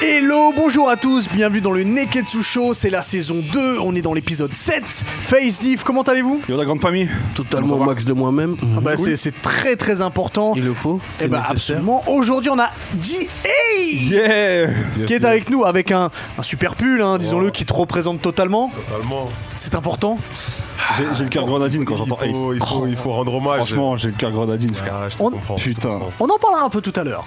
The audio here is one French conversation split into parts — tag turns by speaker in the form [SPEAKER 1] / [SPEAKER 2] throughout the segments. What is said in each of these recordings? [SPEAKER 1] Hello, bonjour à tous, bienvenue dans le Neketsu Show, c'est la saison 2, on est dans l'épisode 7. Face Diff, comment allez-vous
[SPEAKER 2] Yo la grande famille
[SPEAKER 3] Totalement au max de moi-même.
[SPEAKER 1] Ah bah, c'est- C'est très très important.
[SPEAKER 3] Il le faut.
[SPEAKER 1] Eh
[SPEAKER 3] C'est
[SPEAKER 1] bah,
[SPEAKER 3] nécessaire.
[SPEAKER 1] absolument. Aujourd'hui, on a DA
[SPEAKER 2] Yeah
[SPEAKER 1] qui est avec nous avec un, un super pull, hein, disons-le, qui te représente totalement.
[SPEAKER 4] Totalement.
[SPEAKER 1] C'est important.
[SPEAKER 2] J'ai- J'ai le cœur grenadine quand j'entends
[SPEAKER 4] il,
[SPEAKER 2] Ace.
[SPEAKER 4] faut, il, faut, il faut rendre hommage.
[SPEAKER 2] Franchement, j'ai le cœur grenadine, frère.
[SPEAKER 4] Ah, je te
[SPEAKER 1] On-
[SPEAKER 4] comprends.
[SPEAKER 2] Putain.
[SPEAKER 1] On en parlera un peu tout à l'heure.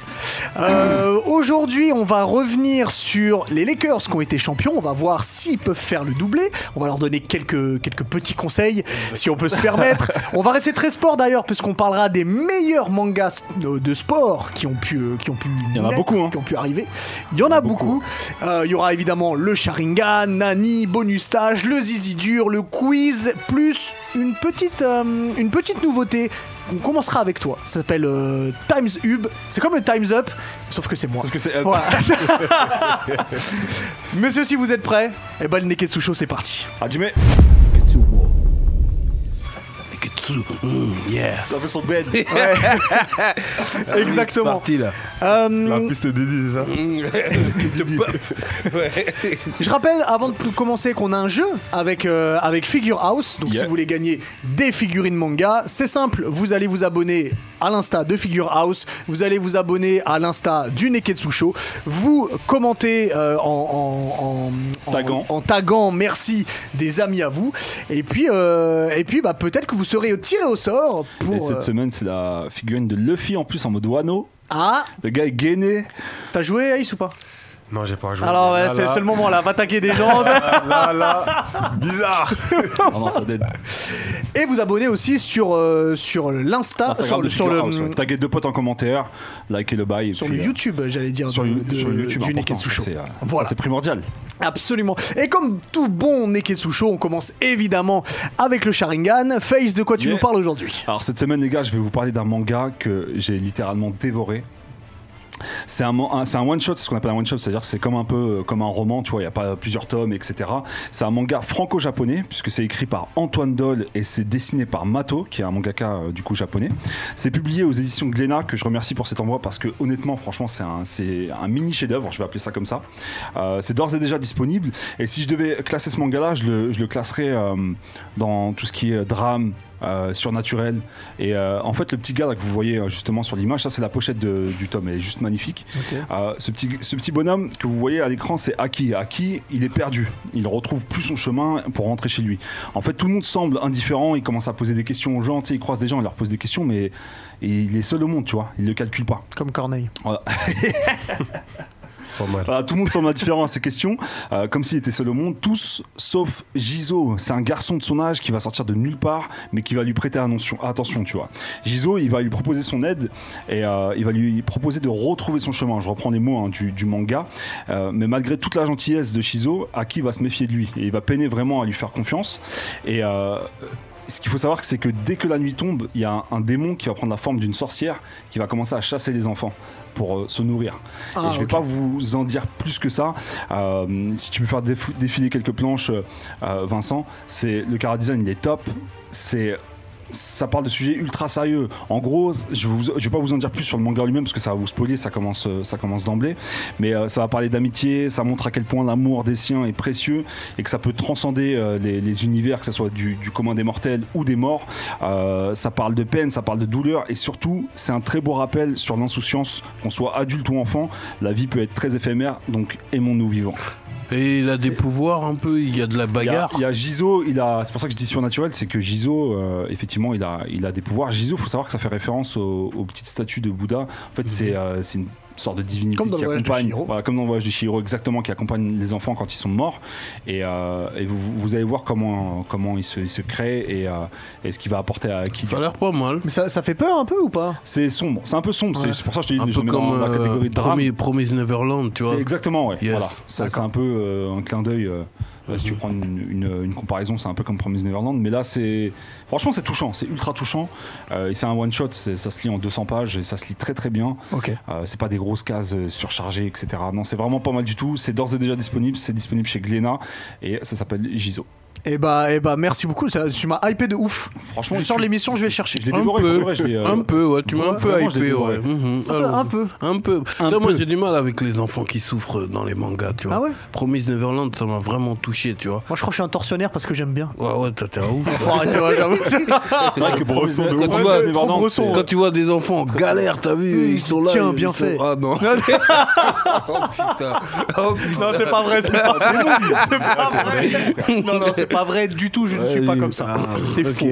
[SPEAKER 1] Euh, Aujourd'hui, on va revenir sur les Lakers qui ont été champions. On va voir s'ils peuvent faire le doublé. On va leur donner quelques, quelques petits conseils, si on peut se permettre. on va rester très sport d'ailleurs, puisqu'on parlera des meilleurs mangas euh, de sport qui ont pu. euh, Qui ont pu
[SPEAKER 2] Il y en a
[SPEAKER 1] naître,
[SPEAKER 2] beaucoup, hein.
[SPEAKER 1] Qui ont pu arriver. Il y en a beaucoup. Euh, Il y aura évidemment le Sharingan, Nani, bonus stage, le Zizi dur, le quiz, plus une petite, euh, une petite nouveauté. On commencera avec toi. Ça s'appelle euh, Times Hub. C'est comme le Times Up, sauf que c'est moi.
[SPEAKER 2] Sauf que c'est.
[SPEAKER 1] Voilà. Messieurs, si vous êtes prêts, eh ben le Neketsu Show, c'est parti.
[SPEAKER 2] Hajime,
[SPEAKER 3] Neketsu, wow. Neketsu, mm, yeah.
[SPEAKER 2] t'as fait son bed.
[SPEAKER 3] C'est
[SPEAKER 1] Exactement.
[SPEAKER 3] parti là.
[SPEAKER 1] Euh,
[SPEAKER 4] La piste est dédiée, c'est ça
[SPEAKER 1] Je rappelle avant de tout commencer qu'on a un jeu avec, euh, avec Figure House. Donc si
[SPEAKER 2] Yeah.
[SPEAKER 1] vous voulez gagner des figurines manga, c'est simple. Vous allez vous abonner à l'insta de Figure House. Vous allez vous abonner à l'insta du Neketsu Show. Vous commentez euh, en, en- en- en-
[SPEAKER 2] Taguant.
[SPEAKER 1] en taguant merci des amis à vous. Et puis, euh, et puis bah, peut-être que vous serez tiré au sort
[SPEAKER 2] Et
[SPEAKER 1] pour...
[SPEAKER 2] cette
[SPEAKER 1] euh,
[SPEAKER 2] semaine, c'est la figurine de Luffy en plus en mode Wano.
[SPEAKER 1] Ah,
[SPEAKER 2] Le gars est gainé.
[SPEAKER 1] t'as joué Aïs ou pas
[SPEAKER 4] Non, j'ai
[SPEAKER 2] Ah,
[SPEAKER 4] pas joué.
[SPEAKER 1] Alors ouais,
[SPEAKER 4] Là,
[SPEAKER 1] c'est
[SPEAKER 4] là,
[SPEAKER 1] c'est le moment là, va taguer des gens.
[SPEAKER 4] Là, là, bizarre.
[SPEAKER 2] Ah non, ça dead.
[SPEAKER 1] Et vous abonner aussi sur, euh, sur l'Insta,
[SPEAKER 2] Instagram
[SPEAKER 1] sur,
[SPEAKER 2] de
[SPEAKER 1] le- sur
[SPEAKER 2] Figure
[SPEAKER 1] le,
[SPEAKER 2] House, ouais. Taguez deux potes en commentaire, likez le bail. et
[SPEAKER 1] sur
[SPEAKER 2] puis,
[SPEAKER 1] le
[SPEAKER 2] euh,
[SPEAKER 1] YouTube, j'allais dire,
[SPEAKER 2] Sur,
[SPEAKER 1] de-
[SPEAKER 2] You-
[SPEAKER 1] de-
[SPEAKER 2] sur YouTube,
[SPEAKER 1] du
[SPEAKER 2] important.
[SPEAKER 1] Neketsu Show.
[SPEAKER 2] C'est, euh,
[SPEAKER 1] Voilà,
[SPEAKER 2] c'est primordial.
[SPEAKER 1] absolument. Et comme tout bon Neketsu Show, on commence évidemment avec le Sharingan. Face, de quoi tu
[SPEAKER 2] Yeah.
[SPEAKER 1] nous parles aujourd'hui
[SPEAKER 2] Alors cette semaine les gars, je vais vous parler d'un manga que j'ai littéralement dévoré. C'est un, man- un- c'est un one shot, c'est ce qu'on appelle un one shot, c'est-à-dire que c'est comme un peu euh, comme un roman, tu vois, il n'y a pas plusieurs tomes, etc. C'est un manga franco-japonais, puisque c'est écrit par Antoine Doll et c'est dessiné par Mato, qui est un mangaka euh, du coup japonais. C'est publié aux éditions Glénat, que je remercie pour cet envoi, parce que honnêtement, franchement, c'est un, c'est un mini chef-d'œuvre, je vais appeler ça comme ça. Euh, c'est d'ores et déjà disponible, et si je devais classer ce manga-là, je le, je le classerais euh, dans tout ce qui est euh, drame, euh, surnaturel. Et euh, en fait, le petit gars là, que vous voyez euh, justement sur l'image, ça c'est la pochette de- du tome, elle est juste magnifique. Euh, ce, petit, ce petit bonhomme que vous voyez à l'écran, c'est Aki. Aki, il est perdu. Il retrouve plus son chemin pour rentrer chez lui. En fait, tout le monde semble indifférent. Il commence à poser des questions aux gens. Tu sais, il croise des gens, il leur pose des questions, mais il est seul au monde, tu vois. Il ne le calcule pas.
[SPEAKER 1] Comme Corneille.
[SPEAKER 2] Voilà.
[SPEAKER 4] Pas mal.
[SPEAKER 2] Voilà, tout le monde semble indifférent à ces questions, euh, comme s'il était seul au monde, tous sauf Gizo. C'est un garçon de son âge qui va sortir de nulle part, mais qui va lui prêter attention, attention tu vois. Gizo, il va lui proposer son aide et euh, il va lui proposer de retrouver son chemin. Je reprends les mots hein, du, du manga, Euh, mais malgré toute la gentillesse de Shizo, Aki va se méfier de lui et il va peiner vraiment à lui faire confiance. Et euh, ce qu'il faut savoir, c'est que dès que la nuit tombe, il y a un, un démon qui va prendre la forme d'une sorcière qui va commencer à chasser les enfants pour euh, se nourrir.
[SPEAKER 1] Ah,
[SPEAKER 2] et je vais
[SPEAKER 1] ok.
[SPEAKER 2] pas vous en dire plus que ça. Euh, si tu peux faire déf- défiler quelques planches, euh, euh, Vincent, c'est le cara design, il est top. C'est ça parle de sujets ultra sérieux. En gros, je ne vais pas vous en dire plus sur le manga lui-même parce que ça va vous spoiler, ça commence, euh, ça commence d'emblée. Mais euh, ça va parler d'amitié, ça montre à quel point l'amour des siens est précieux et que ça peut transcender euh, les, les univers, que ce soit du, du commun des mortels ou des morts. Euh, ça parle de peine, ça parle de douleur et surtout, c'est un très beau rappel sur l'insouciance. Qu'on soit adulte ou enfant, la vie peut être très éphémère, donc aimons-nous vivants.
[SPEAKER 3] Et il a des pouvoirs un peu, il y a de la
[SPEAKER 2] Il y a-
[SPEAKER 3] bagarre.
[SPEAKER 2] Il y a Gizo, il a. C'est pour ça que je dis surnaturel, c'est que Gizo, euh, effectivement, il a, il a des pouvoirs. Gizo, faut savoir que ça fait référence aux, aux petites statues de Bouddha. En
[SPEAKER 3] Mhm.
[SPEAKER 2] fait, c'est, euh, c'est une sorte de divinité
[SPEAKER 1] Comme dans
[SPEAKER 2] qui
[SPEAKER 1] le voyage de
[SPEAKER 2] accompagne,
[SPEAKER 1] Chihiro.
[SPEAKER 2] voilà, comme dans le voyage de Chihiro, exactement, qui accompagne les enfants quand ils sont morts. Et, euh, et vous, vous allez voir comment, comment il se, il se crée et, euh, et ce qu'il va apporter à qui.
[SPEAKER 3] Ça a l'air pas mal.
[SPEAKER 1] Mais ça, ça fait peur un peu ou pas
[SPEAKER 2] C'est sombre, c'est un peu sombre.
[SPEAKER 1] Ouais.
[SPEAKER 2] C'est, c'est pour ça que je te
[SPEAKER 3] Un
[SPEAKER 2] dis, je
[SPEAKER 3] peu
[SPEAKER 2] le mets dans
[SPEAKER 3] comme
[SPEAKER 2] la catégorie
[SPEAKER 3] euh,
[SPEAKER 2] de drame.
[SPEAKER 3] Promis- Promise Neverland, tu vois.
[SPEAKER 2] C'est exactement, ouais.
[SPEAKER 3] Yes.
[SPEAKER 2] Voilà. Ça, C'est un peu euh, un clin d'œil. euh, euh, Si tu prends une, une- une comparaison, c'est un peu comme Promise Neverland. Mais là, c'est. Franchement, c'est touchant. C'est ultra touchant. Euh, et c'est un one-shot. c'est- Ça se lit en 200 pages et ça se lit très très bien.
[SPEAKER 1] Ok.
[SPEAKER 2] Euh, c'est pas des grosses cases euh, surchargées, etc. Non, c'est vraiment pas mal du tout. C'est d'ores et déjà disponible. C'est disponible chez Glénat et ça s'appelle Gizo.
[SPEAKER 1] Et bah, et bah merci beaucoup, ça- tu m'as hypé de ouf.
[SPEAKER 2] Franchement,
[SPEAKER 1] je
[SPEAKER 2] je
[SPEAKER 1] sors de
[SPEAKER 2] suis-
[SPEAKER 1] l'émission, je vais chercher.
[SPEAKER 2] Je l'ai
[SPEAKER 3] Un
[SPEAKER 2] dévoré,
[SPEAKER 3] peu.
[SPEAKER 2] pour de vrai, je l'ai, euh,
[SPEAKER 3] Un peu, ouais, tu m'as un peu
[SPEAKER 2] vraiment, je l'ai
[SPEAKER 3] hypé,
[SPEAKER 2] dévoré.
[SPEAKER 3] ouais. Mhm.
[SPEAKER 1] Un peu,
[SPEAKER 3] Alors,
[SPEAKER 1] un peu.
[SPEAKER 3] Un peu. Putain, Moi,
[SPEAKER 2] peu.
[SPEAKER 3] j'ai du mal avec les enfants qui souffrent dans les mangas, tu vois.
[SPEAKER 1] Ah ouais
[SPEAKER 3] Promise Neverland, ça m'a vraiment touché, tu vois.
[SPEAKER 1] Moi, je crois que je suis un tortionnaire parce que j'aime bien.
[SPEAKER 3] Ouais, ouais, t'as- t'es un ouf.
[SPEAKER 1] Faut arrêter, ouais, j'avoue.
[SPEAKER 2] C'est vrai que pour Neverland,
[SPEAKER 3] Quand tu vois-
[SPEAKER 2] c'est-
[SPEAKER 1] trop bresson,
[SPEAKER 2] c'est-
[SPEAKER 3] Quand tu vois des enfants en galère, t'as vu,
[SPEAKER 1] Mmh,
[SPEAKER 3] ils sont là.
[SPEAKER 1] tiens,
[SPEAKER 3] ils
[SPEAKER 1] bien
[SPEAKER 3] sont-
[SPEAKER 1] fait.
[SPEAKER 3] Ah non. oh putain. Oh putain.
[SPEAKER 1] Non, c'est pas vrai, c'est pas vrai. C'est pas vrai. Non, non, c'est pas vrai du tout, je ne suis pas comme ça. C'est faux.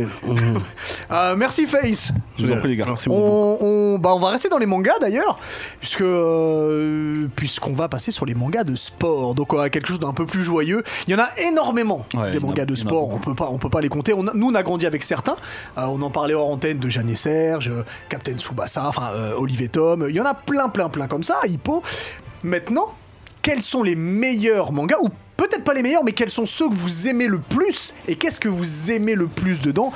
[SPEAKER 1] Euh, merci Face.
[SPEAKER 2] Je vous en prie, les gars.
[SPEAKER 3] Merci beaucoup.
[SPEAKER 1] On, on- bah, on va rester dans les mangas d'ailleurs, puisque euh, puisqu'on va passer sur les mangas de sport. Donc on a quelque chose d'un peu plus joyeux. Il y en a énormément
[SPEAKER 2] Ouais, il y
[SPEAKER 1] des
[SPEAKER 2] en a-
[SPEAKER 1] mangas de
[SPEAKER 2] il y en a
[SPEAKER 1] sport.
[SPEAKER 2] beaucoup.
[SPEAKER 1] On peut pas, on peut pas les compter. On a- nous on a grandi avec certains. Euh, on en parlait hors antenne de Jeanne et Serge, euh, Captain Tsubasa, enfin euh, Olivier Tom. Il y en a plein, plein, plein comme ça. Hippo. Maintenant, quels sont les meilleurs mangas ou Peut-être pas les meilleurs, mais quels sont ceux que vous aimez le plus et qu'est-ce que vous aimez le plus dedans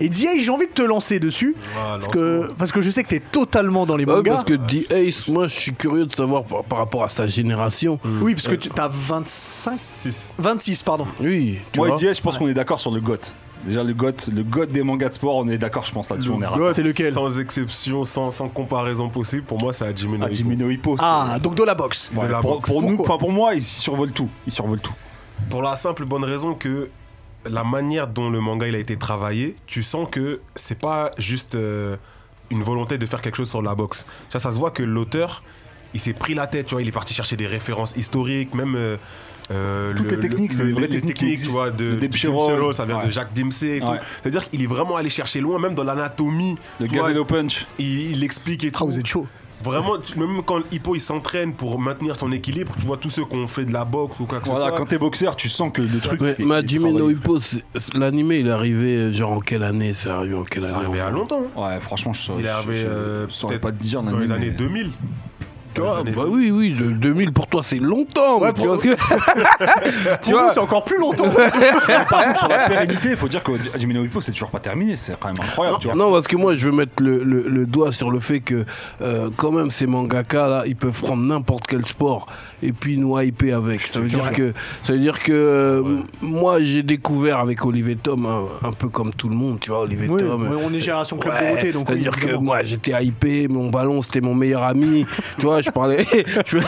[SPEAKER 1] Et DA, j'ai envie de te lancer dessus.
[SPEAKER 4] Ah,
[SPEAKER 1] Parce que, parce que je sais que t'es totalement dans les
[SPEAKER 3] Ouais,
[SPEAKER 1] mangas.
[SPEAKER 3] bah parce que The Ace, moi, je suis curieux de savoir par, par rapport à sa génération.
[SPEAKER 1] Oui, parce que tu- t'as 25.
[SPEAKER 4] 6.
[SPEAKER 1] 26, pardon.
[SPEAKER 3] Oui, tu
[SPEAKER 2] Moi et
[SPEAKER 3] vois.
[SPEAKER 2] Diaz, je pense qu'on est d'accord sur le GOT. Déjà, le GOT, le GOT des mangas de sport, on est d'accord, je pense, là-dessus. On est raccord.
[SPEAKER 1] c'est lequel
[SPEAKER 4] Sans exception, sans, sans comparaison possible, pour moi, c'est Hajime no
[SPEAKER 2] Ah,
[SPEAKER 4] Ippo.
[SPEAKER 2] Jimmy No Hippo, c'est-
[SPEAKER 1] Ah, donc de la boxe.
[SPEAKER 2] Ouais,
[SPEAKER 4] de la
[SPEAKER 2] pour,
[SPEAKER 4] boxe.
[SPEAKER 2] pour nous,
[SPEAKER 1] Pourquoi
[SPEAKER 2] enfin, pour moi, ils survolent tout. Ils survolent tout.
[SPEAKER 4] Pour la simple bonne raison que la manière dont le manga il a été travaillé, tu sens que c'est pas juste euh, une volonté de faire quelque chose sur la boxe. Ça, ça se voit que l'auteur, il s'est pris la tête, tu vois, il est parti chercher des références historiques, même. euh, euh,
[SPEAKER 2] Toutes les techniques, c'est des vraies
[SPEAKER 4] les
[SPEAKER 2] techniques qui
[SPEAKER 4] tu
[SPEAKER 2] existent.
[SPEAKER 4] vois, de,
[SPEAKER 2] Le
[SPEAKER 4] de Tim
[SPEAKER 2] Depchero,
[SPEAKER 4] Sero, ça vient
[SPEAKER 2] ouais.
[SPEAKER 4] de Jacques Dempsey et
[SPEAKER 2] Ouais.
[SPEAKER 4] tout. C'est-à-dire qu'il est vraiment allé chercher loin, même dans l'anatomie.
[SPEAKER 2] Le
[SPEAKER 4] tu vois,
[SPEAKER 2] Gazeno Punch.
[SPEAKER 4] il, il explique et
[SPEAKER 1] Ah,
[SPEAKER 4] tout.
[SPEAKER 1] vous êtes chaud.
[SPEAKER 4] Vraiment, tu- même quand Hippo il s'entraîne pour maintenir son équilibre, tu vois, tous ceux qui ont fait de la boxe ou quoi que ce
[SPEAKER 2] Voilà,
[SPEAKER 4] soit.
[SPEAKER 2] quand t'es boxeur, tu sens que le truc.
[SPEAKER 3] Mais
[SPEAKER 2] est-
[SPEAKER 3] ma
[SPEAKER 2] est
[SPEAKER 3] Jimmy No
[SPEAKER 2] travaillé.
[SPEAKER 3] Hippo, c'est- c'est- l'animé, il est arrivé euh, genre en quelle année C'est arrivé en quelle
[SPEAKER 4] Ça
[SPEAKER 3] année
[SPEAKER 4] arrivait
[SPEAKER 3] enfin
[SPEAKER 4] à longtemps. hein.
[SPEAKER 2] Ouais, franchement, je,
[SPEAKER 4] Il est
[SPEAKER 2] je-
[SPEAKER 4] arrivé,
[SPEAKER 2] je- je
[SPEAKER 4] euh,
[SPEAKER 2] saurais
[SPEAKER 4] peut-être
[SPEAKER 2] pas te dire.
[SPEAKER 4] Dans
[SPEAKER 2] l'année,
[SPEAKER 4] les années
[SPEAKER 2] mais-
[SPEAKER 4] 2000.
[SPEAKER 3] Tu
[SPEAKER 4] Dans les
[SPEAKER 3] vois,
[SPEAKER 4] années
[SPEAKER 3] bah oui, oui, le 2000 pour toi c'est longtemps.
[SPEAKER 1] Ouais,
[SPEAKER 3] mais
[SPEAKER 1] pour-
[SPEAKER 3] tu vois ce que-
[SPEAKER 1] Tu vois, c'est encore plus longtemps.
[SPEAKER 2] Par contre, sur la pérennité, il faut dire que Jimmy No Hippo, c'est toujours pas terminé. C'est quand même incroyable. tu vois.
[SPEAKER 3] Non, parce que moi, je veux mettre le, le- le doigt sur le fait que, euh, quand même, ces mangaka là, ils peuvent prendre n'importe quel sport et puis nous hyper avec. Ça veut dire que, ça veut dire que, euh, m- moi, j'ai découvert avec Olivier Tom, un, un peu comme tout le monde, tu vois, Olivier
[SPEAKER 1] Oui,
[SPEAKER 3] Tom.
[SPEAKER 1] ouais, on est génération club
[SPEAKER 3] Ouais,
[SPEAKER 1] Dorothée, donc. oui,
[SPEAKER 3] C'est-à-dire que
[SPEAKER 1] évidemment.
[SPEAKER 3] moi j'étais hypé, mon ballon c'était mon meilleur ami. tu vois, je parlais. je-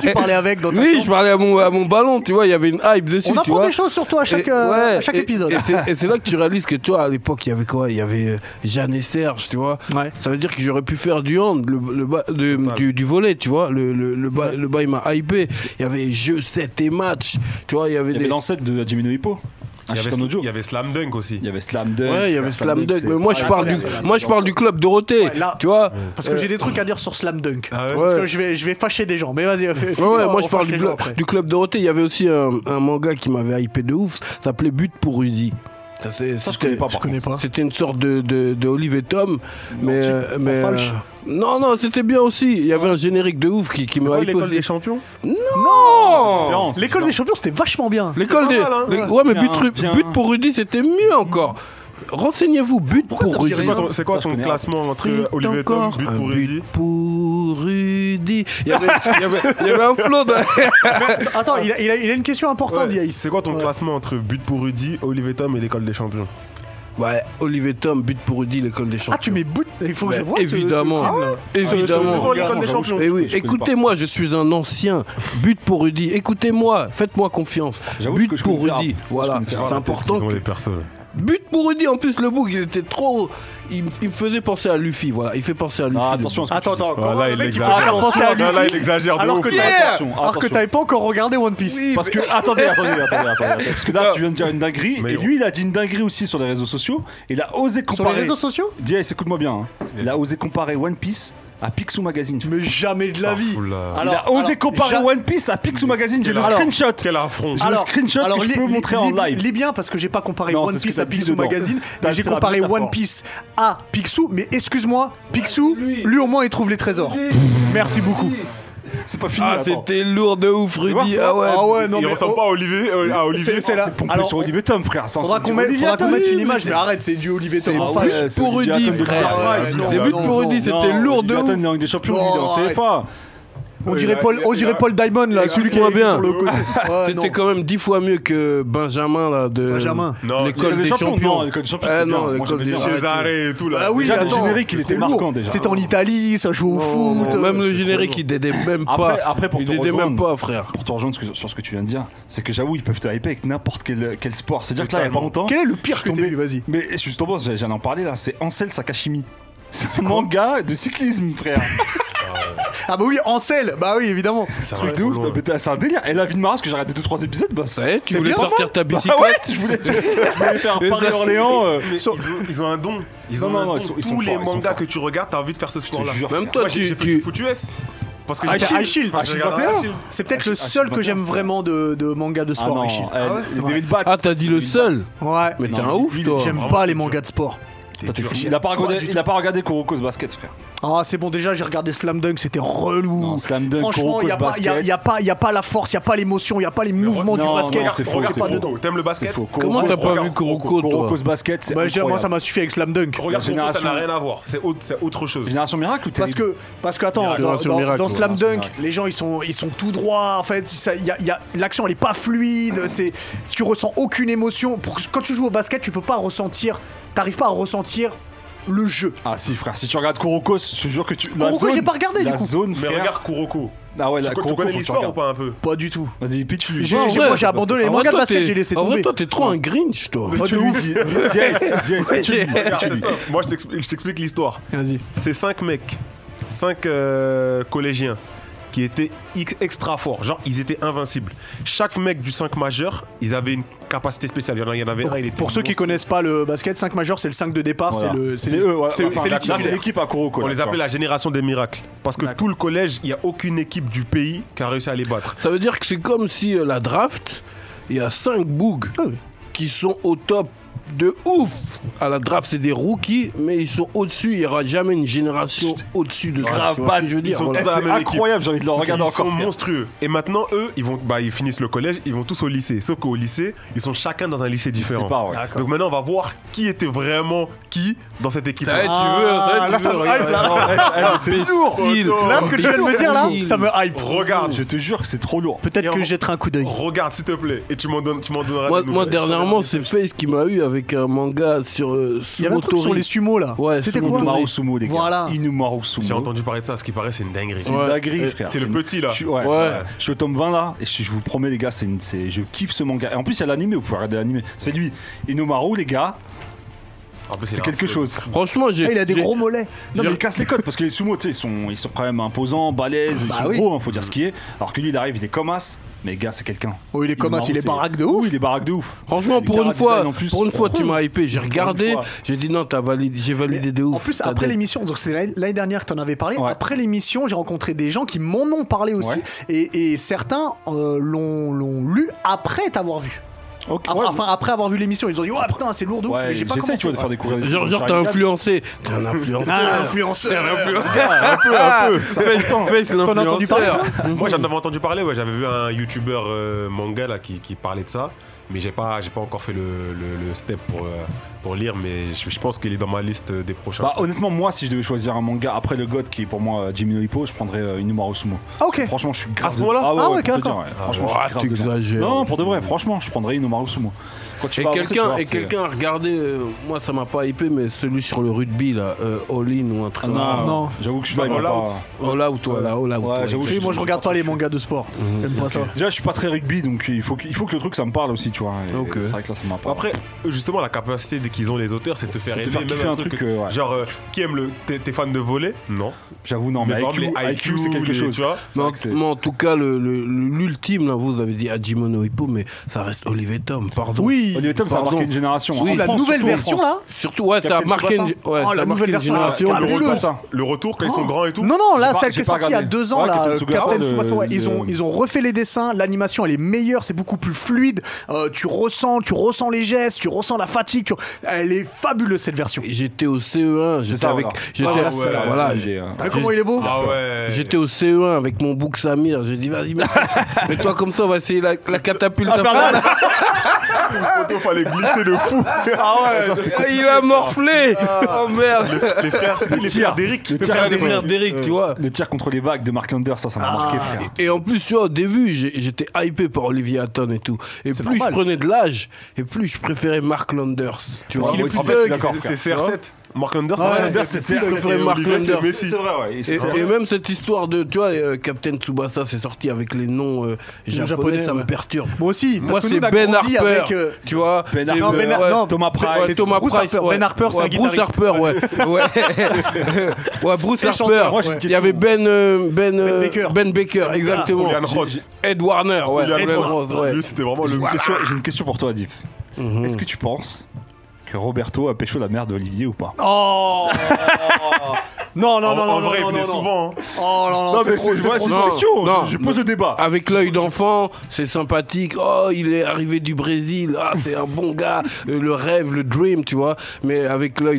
[SPEAKER 1] tu parlais avec dans ta
[SPEAKER 3] oui,
[SPEAKER 1] chambre.
[SPEAKER 3] je parlais à mon, à mon ballon, tu vois, il y avait une hype dessus.
[SPEAKER 1] On
[SPEAKER 3] tu vois.
[SPEAKER 1] apprend des choses sur toi à chaque,
[SPEAKER 3] Et-
[SPEAKER 1] euh,
[SPEAKER 3] ouais,
[SPEAKER 1] à chaque
[SPEAKER 3] et-
[SPEAKER 1] épisode.
[SPEAKER 3] Et c'est- et c'est là que tu réalises que, tu vois, à l'époque, il y avait quoi Il y avait euh, Jeanne et Serge, tu vois.
[SPEAKER 1] Ouais.
[SPEAKER 3] Ça veut dire que j'aurais pu faire du hand, le, le ba- de- du, du volet, tu vois. Le, le, le, ba- le bail m'a hypé. Il y avait jeu, 7 et match, tu vois. Il y avait
[SPEAKER 2] Il y
[SPEAKER 3] des.
[SPEAKER 2] avait l'ancêtre de Jimmy No Hippo. Un
[SPEAKER 4] Il y, avait,
[SPEAKER 2] Shitan Ojo.
[SPEAKER 4] il y avait Slam Dunk aussi.
[SPEAKER 2] Il y avait Slam Dunk.
[SPEAKER 3] Ouais, il y avait Slam Dunk. Mais moi, je
[SPEAKER 2] Ah,
[SPEAKER 3] parle du,
[SPEAKER 2] Slam Dunk.
[SPEAKER 3] moi, je parle du club Dorothée,
[SPEAKER 1] Ouais, là- euh,
[SPEAKER 3] tu vois.
[SPEAKER 1] Parce que j'ai des trucs à dire sur Slam Dunk.
[SPEAKER 4] Ah ouais
[SPEAKER 1] Parce
[SPEAKER 3] Ouais.
[SPEAKER 1] que je vais, je vais fâcher des gens. Mais vas-y, fais, fais-
[SPEAKER 3] Ouais, ouais,
[SPEAKER 1] on
[SPEAKER 3] moi je
[SPEAKER 1] fâche
[SPEAKER 3] parle du,
[SPEAKER 1] les gens
[SPEAKER 3] club-
[SPEAKER 1] après.
[SPEAKER 3] du club Dorothée. Il y avait aussi un, un manga qui m'avait hypé de ouf. Ça s'appelait But pour Rudy. Ça, c'est-
[SPEAKER 2] Ça, je
[SPEAKER 3] c'était-
[SPEAKER 2] connais pas, par
[SPEAKER 1] Je connais pas.
[SPEAKER 3] C'était une sorte de, de, de Olive et Tom. Mais,
[SPEAKER 2] c'est-
[SPEAKER 3] euh,
[SPEAKER 2] c'est
[SPEAKER 3] mais
[SPEAKER 2] falche.
[SPEAKER 3] euh, non, non, c'était bien aussi. Il y avait un générique de ouf qui, qui me
[SPEAKER 4] Ouais,
[SPEAKER 3] hype
[SPEAKER 4] l'école
[SPEAKER 3] aussi.
[SPEAKER 4] des champions
[SPEAKER 3] Non
[SPEAKER 2] différent, c'est
[SPEAKER 1] L'école des champions, c'était vachement bien.
[SPEAKER 3] L'école des.
[SPEAKER 4] C'était pas mal, hein.
[SPEAKER 3] les- ouais, mais but,
[SPEAKER 2] Bien,
[SPEAKER 3] Ru-
[SPEAKER 2] bien.
[SPEAKER 3] but pour Rudy, c'était mieux encore. Renseignez-vous, but pour
[SPEAKER 4] C'est
[SPEAKER 3] Rudy.
[SPEAKER 4] quoi ton, c'est quoi
[SPEAKER 2] Ça, je
[SPEAKER 4] ton
[SPEAKER 2] connais
[SPEAKER 4] classement entre
[SPEAKER 3] C'est
[SPEAKER 4] Olivier Tom,
[SPEAKER 3] encore Ah,
[SPEAKER 4] But
[SPEAKER 3] un
[SPEAKER 4] pour Rudy
[SPEAKER 3] pour Rudy. Il y avait, il y avait- il y avait un flot de.
[SPEAKER 1] Attends, il a, il a- il a une question importante,
[SPEAKER 4] Ouais,
[SPEAKER 1] Diaïs.
[SPEAKER 4] C'est quoi ton
[SPEAKER 1] Ouais.
[SPEAKER 4] classement entre But pour Rudy, Olivier Tom et l'école des champions
[SPEAKER 3] Ouais, Olivier Tom, but pour Rudy, l'école des champions.
[SPEAKER 1] Ah, tu mets bout. Il faut que je
[SPEAKER 3] Ouais,
[SPEAKER 1] vois. ce- Ah, ce
[SPEAKER 3] évidemment.
[SPEAKER 4] Ah,
[SPEAKER 1] film-là.
[SPEAKER 4] C'est
[SPEAKER 3] Évidemment.
[SPEAKER 4] quoi l'école des
[SPEAKER 2] J'avoue,
[SPEAKER 4] champions
[SPEAKER 3] Eh oui,
[SPEAKER 2] Je connais pas.
[SPEAKER 3] écoutez-moi, je suis un ancien. But pour Rudy, écoutez-moi, faites-moi confiance.
[SPEAKER 2] J'avoue
[SPEAKER 3] But
[SPEAKER 2] que je
[SPEAKER 3] pour
[SPEAKER 2] connaissais
[SPEAKER 3] Rudy,
[SPEAKER 2] pas. Je
[SPEAKER 3] voilà,
[SPEAKER 2] connaissais
[SPEAKER 3] c'est
[SPEAKER 2] pas.
[SPEAKER 3] important.
[SPEAKER 4] Ils ont
[SPEAKER 3] que-
[SPEAKER 4] les persos.
[SPEAKER 3] But pour Rudy, en plus le bouc, il était trop. Il, me- il me faisait penser à Luffy, voilà, il fait penser à Luffy.
[SPEAKER 2] Ah,
[SPEAKER 3] le
[SPEAKER 2] attention à
[SPEAKER 3] bouc.
[SPEAKER 2] ce que
[SPEAKER 1] Attends,
[SPEAKER 2] tu dis.
[SPEAKER 1] attends.
[SPEAKER 4] Ah,
[SPEAKER 1] comment
[SPEAKER 4] là,
[SPEAKER 1] le
[SPEAKER 4] il
[SPEAKER 1] mec, il
[SPEAKER 4] exagère.
[SPEAKER 1] va penser à
[SPEAKER 4] Ah, là,
[SPEAKER 1] Luffy
[SPEAKER 4] il exagère de
[SPEAKER 1] alors
[SPEAKER 4] ouf.
[SPEAKER 1] que t'as-
[SPEAKER 2] Attention,
[SPEAKER 1] Alors que
[SPEAKER 2] attention.
[SPEAKER 1] t'avais pas encore regardé One Piece.
[SPEAKER 3] Oui,
[SPEAKER 2] Parce que attendez, attendez, attendez, attendez, attendez. parce que là tu viens de dire une dinguerie
[SPEAKER 4] Mais
[SPEAKER 2] et
[SPEAKER 4] non.
[SPEAKER 2] lui il a dit une dinguerie aussi sur les réseaux sociaux. et Il a
[SPEAKER 1] Sur
[SPEAKER 2] osé
[SPEAKER 1] les
[SPEAKER 2] comparer.
[SPEAKER 1] réseaux sociaux
[SPEAKER 2] Diaz, écoute-moi bien. hein. Il a osé comparer One Piece à Picsou Magazine.
[SPEAKER 1] Mais jamais de la vie.
[SPEAKER 4] Oh là.
[SPEAKER 2] il a osé comparer
[SPEAKER 1] ja-
[SPEAKER 2] One Piece à Picsou Magazine. J'ai le
[SPEAKER 1] Alors-
[SPEAKER 2] screenshot.
[SPEAKER 4] Quel affront
[SPEAKER 1] Ah,
[SPEAKER 2] J'ai le screenshot que je
[SPEAKER 1] li-
[SPEAKER 2] peux
[SPEAKER 1] li-
[SPEAKER 2] montrer en
[SPEAKER 1] li-
[SPEAKER 2] live.
[SPEAKER 1] Lis bien parce que j'ai pas comparé
[SPEAKER 2] Non,
[SPEAKER 1] One
[SPEAKER 2] c'est ce que
[SPEAKER 1] Piece
[SPEAKER 2] t'as
[SPEAKER 1] à
[SPEAKER 2] dit
[SPEAKER 1] Picsou
[SPEAKER 2] dedans.
[SPEAKER 1] Magazine,
[SPEAKER 2] T'as
[SPEAKER 1] mais j'ai
[SPEAKER 2] fait la
[SPEAKER 1] comparé
[SPEAKER 2] métaphore.
[SPEAKER 1] One Piece à Picsou. Mais excuse-moi, Picsou,
[SPEAKER 2] Ah,
[SPEAKER 1] lui. au moins il trouve les trésors. Merci beaucoup.
[SPEAKER 2] C'est pas fini.
[SPEAKER 3] Ah,
[SPEAKER 2] attends.
[SPEAKER 3] c'était lourd de ouf, Rudy. Ah ouais.
[SPEAKER 1] Ah ouais, non
[SPEAKER 4] Il
[SPEAKER 1] mais.
[SPEAKER 4] ressemble pas à Olivier. euh, à Olivier.
[SPEAKER 1] c'est- c'est là.
[SPEAKER 2] Pompé
[SPEAKER 1] Alors,
[SPEAKER 2] sur Olivier Tom, frère. sans-
[SPEAKER 1] faudra
[SPEAKER 2] sans
[SPEAKER 1] qu'on
[SPEAKER 2] dire
[SPEAKER 1] mette,
[SPEAKER 2] Olivier
[SPEAKER 1] faudra qu'on
[SPEAKER 2] Tom.
[SPEAKER 1] mette une image, mais arrête, c'est du Olivier Tom en
[SPEAKER 2] Ah
[SPEAKER 1] face.
[SPEAKER 2] ouais, c'est
[SPEAKER 3] pour
[SPEAKER 2] Olivier
[SPEAKER 3] Rudy,
[SPEAKER 2] Tom de
[SPEAKER 3] frère.
[SPEAKER 2] Carrare,
[SPEAKER 1] Ouais,
[SPEAKER 2] c'est
[SPEAKER 1] non,
[SPEAKER 2] Olivier
[SPEAKER 1] non,
[SPEAKER 3] but pour
[SPEAKER 1] non,
[SPEAKER 3] Rudy,
[SPEAKER 1] non.
[SPEAKER 3] c'était lourd
[SPEAKER 2] Olivier
[SPEAKER 3] de
[SPEAKER 2] Tom,
[SPEAKER 3] ouf.
[SPEAKER 2] il est en Ligue des champions,
[SPEAKER 1] Non,
[SPEAKER 2] il est en
[SPEAKER 1] arrête.
[SPEAKER 2] CFA.
[SPEAKER 1] On dirait
[SPEAKER 4] là,
[SPEAKER 1] Paul,
[SPEAKER 4] il y a-
[SPEAKER 1] on
[SPEAKER 4] il y a-
[SPEAKER 1] dirait Paul Diamond là, celui qui
[SPEAKER 3] Moi
[SPEAKER 1] est
[SPEAKER 3] bien.
[SPEAKER 1] sur le côté. Ouais,
[SPEAKER 2] Ah,
[SPEAKER 3] C'était
[SPEAKER 1] non.
[SPEAKER 3] quand même dix fois mieux que Benjamin là de
[SPEAKER 1] Benjamin.
[SPEAKER 4] Non,
[SPEAKER 3] l'école des champions.
[SPEAKER 2] non, l'école des champions,
[SPEAKER 3] Ah,
[SPEAKER 2] c'était
[SPEAKER 3] non,
[SPEAKER 2] bien. Moi,
[SPEAKER 3] l'école
[SPEAKER 2] j'aimais
[SPEAKER 3] des
[SPEAKER 2] bien.
[SPEAKER 3] champions.
[SPEAKER 4] Césarée et tout là.
[SPEAKER 1] Bah oui,
[SPEAKER 2] Déjà, le
[SPEAKER 1] attends,
[SPEAKER 2] générique, il
[SPEAKER 1] c'était
[SPEAKER 2] était marquant,
[SPEAKER 1] lourd.
[SPEAKER 2] déjà.
[SPEAKER 1] C'était en Italie, ça joue au
[SPEAKER 3] Non,
[SPEAKER 1] foot.
[SPEAKER 3] Oh, Même le générique, il n'aidait même pas.
[SPEAKER 2] Après- après, pour
[SPEAKER 3] il
[SPEAKER 2] te
[SPEAKER 3] n'aidait même
[SPEAKER 2] rejoindre.
[SPEAKER 3] pas, frère.
[SPEAKER 2] Pour te rejoindre ce que- sur ce que tu viens de dire, c'est que j'avoue, ils peuvent te hyper avec n'importe quel, quel sport. C'est-à-dire que là, il y a pas
[SPEAKER 4] Totalement.
[SPEAKER 2] longtemps.
[SPEAKER 1] Quel est le pire que
[SPEAKER 2] je suis
[SPEAKER 1] t'as
[SPEAKER 2] tombé-
[SPEAKER 1] vu Vas-y.
[SPEAKER 2] Mais justement, j'allais j'allais en parler là, c'est Ansel Sakashimi. C'est un manga de cyclisme, frère.
[SPEAKER 1] Ah bah oui, Ansel. Bah oui, évidemment.
[SPEAKER 4] C'est
[SPEAKER 2] Truc
[SPEAKER 4] vrai,
[SPEAKER 2] de ouf,
[SPEAKER 4] Polo,
[SPEAKER 2] non, mais t'as- c'est un délire. Et la vie de Maras, que j'ai raté 2-3 épisodes, bah
[SPEAKER 3] Ça y est, tu
[SPEAKER 2] c'est
[SPEAKER 3] voulais
[SPEAKER 2] bien
[SPEAKER 3] sortir ta
[SPEAKER 2] Bah
[SPEAKER 3] bicyclette.
[SPEAKER 2] ouais, je voulais, je voulais faire
[SPEAKER 3] Les
[SPEAKER 2] Paris-Orléans. euh,
[SPEAKER 4] Mais ils, ont, ils ont un don. Ils
[SPEAKER 2] Non,
[SPEAKER 4] ont
[SPEAKER 2] non,
[SPEAKER 4] un
[SPEAKER 2] non,
[SPEAKER 4] don.
[SPEAKER 2] ils sont- ils
[SPEAKER 4] Tous
[SPEAKER 2] sont forts,
[SPEAKER 4] les
[SPEAKER 2] ils sont
[SPEAKER 4] mangas
[SPEAKER 2] forts.
[SPEAKER 4] que tu regardes, t'as envie de faire ce
[SPEAKER 2] je te
[SPEAKER 4] sport-là.
[SPEAKER 2] jure,
[SPEAKER 3] Même
[SPEAKER 2] frère.
[SPEAKER 3] toi,
[SPEAKER 4] Moi, j'ai
[SPEAKER 3] tu,
[SPEAKER 4] j'ai fait
[SPEAKER 3] tu-
[SPEAKER 4] du foot US. Parce que
[SPEAKER 1] Ah, Achille,
[SPEAKER 4] j'étais
[SPEAKER 1] Achille,
[SPEAKER 4] Parce que j'ai regardé
[SPEAKER 2] Achille.
[SPEAKER 4] Achille.
[SPEAKER 1] C'est peut-être le
[SPEAKER 2] Ah, je-
[SPEAKER 1] seul
[SPEAKER 2] ah, je-
[SPEAKER 1] que j'aime vraiment de, de manga de
[SPEAKER 2] Ah
[SPEAKER 1] sport,
[SPEAKER 2] non,
[SPEAKER 1] Achille.
[SPEAKER 2] euh, les
[SPEAKER 1] Ouais.
[SPEAKER 2] David Batz.
[SPEAKER 3] Ah, t'as dit le seul.
[SPEAKER 1] Ouais.
[SPEAKER 3] Mais t'es
[SPEAKER 2] Non,
[SPEAKER 3] un ouf,
[SPEAKER 2] lui,
[SPEAKER 3] toi.
[SPEAKER 1] J'aime
[SPEAKER 4] vraiment,
[SPEAKER 1] pas les
[SPEAKER 4] c'est
[SPEAKER 1] mangas de sport.
[SPEAKER 3] Ah,
[SPEAKER 2] Toi, t'es
[SPEAKER 4] dur.
[SPEAKER 2] fini. Il a pas regardé, il a pas regardé Kuroko's Basket, frère.
[SPEAKER 1] Ah, c'est bon, déjà, j'ai regardé Slam Dunk, c'était relou.
[SPEAKER 2] Non, Slam Dunk,
[SPEAKER 1] Franchement, il n'y a,
[SPEAKER 2] Kuroko's
[SPEAKER 1] pas- y a,
[SPEAKER 2] Basket.
[SPEAKER 1] y a pas- y a pas la force, il n'y a pas l'émotion, il n'y a pas les mouvements
[SPEAKER 2] non,
[SPEAKER 1] du basket.
[SPEAKER 2] non, c'est
[SPEAKER 1] On
[SPEAKER 2] faux,
[SPEAKER 1] regarde
[SPEAKER 2] c'est
[SPEAKER 1] pas
[SPEAKER 2] faux.
[SPEAKER 1] dedans.
[SPEAKER 4] T'aimes le
[SPEAKER 2] C'est
[SPEAKER 4] basket
[SPEAKER 2] faux.
[SPEAKER 3] Comment t'as pas
[SPEAKER 4] regarde,
[SPEAKER 3] vu Kuroko, toi
[SPEAKER 2] Kuroko's Basket, c'est
[SPEAKER 1] Bah, j'ai- moi,
[SPEAKER 2] incroyable.
[SPEAKER 1] ça m'a suffi avec Slam Dunk.
[SPEAKER 4] Regarde,
[SPEAKER 2] La
[SPEAKER 4] Kuroko, ça
[SPEAKER 2] génération.
[SPEAKER 4] n'a rien à voir. C'est autre, c'est autre chose.
[SPEAKER 2] Génération Miracle ou t'es-
[SPEAKER 1] Parce que, parce que attends,
[SPEAKER 3] Miracle,
[SPEAKER 1] dans,
[SPEAKER 3] Miracle,
[SPEAKER 1] dans-
[SPEAKER 3] Miracle,
[SPEAKER 1] dans Slam
[SPEAKER 2] Miracle, hein,
[SPEAKER 1] Dunk,
[SPEAKER 2] Miracle.
[SPEAKER 1] les gens ils sont, ils sont tout droits. En fait, ça- y a- y a- l'action elle est pas fluide. C'est, tu ressens aucune émotion. Pour- quand tu joues au basket, tu peux pas ressentir. T'arrives pas à ressentir le jeu.
[SPEAKER 2] Ah si frère, si tu regardes Kuroko's, je te jure que tu. la
[SPEAKER 1] Kuroko,
[SPEAKER 2] zone-
[SPEAKER 1] j'ai pas regardé,
[SPEAKER 2] la
[SPEAKER 1] du coup.
[SPEAKER 2] Zone,
[SPEAKER 4] Mais
[SPEAKER 2] frère.
[SPEAKER 4] regarde Kuroko.
[SPEAKER 2] Ah ouais,
[SPEAKER 4] Tu
[SPEAKER 2] la
[SPEAKER 4] co- tu
[SPEAKER 2] Kuroko,
[SPEAKER 4] connais
[SPEAKER 2] faut que tu
[SPEAKER 4] l'histoire ou
[SPEAKER 2] regardes.
[SPEAKER 4] pas un peu
[SPEAKER 1] Pas du tout.
[SPEAKER 2] Vas-y, pitch lui.
[SPEAKER 1] J'ai-
[SPEAKER 3] Non, en
[SPEAKER 1] j'ai-
[SPEAKER 3] vrai,
[SPEAKER 1] moi j'ai abandonné les
[SPEAKER 3] En vrai,
[SPEAKER 1] mangas de
[SPEAKER 3] toi,
[SPEAKER 1] basket,
[SPEAKER 3] t'es-
[SPEAKER 1] j'ai laissé
[SPEAKER 3] En vrai,
[SPEAKER 1] tomber.
[SPEAKER 3] toi, t'es trop un Grinch, toi.
[SPEAKER 2] Pitch lui. Dis- dis- Yes, yes, pitch lui.
[SPEAKER 4] Regarde, c'est simple. Moi, je t'explique- je t'explique l'histoire.
[SPEAKER 1] Vas-y.
[SPEAKER 4] C'est cinq mecs, cinq euh, collégiens qui étaient ex- extra forts. Genre, ils étaient invincibles. Chaque mec du 5 majeur, ils avaient une capacité spéciale. Il y en a- il y en avait un, il était
[SPEAKER 1] Pour ceux qui
[SPEAKER 4] monstre.
[SPEAKER 1] connaissent pas le basket, 5 majeur, c'est le 5 de départ,
[SPEAKER 2] Voilà.
[SPEAKER 1] c'est le
[SPEAKER 2] C'est eux, voilà.
[SPEAKER 1] c'est-
[SPEAKER 2] Enfin,
[SPEAKER 1] c'est
[SPEAKER 2] là,
[SPEAKER 1] les
[SPEAKER 2] c'est
[SPEAKER 1] titulaires.
[SPEAKER 2] l'équipe à Kuroko.
[SPEAKER 4] On
[SPEAKER 2] là,
[SPEAKER 4] les
[SPEAKER 2] tu vois.
[SPEAKER 4] appelait la génération des miracles. Parce que tout le collège, il n'y a aucune équipe du pays qui a réussi à les battre.
[SPEAKER 3] Ça veut dire que c'est comme si euh, la draft, il y a 5 bougs
[SPEAKER 1] Ah
[SPEAKER 3] qui sont au top de ouf. À la draft, c'est des rookies, mais ils sont au-dessus. Il n'y aura jamais une génération au-dessus de ça. tu
[SPEAKER 2] Grave
[SPEAKER 3] vois ce
[SPEAKER 2] bad,
[SPEAKER 3] que je veux dire.
[SPEAKER 4] sont
[SPEAKER 3] Voilà.
[SPEAKER 4] tous dans la
[SPEAKER 2] Eh, C'est
[SPEAKER 4] même équipe.
[SPEAKER 2] incroyable, j'ai envie de le regarder
[SPEAKER 4] ils
[SPEAKER 2] encore. Eh,
[SPEAKER 4] sont
[SPEAKER 2] frère.
[SPEAKER 4] monstrueux. Et maintenant, eux, ils, vont, bah, ils finissent le collège, ils vont tous au lycée. Sauf qu'au lycée, ils sont chacun dans un lycée différent.
[SPEAKER 2] pas, ouais.
[SPEAKER 4] Donc maintenant, on va voir qui était vraiment qui dans cette équipe.
[SPEAKER 3] Ah, tu veux, ça, tu
[SPEAKER 1] là, ça
[SPEAKER 3] veux,
[SPEAKER 1] me
[SPEAKER 3] regarde,
[SPEAKER 1] hype, là.
[SPEAKER 3] regarde.
[SPEAKER 4] Ah,
[SPEAKER 2] C'est
[SPEAKER 3] Imbécile.
[SPEAKER 1] Là, ce que tu viens de me dire là, ça me hype.
[SPEAKER 4] Regarde,
[SPEAKER 2] Je te jure que c'est trop lourd.
[SPEAKER 1] Peut-être
[SPEAKER 4] Et
[SPEAKER 1] que
[SPEAKER 4] en-
[SPEAKER 1] je jetterai un coup d'œil.
[SPEAKER 4] Regarde, s'il te plaît, et tu m'en donnes, tu m'en donneras.
[SPEAKER 3] Moi,
[SPEAKER 4] des
[SPEAKER 3] moi,
[SPEAKER 4] nouvelles.
[SPEAKER 3] dernièrement, c'est Face qui m'a eu avec un manga sur euh,
[SPEAKER 1] Il y avait un truc
[SPEAKER 3] Sumotori.
[SPEAKER 1] sur les sumo là.
[SPEAKER 3] Ouais,
[SPEAKER 1] C'était
[SPEAKER 3] sumo,
[SPEAKER 1] quoi
[SPEAKER 3] Maru.
[SPEAKER 2] Inumaru Sumo, les gars.
[SPEAKER 1] Voilà.
[SPEAKER 2] Inumaru Sumo.
[SPEAKER 4] J'ai entendu parler de ça, ce qui paraît, c'est une dinguerie.
[SPEAKER 2] C'est une
[SPEAKER 3] Ouais.
[SPEAKER 2] dinguerie, frère.
[SPEAKER 4] C'est le
[SPEAKER 2] une-
[SPEAKER 4] petit, là.
[SPEAKER 2] Je suis, ouais,
[SPEAKER 3] Ouais.
[SPEAKER 2] ouais. Je suis au tome 20 là, et je, je vous promets, les gars, c'est une- c'est- je kiffe ce manga. Et en plus, il y a l'animé, vous pouvez regarder l'animé. C'est lui. Inumaru, les gars,
[SPEAKER 4] En plus,
[SPEAKER 2] c'est
[SPEAKER 4] un
[SPEAKER 2] quelque
[SPEAKER 4] feu.
[SPEAKER 2] chose.
[SPEAKER 3] Franchement, j'ai.
[SPEAKER 1] Ah, il a des
[SPEAKER 3] j'ai-
[SPEAKER 1] gros mollets.
[SPEAKER 2] Non, mais il casse les codes parce que les sumo, tu sais, ils sont, ils sont quand même imposants, balèzes, ils
[SPEAKER 1] Bah
[SPEAKER 2] sont
[SPEAKER 1] oui.
[SPEAKER 2] gros, hein, faut dire ce qui est. Alors que lui, il arrive, il est comme as, mais gars, c'est quelqu'un.
[SPEAKER 1] Oh, il est comme as,
[SPEAKER 2] Inumaru,
[SPEAKER 1] il est
[SPEAKER 2] c'est-
[SPEAKER 1] baraque de ouf.
[SPEAKER 2] Oui, il est baraque de ouf.
[SPEAKER 3] Franchement,
[SPEAKER 2] Les
[SPEAKER 3] pour une
[SPEAKER 2] cara
[SPEAKER 3] fois,
[SPEAKER 2] design, en plus,
[SPEAKER 3] pour une fois, tu m'as hypé. J'ai
[SPEAKER 2] Pour une
[SPEAKER 3] regardé,
[SPEAKER 2] fois.
[SPEAKER 3] j'ai dit non, t'as validé, j'ai validé de ouf.
[SPEAKER 1] En plus,
[SPEAKER 3] ta
[SPEAKER 1] après
[SPEAKER 3] dette.
[SPEAKER 1] l'émission, donc c'est l'année l'année dernière que t'en avais parlé,
[SPEAKER 2] Ouais.
[SPEAKER 1] après l'émission, j'ai rencontré des gens qui m'en ont parlé aussi.
[SPEAKER 2] Ouais.
[SPEAKER 1] Et, et certains euh, l'ont l'ont lu après t'avoir vu.
[SPEAKER 2] Ok,
[SPEAKER 1] Après-
[SPEAKER 2] ouais,
[SPEAKER 1] Enfin, après avoir vu l'émission, ils ont dit Ouais, putain, c'est lourd de ouf.
[SPEAKER 2] ouais,
[SPEAKER 1] mais j'ai pas
[SPEAKER 2] j'essaie, tu vois, de faire
[SPEAKER 1] commencé.
[SPEAKER 2] des cours.
[SPEAKER 3] Genre, genre, t'as influencé. T'es un influenceur.
[SPEAKER 1] Ah, influenceur.
[SPEAKER 2] un peu, un peu. Ça fait longtemps.
[SPEAKER 3] Face
[SPEAKER 1] T'en as entendu parler
[SPEAKER 3] l'influenceur.
[SPEAKER 1] toi
[SPEAKER 4] Moi, j'en avais entendu parler, ouais, j'avais vu un youtubeur euh, manga là, qui, qui parlait de ça, mais j'ai pas, j'ai pas encore fait le, le- le step pour, euh, pour lire, mais je, je pense qu'il est dans ma liste euh, des prochains.
[SPEAKER 2] Bah honnêtement moi si je devais choisir un manga après le God qui est pour moi euh, Jimmy no Hippo je prendrais euh, Inumaru Sumo.
[SPEAKER 1] Ah, ok.
[SPEAKER 2] Franchement je suis grave.
[SPEAKER 4] ce
[SPEAKER 2] de-
[SPEAKER 4] moment-là
[SPEAKER 2] Ah ouais,
[SPEAKER 1] Ah
[SPEAKER 2] ouais,
[SPEAKER 1] ouais,
[SPEAKER 2] pour te
[SPEAKER 1] d'accord.
[SPEAKER 2] dire, ouais. Franchement je
[SPEAKER 3] Ah,
[SPEAKER 2] suis grave dedans.
[SPEAKER 3] t'exagères.
[SPEAKER 2] Non pour de vrai franchement je prendrais Inumaru Sumo. Quand tu
[SPEAKER 3] Et
[SPEAKER 2] vas avancer, tu vas
[SPEAKER 3] quelqu'un,
[SPEAKER 2] voir,
[SPEAKER 3] et
[SPEAKER 2] c'est-
[SPEAKER 3] quelqu'un a regardé, euh, moi ça m'a pas hypé, mais celui sur le rugby là, euh, All-in ou un
[SPEAKER 2] Ah,
[SPEAKER 3] truc comme
[SPEAKER 2] non,
[SPEAKER 3] ça.
[SPEAKER 1] Non.
[SPEAKER 2] j'avoue que je suis là
[SPEAKER 4] All
[SPEAKER 2] il m'a
[SPEAKER 4] Out.
[SPEAKER 2] pas-
[SPEAKER 3] All out, toi, là, all out.
[SPEAKER 2] Ouais, j'avoue,
[SPEAKER 1] Oui, moi je regarde pas les mangas de sport.
[SPEAKER 2] Mhm.
[SPEAKER 1] J'aime pas ça.
[SPEAKER 2] Déjà, je suis pas très rugby, donc il faut que, il faut que le truc ça me parle aussi, tu vois. Et
[SPEAKER 3] Ok.
[SPEAKER 2] C'est vrai que là, ça m'a pas.
[SPEAKER 4] Après, eux, justement, la capacité qu'ils ont les auteurs, c'est de te faire
[SPEAKER 2] C'est de
[SPEAKER 4] aimer.
[SPEAKER 2] te faire kiffer un truc, euh, ouais.
[SPEAKER 4] Genre, euh, qui aime le. T'es t'es fan de volet Non.
[SPEAKER 2] j'avoue, non, mais,
[SPEAKER 4] par
[SPEAKER 2] IQ,
[SPEAKER 4] exemple, les
[SPEAKER 2] IQ, c'est quelque
[SPEAKER 4] les-
[SPEAKER 2] chose.
[SPEAKER 4] Tu vois
[SPEAKER 2] C'est
[SPEAKER 3] Mais en,
[SPEAKER 2] vrai que c'est-
[SPEAKER 3] mais en tout cas, le- le- l'ultime, là, vous avez dit Hajime no Hippo, mais ça reste Olivier Tom, pardon.
[SPEAKER 1] Oui.
[SPEAKER 2] Olivier Tom, ça a
[SPEAKER 3] Pardon.
[SPEAKER 2] marqué une génération.
[SPEAKER 3] Oui,
[SPEAKER 2] En
[SPEAKER 1] la
[SPEAKER 2] France,
[SPEAKER 1] nouvelle
[SPEAKER 2] surtout en
[SPEAKER 1] version
[SPEAKER 2] France.
[SPEAKER 1] là
[SPEAKER 3] Surtout, ouais, ça a
[SPEAKER 2] Captain
[SPEAKER 3] marqué une,
[SPEAKER 2] Tsubasa.
[SPEAKER 3] ouais, ça
[SPEAKER 1] Oh, la
[SPEAKER 3] a marqué
[SPEAKER 1] nouvelle
[SPEAKER 3] une
[SPEAKER 1] version là.
[SPEAKER 3] génération.
[SPEAKER 1] Ah,
[SPEAKER 2] Le
[SPEAKER 1] Dis-le.
[SPEAKER 2] retour, ça.
[SPEAKER 4] Le retour, quand ils sont grands et tout.
[SPEAKER 1] Non, non, là,
[SPEAKER 2] J'ai pas-
[SPEAKER 1] celle qui
[SPEAKER 2] j'ai
[SPEAKER 1] est
[SPEAKER 2] pas
[SPEAKER 1] sortie il y a
[SPEAKER 2] regardé.
[SPEAKER 1] deux ans,
[SPEAKER 2] Ouais,
[SPEAKER 1] là,
[SPEAKER 2] Captain
[SPEAKER 1] euh,
[SPEAKER 2] Tsubasa,
[SPEAKER 1] Captain
[SPEAKER 2] le-
[SPEAKER 1] Tsubasa, ouais,
[SPEAKER 2] le-
[SPEAKER 1] ils, ont, ils ont refait les dessins, l'animation elle est meilleure, c'est beaucoup plus fluide. Euh, euh, tu ressens, tu ressens les gestes, tu ressens la fatigue. tu- Elle est fabuleuse cette version.
[SPEAKER 3] J'étais au CE1, j'étais avec.
[SPEAKER 2] voilà.
[SPEAKER 3] J'étais
[SPEAKER 4] Ah ouais,
[SPEAKER 3] voilà,
[SPEAKER 4] ouais,
[SPEAKER 3] j'ai-
[SPEAKER 2] j'ai, euh,
[SPEAKER 1] T'as vu comment il est beau
[SPEAKER 4] Ah ouais.
[SPEAKER 3] J'étais au CE1 avec mon bouc Samir, j'ai dit vas-y, mets-toi mets-toi comme ça, on va essayer la, la catapulte. infernale.
[SPEAKER 4] Il fallait glisser de fou. Ah ouais.
[SPEAKER 3] Il a morflé Oh merde
[SPEAKER 4] Les frères, c'est les frères d'Eric.
[SPEAKER 2] Le
[SPEAKER 4] Les
[SPEAKER 2] tir,
[SPEAKER 4] frères
[SPEAKER 2] le
[SPEAKER 4] d'Eric.
[SPEAKER 2] tir-
[SPEAKER 3] Derrick, tu vois.
[SPEAKER 2] le tir contre les vagues de Mark Lander, ça, ça m'a marqué, frère.
[SPEAKER 3] Et en plus, tu vois, au début, j'ai- j'étais hypé par Olivier Hatton et tout. Et plus je prenais de l'âge, et plus je préférais Mark Landers. Tu vois.
[SPEAKER 2] qu'il est
[SPEAKER 4] Ah
[SPEAKER 2] plus
[SPEAKER 4] bah,
[SPEAKER 2] Doug.
[SPEAKER 4] c'est-
[SPEAKER 2] D'accord,
[SPEAKER 4] C'est
[SPEAKER 2] frère.
[SPEAKER 4] CR7. Mark Landers,
[SPEAKER 2] Mark
[SPEAKER 4] c'est
[SPEAKER 2] Lander,
[SPEAKER 4] CR7.
[SPEAKER 2] c'est
[SPEAKER 3] le frère
[SPEAKER 4] Et
[SPEAKER 3] Mark
[SPEAKER 4] Olivier,
[SPEAKER 3] Lander.
[SPEAKER 4] c'est Messi.
[SPEAKER 2] C'est vrai, ouais.
[SPEAKER 3] Et,
[SPEAKER 2] c'est vrai.
[SPEAKER 3] et même cette histoire de, tu vois, euh, Captain Tsubasa, c'est sorti avec les noms euh, japonais,
[SPEAKER 1] japonais,
[SPEAKER 3] ça
[SPEAKER 1] ouais.
[SPEAKER 3] me perturbe.
[SPEAKER 1] Moi aussi.
[SPEAKER 3] Moi,
[SPEAKER 1] parce que nous,
[SPEAKER 3] c'est
[SPEAKER 1] on a
[SPEAKER 3] Ben
[SPEAKER 1] grandi
[SPEAKER 3] Harper,
[SPEAKER 1] avec, euh,
[SPEAKER 3] tu vois.
[SPEAKER 2] Ben
[SPEAKER 3] c'est,
[SPEAKER 2] Harper.
[SPEAKER 3] euh,
[SPEAKER 1] Non, Ben Har-
[SPEAKER 3] ouais,
[SPEAKER 1] non,
[SPEAKER 2] Thomas
[SPEAKER 1] Ben-
[SPEAKER 2] Price.
[SPEAKER 1] c'est
[SPEAKER 3] Thomas
[SPEAKER 1] Bruce
[SPEAKER 3] Price,
[SPEAKER 1] Harper.
[SPEAKER 3] ouais.
[SPEAKER 1] Ben Harper, c'est
[SPEAKER 3] Ouais,
[SPEAKER 1] un guitariste.
[SPEAKER 3] Bruce Harper, ouais. ouais. ouais, Bruce
[SPEAKER 1] Et
[SPEAKER 3] Harper.
[SPEAKER 1] chanteur,
[SPEAKER 2] Moi, j'ai une
[SPEAKER 3] Il y
[SPEAKER 2] question.
[SPEAKER 3] avait Ben, euh, ben, euh,
[SPEAKER 1] Baker. Ah,
[SPEAKER 3] Ben Baker, exactement.
[SPEAKER 4] Julian Ross.
[SPEAKER 3] Ed Warner, ouais.
[SPEAKER 4] Julian
[SPEAKER 3] Ed
[SPEAKER 4] Ross.
[SPEAKER 3] Ross, ouais.
[SPEAKER 4] Lui, c'était vraiment
[SPEAKER 2] J'ai
[SPEAKER 4] le
[SPEAKER 2] une question- J'ai une question pour toi, Diff.
[SPEAKER 3] Mhm.
[SPEAKER 2] Est-ce que tu penses que Roberto a pécho la mère d'Olivier ou pas
[SPEAKER 1] Oh Non, non, non, non,
[SPEAKER 4] En
[SPEAKER 1] non,
[SPEAKER 4] vrai, il
[SPEAKER 1] non,
[SPEAKER 4] venait
[SPEAKER 1] non, non.
[SPEAKER 4] souvent. hein.
[SPEAKER 1] Oh non, non, c'est trop, c'est trop-
[SPEAKER 3] c'est une question. Je- je pose
[SPEAKER 2] le débat.
[SPEAKER 3] Avec l'œil d'enfant, c'est sympathique. Oh, il est arrivé du Brésil. Ah, c'est un bon gars. Euh, Le rêve, le dream, tu vois. Mais avec l'œil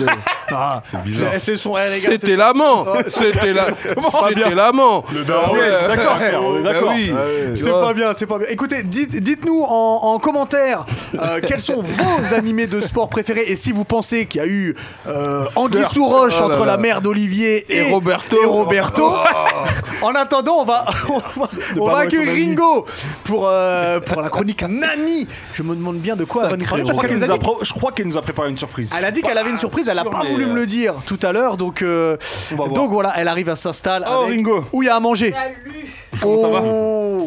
[SPEAKER 3] euh,
[SPEAKER 1] Ah, c'est bizarre. C'est, son, eh, les gars,
[SPEAKER 3] c'était l'amant.
[SPEAKER 2] Oh,
[SPEAKER 3] C'était la, c'était l'amant.
[SPEAKER 4] Le daron,
[SPEAKER 3] Ah ouais,
[SPEAKER 4] c'est
[SPEAKER 2] D'accord,
[SPEAKER 4] frère,
[SPEAKER 2] on est
[SPEAKER 3] bah
[SPEAKER 2] d'accord. Ah
[SPEAKER 3] oui.
[SPEAKER 1] c'est-
[SPEAKER 3] Tu
[SPEAKER 1] c'est
[SPEAKER 3] vois.
[SPEAKER 1] pas bien, c'est pas bien. Écoutez, dites, dites-nous en, en commentaire euh, quels sont vos animés de sport préférés et si vous pensez qu'il y a eu euh, Anguille sous roche
[SPEAKER 3] Oh là
[SPEAKER 1] entre
[SPEAKER 3] là.
[SPEAKER 1] la mère d'Olivier et,
[SPEAKER 3] Et Roberto.
[SPEAKER 1] et Roberto. en attendant, on va, on va, on va
[SPEAKER 2] parler
[SPEAKER 1] accueillir
[SPEAKER 2] avec ton ami.
[SPEAKER 1] Ringo pour, euh, pour la chronique Nani. Je me demande bien de quoi elle va nous
[SPEAKER 3] Sacré
[SPEAKER 1] parler
[SPEAKER 2] Je
[SPEAKER 1] parce
[SPEAKER 2] crois
[SPEAKER 1] qu'elle
[SPEAKER 2] qu'elle
[SPEAKER 1] nous a
[SPEAKER 2] nous a
[SPEAKER 1] dit
[SPEAKER 2] pro- Je crois qu'elle nous a préparé une surprise.
[SPEAKER 1] Elle a dit qu'elle avait une surprise, elle a
[SPEAKER 3] sûr,
[SPEAKER 1] pas
[SPEAKER 3] mais,
[SPEAKER 1] voulu
[SPEAKER 3] euh,
[SPEAKER 1] me le dire tout à l'heure, donc euh,
[SPEAKER 2] On va voir.
[SPEAKER 1] donc voilà, elle arrive, elle s'installe.
[SPEAKER 2] Oh,
[SPEAKER 1] avec-
[SPEAKER 2] Ringo.
[SPEAKER 1] Où il y a à manger
[SPEAKER 5] Salut.
[SPEAKER 1] Oh,
[SPEAKER 2] ça va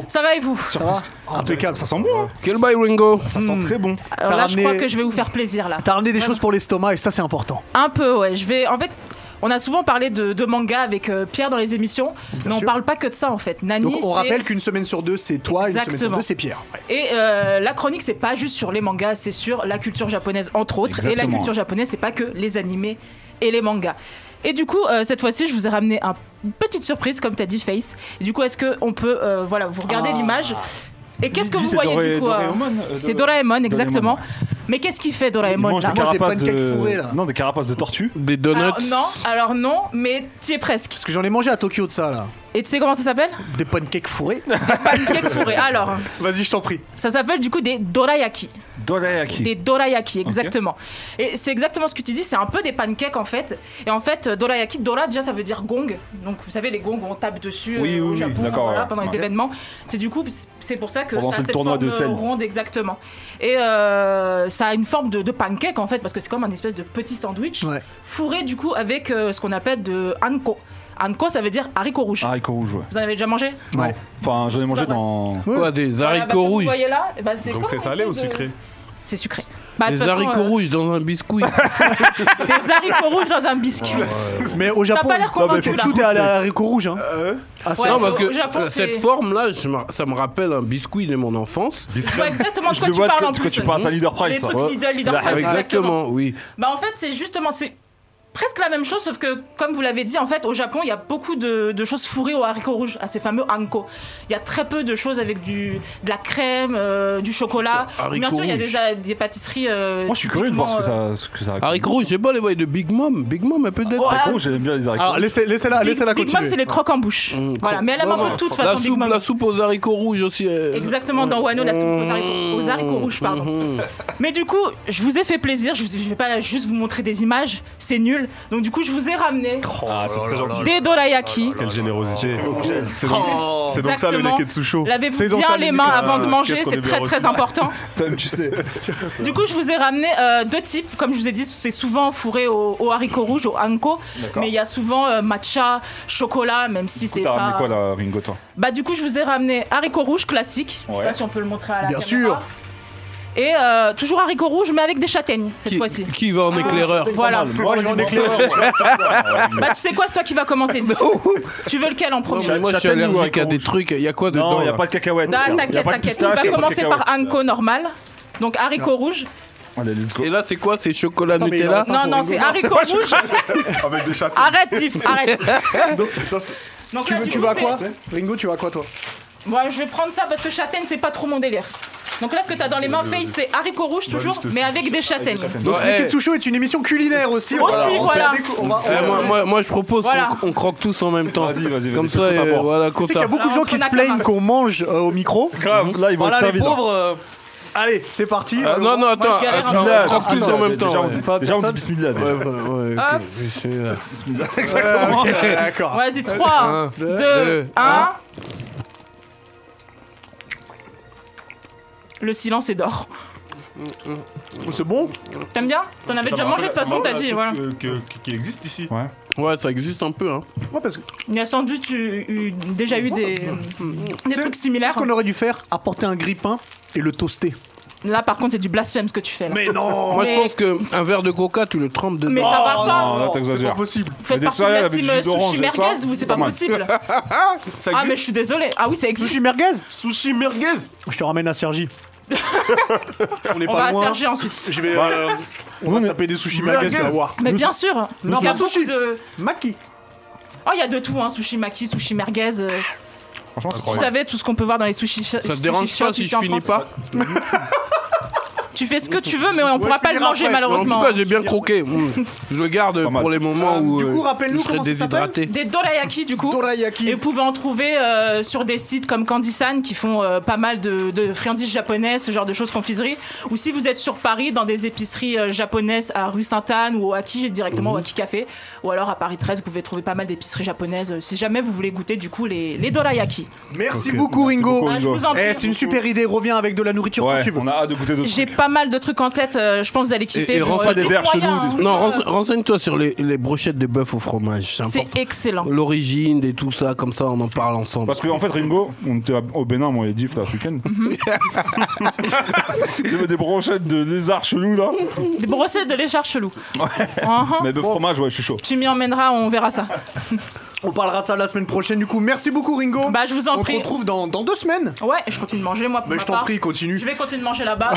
[SPEAKER 5] Ça va et vous
[SPEAKER 1] ça va Impeccable, ça sent bon. hein.
[SPEAKER 3] Quel bye Ringo
[SPEAKER 2] Ça sent très bon.
[SPEAKER 5] Alors
[SPEAKER 1] T'as
[SPEAKER 5] là,
[SPEAKER 1] ramené-
[SPEAKER 5] je crois que je vais vous faire plaisir là.
[SPEAKER 1] T'as ramené des choses pour l'estomac et ça c'est important.
[SPEAKER 5] Un peu, ouais. Je vais. En fait, on a souvent parlé de, de manga avec euh, Pierre dans les émissions, mais on
[SPEAKER 1] sûr.
[SPEAKER 5] parle pas que de ça en fait. Nani,
[SPEAKER 1] Donc on
[SPEAKER 5] c'est-
[SPEAKER 1] rappelle qu'une semaine sur deux c'est toi, une semaine sur
[SPEAKER 5] Exactement.
[SPEAKER 1] deux c'est Pierre. Ouais.
[SPEAKER 5] Et euh, la chronique, c'est pas juste sur les mangas, c'est sur la culture japonaise entre autres. Et la
[SPEAKER 2] Exactement.
[SPEAKER 5] culture japonaise, c'est pas que les animés et les mangas. Et du coup, euh, cette fois-ci, je vous ai ramené un- une petite surprise, comme t'as dit, Face. Et du coup, est-ce que on peut, euh, voilà, vous regardez
[SPEAKER 1] Ah.
[SPEAKER 5] l'image. Et qu'est-ce que
[SPEAKER 2] Lui,
[SPEAKER 5] vous
[SPEAKER 2] c'est
[SPEAKER 5] voyez
[SPEAKER 2] Doré-
[SPEAKER 5] du coup euh,
[SPEAKER 2] Doraemon, euh,
[SPEAKER 5] C'est
[SPEAKER 2] Doré-
[SPEAKER 5] Doraemon, exactement.
[SPEAKER 2] ouais.
[SPEAKER 5] Mais qu'est-ce qu'il fait
[SPEAKER 2] Il
[SPEAKER 5] Doraemon
[SPEAKER 2] mange
[SPEAKER 5] là
[SPEAKER 2] des
[SPEAKER 1] Moi, j'ai des
[SPEAKER 2] carapaces
[SPEAKER 1] pancakes
[SPEAKER 2] de-
[SPEAKER 1] fourrés, là.
[SPEAKER 2] Non, des carapaces de tortue.
[SPEAKER 3] Des donuts.
[SPEAKER 5] Alors, non, alors non, mais t'y es presque.
[SPEAKER 1] Parce que j'en ai mangé à Tokyo de ça là.
[SPEAKER 5] Et tu sais comment ça s'appelle
[SPEAKER 1] Des pancakes fourrés.
[SPEAKER 5] Pancake fourré. Alors,
[SPEAKER 1] Vas-y, je t'en prie.
[SPEAKER 5] ça s'appelle du coup des dorayaki.
[SPEAKER 2] Dorayaki.
[SPEAKER 5] Des dorayaki, exactement. Et c'est exactement ce que tu dis, c'est un peu des pancakes en fait. Et en fait, euh, dorayaki, dora déjà ça veut dire gong. Donc vous savez, les gongs, on tape dessus euh,
[SPEAKER 2] Oui, oui,
[SPEAKER 5] au
[SPEAKER 2] oui,
[SPEAKER 5] Japon
[SPEAKER 2] d'accord,
[SPEAKER 5] voilà,
[SPEAKER 2] ouais.
[SPEAKER 5] pendant les
[SPEAKER 2] Ok.
[SPEAKER 5] événements. C'est du coup, c'est pour ça que
[SPEAKER 2] Pendant
[SPEAKER 5] ça a
[SPEAKER 2] ce
[SPEAKER 5] cette
[SPEAKER 2] tournoi
[SPEAKER 5] forme
[SPEAKER 2] de scène.
[SPEAKER 5] euh, ronde, exactement. Et euh, ça a une forme de, de pancake en fait, parce que c'est comme un espèce de petit sandwich
[SPEAKER 1] Ouais.
[SPEAKER 5] fourré du coup avec euh, ce qu'on appelle de anko. Anko, ça veut dire haricot rouge.
[SPEAKER 2] Haricots rouges, ouais.
[SPEAKER 5] Vous en avez déjà mangé
[SPEAKER 1] Ouais.
[SPEAKER 2] Enfin, j'en ai mangé
[SPEAKER 5] pas vrai.
[SPEAKER 2] dans.
[SPEAKER 3] Quoi, des
[SPEAKER 5] Voilà, bah, comme
[SPEAKER 3] haricots
[SPEAKER 5] Vous
[SPEAKER 3] rouges
[SPEAKER 5] voyez là, bah, c'est
[SPEAKER 4] Donc
[SPEAKER 5] comme
[SPEAKER 4] c'est
[SPEAKER 5] une
[SPEAKER 4] salé ou
[SPEAKER 5] espèce de-
[SPEAKER 4] sucré
[SPEAKER 5] C'est sucré. Bah, de
[SPEAKER 3] Des
[SPEAKER 5] toute façon,
[SPEAKER 3] haricots
[SPEAKER 5] euh,
[SPEAKER 3] rouges dans un biscuit.
[SPEAKER 5] Des haricots rouges dans un biscuit.
[SPEAKER 1] Mais au Japon,
[SPEAKER 5] pas l'air
[SPEAKER 1] non, mais
[SPEAKER 5] convaincu,
[SPEAKER 1] faut-
[SPEAKER 5] là.
[SPEAKER 1] tout est à la haricot rouge. Hein. Ah, c'est-
[SPEAKER 5] Ouais.
[SPEAKER 3] non, parce que
[SPEAKER 5] au Japon,
[SPEAKER 3] euh,
[SPEAKER 5] c'est-
[SPEAKER 3] cette forme-là, je me- ça me rappelle un biscuit de mon enfance.
[SPEAKER 5] Je vois exactement de
[SPEAKER 2] Je
[SPEAKER 5] quoi
[SPEAKER 2] le
[SPEAKER 5] tu
[SPEAKER 2] vois
[SPEAKER 5] parles
[SPEAKER 2] de-
[SPEAKER 5] en
[SPEAKER 2] de
[SPEAKER 5] plus.
[SPEAKER 2] quoi tu parles, c'est un leader
[SPEAKER 5] Les
[SPEAKER 2] price. ça.
[SPEAKER 5] trucs
[SPEAKER 3] Ouais.
[SPEAKER 5] Lidl, Leader Price, exactement.
[SPEAKER 3] Exactement, oui.
[SPEAKER 5] Bah en fait, c'est justement, c'est presque la même chose, sauf que comme vous l'avez dit, en fait, au Japon, il y a beaucoup de, de choses fourrées aux haricots rouges, à ces fameux anko. Il y a très peu de choses avec du de la crème, euh, du chocolat.
[SPEAKER 3] Haricots
[SPEAKER 5] Bien sûr, il y a
[SPEAKER 3] rouges.
[SPEAKER 5] déjà des pâtisseries. euh,
[SPEAKER 2] Moi, je suis curieux de voir ce que
[SPEAKER 5] typiquement,
[SPEAKER 2] ça. ce que ça raconte.
[SPEAKER 3] Haricots rouges, j'ai pas les boys de Big Mom. Big Mom, elle peut être.
[SPEAKER 5] Ouais.
[SPEAKER 2] Haricots rouges, j'aime bien les haricots.
[SPEAKER 1] Ah, laissez, laissez-la,
[SPEAKER 5] euh, Big,
[SPEAKER 1] laissez-la
[SPEAKER 5] Big
[SPEAKER 1] continuer.
[SPEAKER 5] Mom, c'est les crocs en bouche.
[SPEAKER 3] Mmh,
[SPEAKER 5] voilà,
[SPEAKER 3] crocs.
[SPEAKER 5] mais elle a
[SPEAKER 3] Non,
[SPEAKER 5] un peu
[SPEAKER 3] non,
[SPEAKER 5] toute
[SPEAKER 3] La
[SPEAKER 5] façon, Big
[SPEAKER 3] soupe,
[SPEAKER 5] Mom.
[SPEAKER 3] la soupe aux haricots rouges aussi. euh, Mm-hmm. Mmh.
[SPEAKER 5] Exactement, dans Wano, la soupe aux haricots, aux haricots rouges, pardon.
[SPEAKER 3] Mhm.
[SPEAKER 5] Mais du coup, je vous ai fait plaisir, je ne vais pas juste vous montrer des images, c'est nul. Donc du coup, je vous ai ramené
[SPEAKER 2] Ah, c'est très gentil.
[SPEAKER 5] des Oh. dorayaki.
[SPEAKER 4] Quelle générosité. C'est donc, c'est donc ça le
[SPEAKER 5] Oh. Exactement.
[SPEAKER 4] Neketsusho.
[SPEAKER 1] C'est
[SPEAKER 5] Lavez-vous
[SPEAKER 1] dans
[SPEAKER 5] bien
[SPEAKER 1] sa
[SPEAKER 5] les
[SPEAKER 1] limite,
[SPEAKER 5] mains
[SPEAKER 4] là.
[SPEAKER 5] avant de manger,
[SPEAKER 4] Ah, Qu'est-ce qu'on
[SPEAKER 5] c'est
[SPEAKER 4] est
[SPEAKER 5] très
[SPEAKER 4] bien
[SPEAKER 5] très
[SPEAKER 4] reçu.
[SPEAKER 5] important.
[SPEAKER 2] Tom, tu sais.
[SPEAKER 5] Du coup, je vous ai ramené euh, deux types. Comme je vous ai dit, c'est souvent fourré au, au haricot rouge, au anko.
[SPEAKER 2] D'accord.
[SPEAKER 5] Mais il y a souvent euh, matcha, chocolat, même si c'est
[SPEAKER 2] T'as ramené
[SPEAKER 5] pas...
[SPEAKER 2] quoi là, Ringo, toi
[SPEAKER 5] Bah du coup, je vous ai ramené haricot rouge classique. Je sais
[SPEAKER 2] Ouais.
[SPEAKER 5] pas si on peut le montrer à la
[SPEAKER 1] Bien
[SPEAKER 5] caméra.
[SPEAKER 1] sûr.
[SPEAKER 5] Et euh, toujours haricot rouge, mais avec des châtaignes cette
[SPEAKER 3] Qui,
[SPEAKER 5] fois-ci. Ah,
[SPEAKER 3] qui va en éclaireur
[SPEAKER 5] Voilà.
[SPEAKER 1] Moi, je vais en éclaireur.
[SPEAKER 5] Bah tu sais quoi, c'est toi qui vas commencer. dis. tu veux lequel en
[SPEAKER 3] Non,
[SPEAKER 5] premier
[SPEAKER 3] mais Moi, je suis
[SPEAKER 2] Châtaigne ou
[SPEAKER 3] allergique
[SPEAKER 2] haricots
[SPEAKER 3] à des
[SPEAKER 2] rouges
[SPEAKER 3] trucs. Il y a quoi dedans
[SPEAKER 2] Non, il n'y a
[SPEAKER 3] là
[SPEAKER 2] pas de cacahuètes.
[SPEAKER 5] Ah,
[SPEAKER 2] Il y a
[SPEAKER 5] T'inquiète,
[SPEAKER 2] pas de
[SPEAKER 5] t'inquiète. On
[SPEAKER 2] pistache,
[SPEAKER 5] va
[SPEAKER 2] il y a pas de
[SPEAKER 5] commencer par
[SPEAKER 2] cacahuètes.
[SPEAKER 5] Anko normal. Donc haricot rouge.
[SPEAKER 2] Allez, let's go.
[SPEAKER 3] Et là, c'est quoi C'est chocolat
[SPEAKER 1] Attends, mais il
[SPEAKER 3] Nutella
[SPEAKER 1] en
[SPEAKER 5] Non, non, c'est haricot rouge.
[SPEAKER 4] Avec des châtaignes.
[SPEAKER 5] Arrête, Tiff, arrête.
[SPEAKER 4] Donc, ça, c'est-
[SPEAKER 5] Donc
[SPEAKER 1] tu
[SPEAKER 5] là,
[SPEAKER 1] veux,
[SPEAKER 5] du
[SPEAKER 1] tu
[SPEAKER 5] coup,
[SPEAKER 1] vas à
[SPEAKER 5] c'est-
[SPEAKER 1] quoi Ringo, tu vas à quoi toi
[SPEAKER 5] Bon, je vais prendre ça parce que châtaigne, c'est pas trop mon délire. Donc là, ce que t'as dans les mains, Faye, c'est haricots rouges toujours, mais avec des châtaignes.
[SPEAKER 1] Donc,
[SPEAKER 3] Ouais.
[SPEAKER 1] Neketsucho est une émission culinaire aussi.
[SPEAKER 5] Aussi, voilà.
[SPEAKER 1] On va-
[SPEAKER 3] Eh, moi, moi- moi, je propose
[SPEAKER 5] Voilà.
[SPEAKER 3] qu'on on croque tous en même temps.
[SPEAKER 2] Vas-y, vas-y, vas-y,
[SPEAKER 3] Comme ça,
[SPEAKER 2] fais ton
[SPEAKER 3] euh,
[SPEAKER 2] rapport.
[SPEAKER 3] voilà,
[SPEAKER 1] Tu sais qu'il y a
[SPEAKER 3] quota.
[SPEAKER 1] beaucoup de gens qui se
[SPEAKER 5] Alors,
[SPEAKER 1] plaignent
[SPEAKER 5] Nakama.
[SPEAKER 1] qu'on mange euh, au micro.
[SPEAKER 2] Là, ils vont
[SPEAKER 6] Voilà
[SPEAKER 2] être
[SPEAKER 6] les
[SPEAKER 2] servis. là.
[SPEAKER 6] pauvres. euh,
[SPEAKER 1] Allez, c'est parti.
[SPEAKER 3] Euh, non, non, attends,
[SPEAKER 5] je galère
[SPEAKER 3] est-ce
[SPEAKER 5] un
[SPEAKER 3] qu'on
[SPEAKER 5] peu.
[SPEAKER 2] Bismillah,
[SPEAKER 3] croque tous
[SPEAKER 2] attends,
[SPEAKER 3] en même
[SPEAKER 2] Ah, déjà,
[SPEAKER 3] temps
[SPEAKER 2] on
[SPEAKER 3] ouais.
[SPEAKER 2] dit- Déjà, on dit bismillah. déjà.
[SPEAKER 3] Ouais, ouais, ouais, ok,
[SPEAKER 5] Hop.
[SPEAKER 3] bismillah.
[SPEAKER 1] D'accord.
[SPEAKER 5] Vas-y, 3,
[SPEAKER 3] Un,
[SPEAKER 5] 2,
[SPEAKER 3] deux,
[SPEAKER 5] 1. Le silence est d'or.
[SPEAKER 1] C'est bon
[SPEAKER 5] T'aimes bien T'en avais déjà mangé de toute façon, t'as dit, voilà.
[SPEAKER 4] Qui existe ici.
[SPEAKER 2] Ouais.
[SPEAKER 3] Ouais, ça existe un peu. Hein.
[SPEAKER 1] Ouais, parce que
[SPEAKER 5] Il y a sans doute eu- eu- déjà eu des, des
[SPEAKER 1] c'est-
[SPEAKER 5] trucs
[SPEAKER 1] c'est
[SPEAKER 5] similaires.
[SPEAKER 1] ce qu'on aurait dû faire apporter un grippin et le toaster.
[SPEAKER 5] Là, par contre, c'est du blasphème ce que tu fais. Là.
[SPEAKER 1] Mais non
[SPEAKER 3] Moi,
[SPEAKER 5] Mais-
[SPEAKER 3] je pense qu'un verre de coca, tu le trempes dedans.
[SPEAKER 5] Mais ça
[SPEAKER 1] Oh
[SPEAKER 5] va pas.
[SPEAKER 2] non, là, t'exagères.
[SPEAKER 1] C'est pas possible.
[SPEAKER 5] Vous faites
[SPEAKER 2] des
[SPEAKER 5] partie de
[SPEAKER 2] céréales
[SPEAKER 5] la
[SPEAKER 2] avec
[SPEAKER 5] team
[SPEAKER 2] du jus
[SPEAKER 5] euh,
[SPEAKER 2] d'orange,
[SPEAKER 5] sushi
[SPEAKER 2] c'est ça
[SPEAKER 5] merguez, vous, c'est pas
[SPEAKER 2] Normal.
[SPEAKER 5] possible.
[SPEAKER 4] Ça
[SPEAKER 5] Ah, mais je
[SPEAKER 4] existe.
[SPEAKER 5] suis désolée. Ah oui, ça
[SPEAKER 1] Sushi
[SPEAKER 5] existe.
[SPEAKER 1] merguez
[SPEAKER 4] Sushi merguez.
[SPEAKER 1] Je te ramène à Sergi. On est
[SPEAKER 5] On
[SPEAKER 1] pas
[SPEAKER 5] va à
[SPEAKER 1] loin.
[SPEAKER 5] Sergi ensuite.
[SPEAKER 1] Je vais. euh, on va se taper des sushis merguez,
[SPEAKER 4] merguez.
[SPEAKER 1] tu vas voir.
[SPEAKER 5] Mais bien sûr.
[SPEAKER 1] Nous,
[SPEAKER 5] Il y a
[SPEAKER 1] c'est
[SPEAKER 5] beaucoup
[SPEAKER 1] sushi.
[SPEAKER 5] de.
[SPEAKER 1] Maki.
[SPEAKER 5] Oh, il y a de tout, hein. Sushi maki, sushi merguez. euh,
[SPEAKER 2] Franchement, c'est
[SPEAKER 5] Vous
[SPEAKER 2] trop bien.
[SPEAKER 5] savez tout ce qu'on peut voir dans les sushis. Ça
[SPEAKER 3] Ça te dérange pas si je finis pas
[SPEAKER 5] Tu fais ce que tu veux, mais on pourra
[SPEAKER 1] je
[SPEAKER 5] pas le
[SPEAKER 1] finirai
[SPEAKER 5] manger
[SPEAKER 1] après.
[SPEAKER 3] Mais En tout
[SPEAKER 5] malheureusement.
[SPEAKER 3] cas, j'ai bien croqué. Mm. Je le garde
[SPEAKER 2] Pas mal.
[SPEAKER 3] pour les moments
[SPEAKER 1] Euh,
[SPEAKER 3] où
[SPEAKER 1] du coup,
[SPEAKER 3] euh,
[SPEAKER 1] rappelle-nous
[SPEAKER 3] je serai
[SPEAKER 1] comment ça s'appelle
[SPEAKER 3] déshydraté.
[SPEAKER 5] Des dorayaki du coup. Et
[SPEAKER 1] Dorayaki.
[SPEAKER 5] vous pouvez en trouver euh, sur des sites comme Candy-san qui font euh, pas mal de, de friandises japonaises, ce genre de choses, confiseries. Ou si vous êtes sur Paris, dans des épiceries euh, japonaises à rue Sainte-Anne ou au Haki, directement au
[SPEAKER 3] Mhm.
[SPEAKER 5] Haki Café. Ou alors à Paris 13, vous pouvez trouver pas mal d'épiceries japonaises euh, si jamais vous voulez goûter du coup les, les dorayaki.
[SPEAKER 1] Merci
[SPEAKER 2] Ok,
[SPEAKER 1] beaucoup,
[SPEAKER 2] merci
[SPEAKER 1] Ringo.
[SPEAKER 2] beaucoup.
[SPEAKER 5] Ah, je vous en prie.
[SPEAKER 1] Eh, c'est une super idée. Reviens avec de la nourriture quand
[SPEAKER 2] Ouais,
[SPEAKER 1] tu veux.
[SPEAKER 2] on a hâte de goûter d'autres
[SPEAKER 5] J'ai
[SPEAKER 2] trucs.
[SPEAKER 5] pas mal de trucs en tête, euh, je pense que vous allez kiffer.
[SPEAKER 3] Et- et
[SPEAKER 5] Je vous
[SPEAKER 3] rentre pas
[SPEAKER 5] dis
[SPEAKER 2] des verres
[SPEAKER 5] moyen,
[SPEAKER 2] chelous,
[SPEAKER 5] hein.
[SPEAKER 2] du
[SPEAKER 3] Non, rense- renseigne-toi sur les, les brochettes de bœuf au fromage. C'est
[SPEAKER 5] C'est
[SPEAKER 3] important.
[SPEAKER 5] excellent.
[SPEAKER 3] L'origine et tout ça, comme ça, on en parle ensemble.
[SPEAKER 2] Parce qu'en en fait, Ringo, on était à- au Bénin, moi et Diff, là, ce week-end. Il y avait des brochettes de lézard chelou, là.
[SPEAKER 5] Des brossettes de léchard chelou. Uh-huh.
[SPEAKER 2] Mais de fromage, ouais, je suis chaud.
[SPEAKER 5] Tu m'y emmèneras, on verra ça.
[SPEAKER 1] On parlera de ça la semaine prochaine, du coup. Merci beaucoup, Ringo.
[SPEAKER 5] Bah, je vous en
[SPEAKER 1] on
[SPEAKER 5] prie.
[SPEAKER 1] te retrouve dans, dans deux semaines.
[SPEAKER 5] Ouais, je continue de manger moi pour
[SPEAKER 1] Mais
[SPEAKER 5] ma
[SPEAKER 1] je t'en
[SPEAKER 5] part.
[SPEAKER 1] prie, continue.
[SPEAKER 5] Je vais continuer de manger là-bas.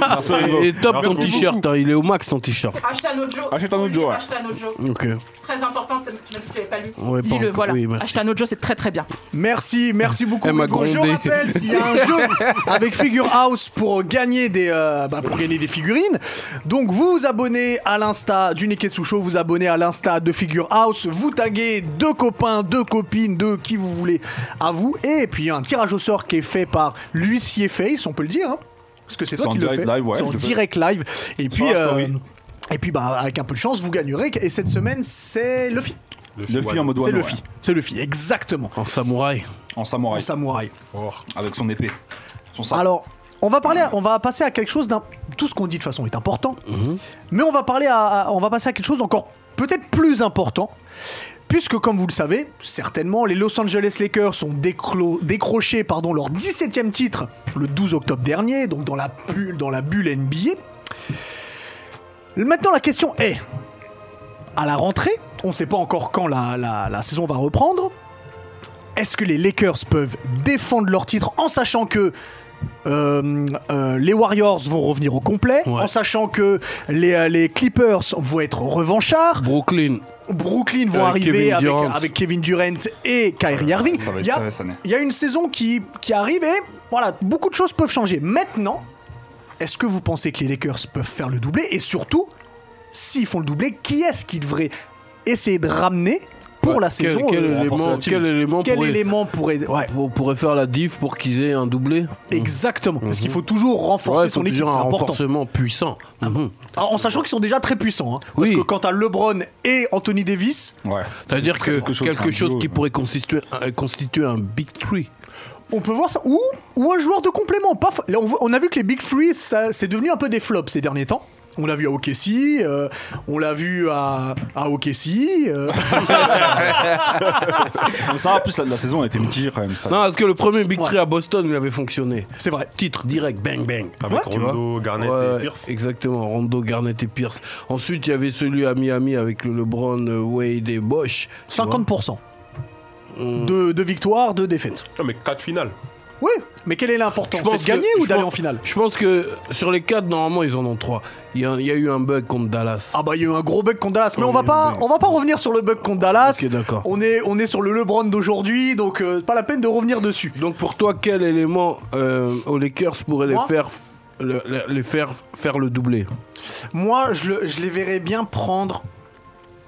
[SPEAKER 2] Merci, Ringo.
[SPEAKER 3] Ah, Et top ton
[SPEAKER 2] Merci beaucoup.
[SPEAKER 3] t-shirt, hein, il est au max ton t-shirt.
[SPEAKER 5] Achète un autre Joe.
[SPEAKER 2] Achète un autre Joe, ouais.
[SPEAKER 5] Achète un autre Joe.
[SPEAKER 1] Mm.
[SPEAKER 3] Ok.
[SPEAKER 5] Très important, même si tu l'avais pas lu.
[SPEAKER 3] Ouais, pas
[SPEAKER 5] Lis-le,
[SPEAKER 3] encore.
[SPEAKER 5] voilà.
[SPEAKER 3] Oui, merci.
[SPEAKER 5] Achète un autre Joe, c'est très très bien.
[SPEAKER 1] Merci, merci beaucoup.
[SPEAKER 3] Elle m'a
[SPEAKER 1] Hugo. Je
[SPEAKER 3] grondé.
[SPEAKER 1] rappelle, il y a un jeu avec Figure House pour gagner des, euh, bah, pour gagner des figurines. Donc vous vous abonnez à l'insta du Neketsu Show, vous abonnez à l'insta de Figure House, vous taguez deux copains, deux copines, deux qui vous voulez à vous. Et puis il y a un tirage au sort qui est fait par l'huissier Face, on peut le dire. hein, parce que c'est
[SPEAKER 2] C'est
[SPEAKER 1] toi
[SPEAKER 2] en
[SPEAKER 1] qui le
[SPEAKER 2] direct
[SPEAKER 1] fais.
[SPEAKER 2] live, ouais,
[SPEAKER 1] c'est
[SPEAKER 2] je
[SPEAKER 1] en
[SPEAKER 2] le fais.
[SPEAKER 1] direct live. Et puis,
[SPEAKER 2] la
[SPEAKER 1] euh,
[SPEAKER 2] story.
[SPEAKER 1] et puis bah, avec un peu de chance, vous gagnerez. Et cette semaine, c'est Luffy.
[SPEAKER 2] Le fille en mode
[SPEAKER 1] C'est
[SPEAKER 2] Wano,
[SPEAKER 1] Luffy.
[SPEAKER 2] ouais.
[SPEAKER 1] C'est Luffy, exactement.
[SPEAKER 3] En samouraï.
[SPEAKER 2] En
[SPEAKER 1] En
[SPEAKER 2] samouraï. Oh,
[SPEAKER 1] samouraï.
[SPEAKER 2] Avec son épée. Son sabre.
[SPEAKER 1] Alors, on va parler, à- on va passer à quelque chose d'un. Tout ce qu'on dit de toute façon est important, mais on va parler à, à- on va passer à quelque chose d'encore peut-être plus important. Puisque, comme vous le savez, certainement, les Los Angeles Lakers ont déclo- décroché pardon, leur 17e titre le 12 octobre dernier, donc dans la, bulle- dans la bulle NBA. Maintenant, la question est, à la rentrée, on ne sait pas encore quand la- la- la saison va reprendre, est-ce que les Lakers peuvent défendre leur titre en sachant que euh, euh, les Warriors vont revenir au complet,
[SPEAKER 3] Ouais.
[SPEAKER 1] en sachant que les, euh, les Clippers vont être revanchards,
[SPEAKER 3] Brooklyn.
[SPEAKER 1] Brooklyn vont
[SPEAKER 3] Euh,
[SPEAKER 1] arriver
[SPEAKER 3] Kevin
[SPEAKER 1] avec,
[SPEAKER 3] Durant.
[SPEAKER 1] avec Kevin Durant et Kyrie Irving.
[SPEAKER 2] Ça va être
[SPEAKER 1] Il y a-
[SPEAKER 2] serré cette année.
[SPEAKER 1] il y a une saison qui, qui arrive et voilà, beaucoup de choses peuvent changer. Maintenant, est-ce que vous pensez que les Lakers peuvent faire le doublé Et surtout, s'ils font le doublé, qui est-ce qu'ils devraient essayer de ramener pour la
[SPEAKER 3] Quel-
[SPEAKER 1] saison
[SPEAKER 3] Quel
[SPEAKER 1] euh,
[SPEAKER 2] renforcer la
[SPEAKER 3] élément
[SPEAKER 2] team.
[SPEAKER 3] quel élément
[SPEAKER 1] quel
[SPEAKER 3] pourrait-
[SPEAKER 1] élément pourrait. Ouais,
[SPEAKER 3] pour- pourrait faire la diff pour qu'ils aient un doublé
[SPEAKER 1] exactement. Parce qu'il faut toujours renforcer
[SPEAKER 3] Mhm. Ouais,
[SPEAKER 1] son
[SPEAKER 3] faut
[SPEAKER 1] équipe, c'est
[SPEAKER 3] toujours un
[SPEAKER 1] important. Ah
[SPEAKER 3] renforcement puissant. Mhm.
[SPEAKER 1] Alors, en sachant qu'ils sont déjà très puissants. hein. parce
[SPEAKER 3] Oui.
[SPEAKER 1] que quand à LeBron et Anthony Davis,
[SPEAKER 2] Ouais.
[SPEAKER 3] C'est-à-dire que
[SPEAKER 2] Quelque chose,
[SPEAKER 3] quelque
[SPEAKER 2] un
[SPEAKER 3] chose
[SPEAKER 2] duo,
[SPEAKER 3] qui
[SPEAKER 2] ouais.
[SPEAKER 3] pourrait constituer un, constituer un big three.
[SPEAKER 1] on peut voir ça. Ou, ou un joueur de complément. Pas fa- Là, on, voit- on a vu que les Big Three, ça- c'est devenu un peu des flops ces derniers temps. On l'a vu à OKC, euh, on l'a vu à, à OKC. euh.
[SPEAKER 2] Mais ça, en plus, la, la saison a été mitigée quand même. cette année.
[SPEAKER 3] Non, parce que le premier big
[SPEAKER 1] Ouais.
[SPEAKER 3] three à Boston, il avait fonctionné.
[SPEAKER 1] c'est vrai.
[SPEAKER 3] Titre direct, bang bang.
[SPEAKER 4] Avec
[SPEAKER 3] Tu vois
[SPEAKER 4] Rondo, Garnett
[SPEAKER 3] Ouais,
[SPEAKER 4] et Pierce.
[SPEAKER 3] Exactement, Rondo, Garnett et Pierce. Ensuite, il y avait celui à Miami avec le LeBron, euh, Wade et Bosch. tu vois. Hmm.
[SPEAKER 1] 50% de, de victoires, de défaites.
[SPEAKER 4] Non, mais 4 finales.
[SPEAKER 1] Oui, Mais quelle est l'importance C'est de gagner
[SPEAKER 3] que-
[SPEAKER 1] ou
[SPEAKER 3] je
[SPEAKER 1] d'aller
[SPEAKER 3] pense-
[SPEAKER 1] en finale
[SPEAKER 3] Je pense que sur les quatre, normalement, ils en ont trois. Il y, a- il y a eu un bug contre Dallas.
[SPEAKER 1] Ah bah il y a eu un gros bug contre Dallas, mais
[SPEAKER 3] Ouais,
[SPEAKER 1] on va
[SPEAKER 3] il y a eu un
[SPEAKER 1] pas,
[SPEAKER 3] bug.
[SPEAKER 1] on va pas revenir sur le bug contre Dallas.
[SPEAKER 3] Ok, d'accord.
[SPEAKER 1] On est, on est sur le LeBron d'aujourd'hui, donc euh, pas la peine de revenir dessus.
[SPEAKER 3] Donc pour toi, quel élément euh, aux Lakers pourrait les
[SPEAKER 1] Moi
[SPEAKER 3] faire, f- le- le- les faire faire le doublé
[SPEAKER 1] Moi, je, le- je les verrais bien prendre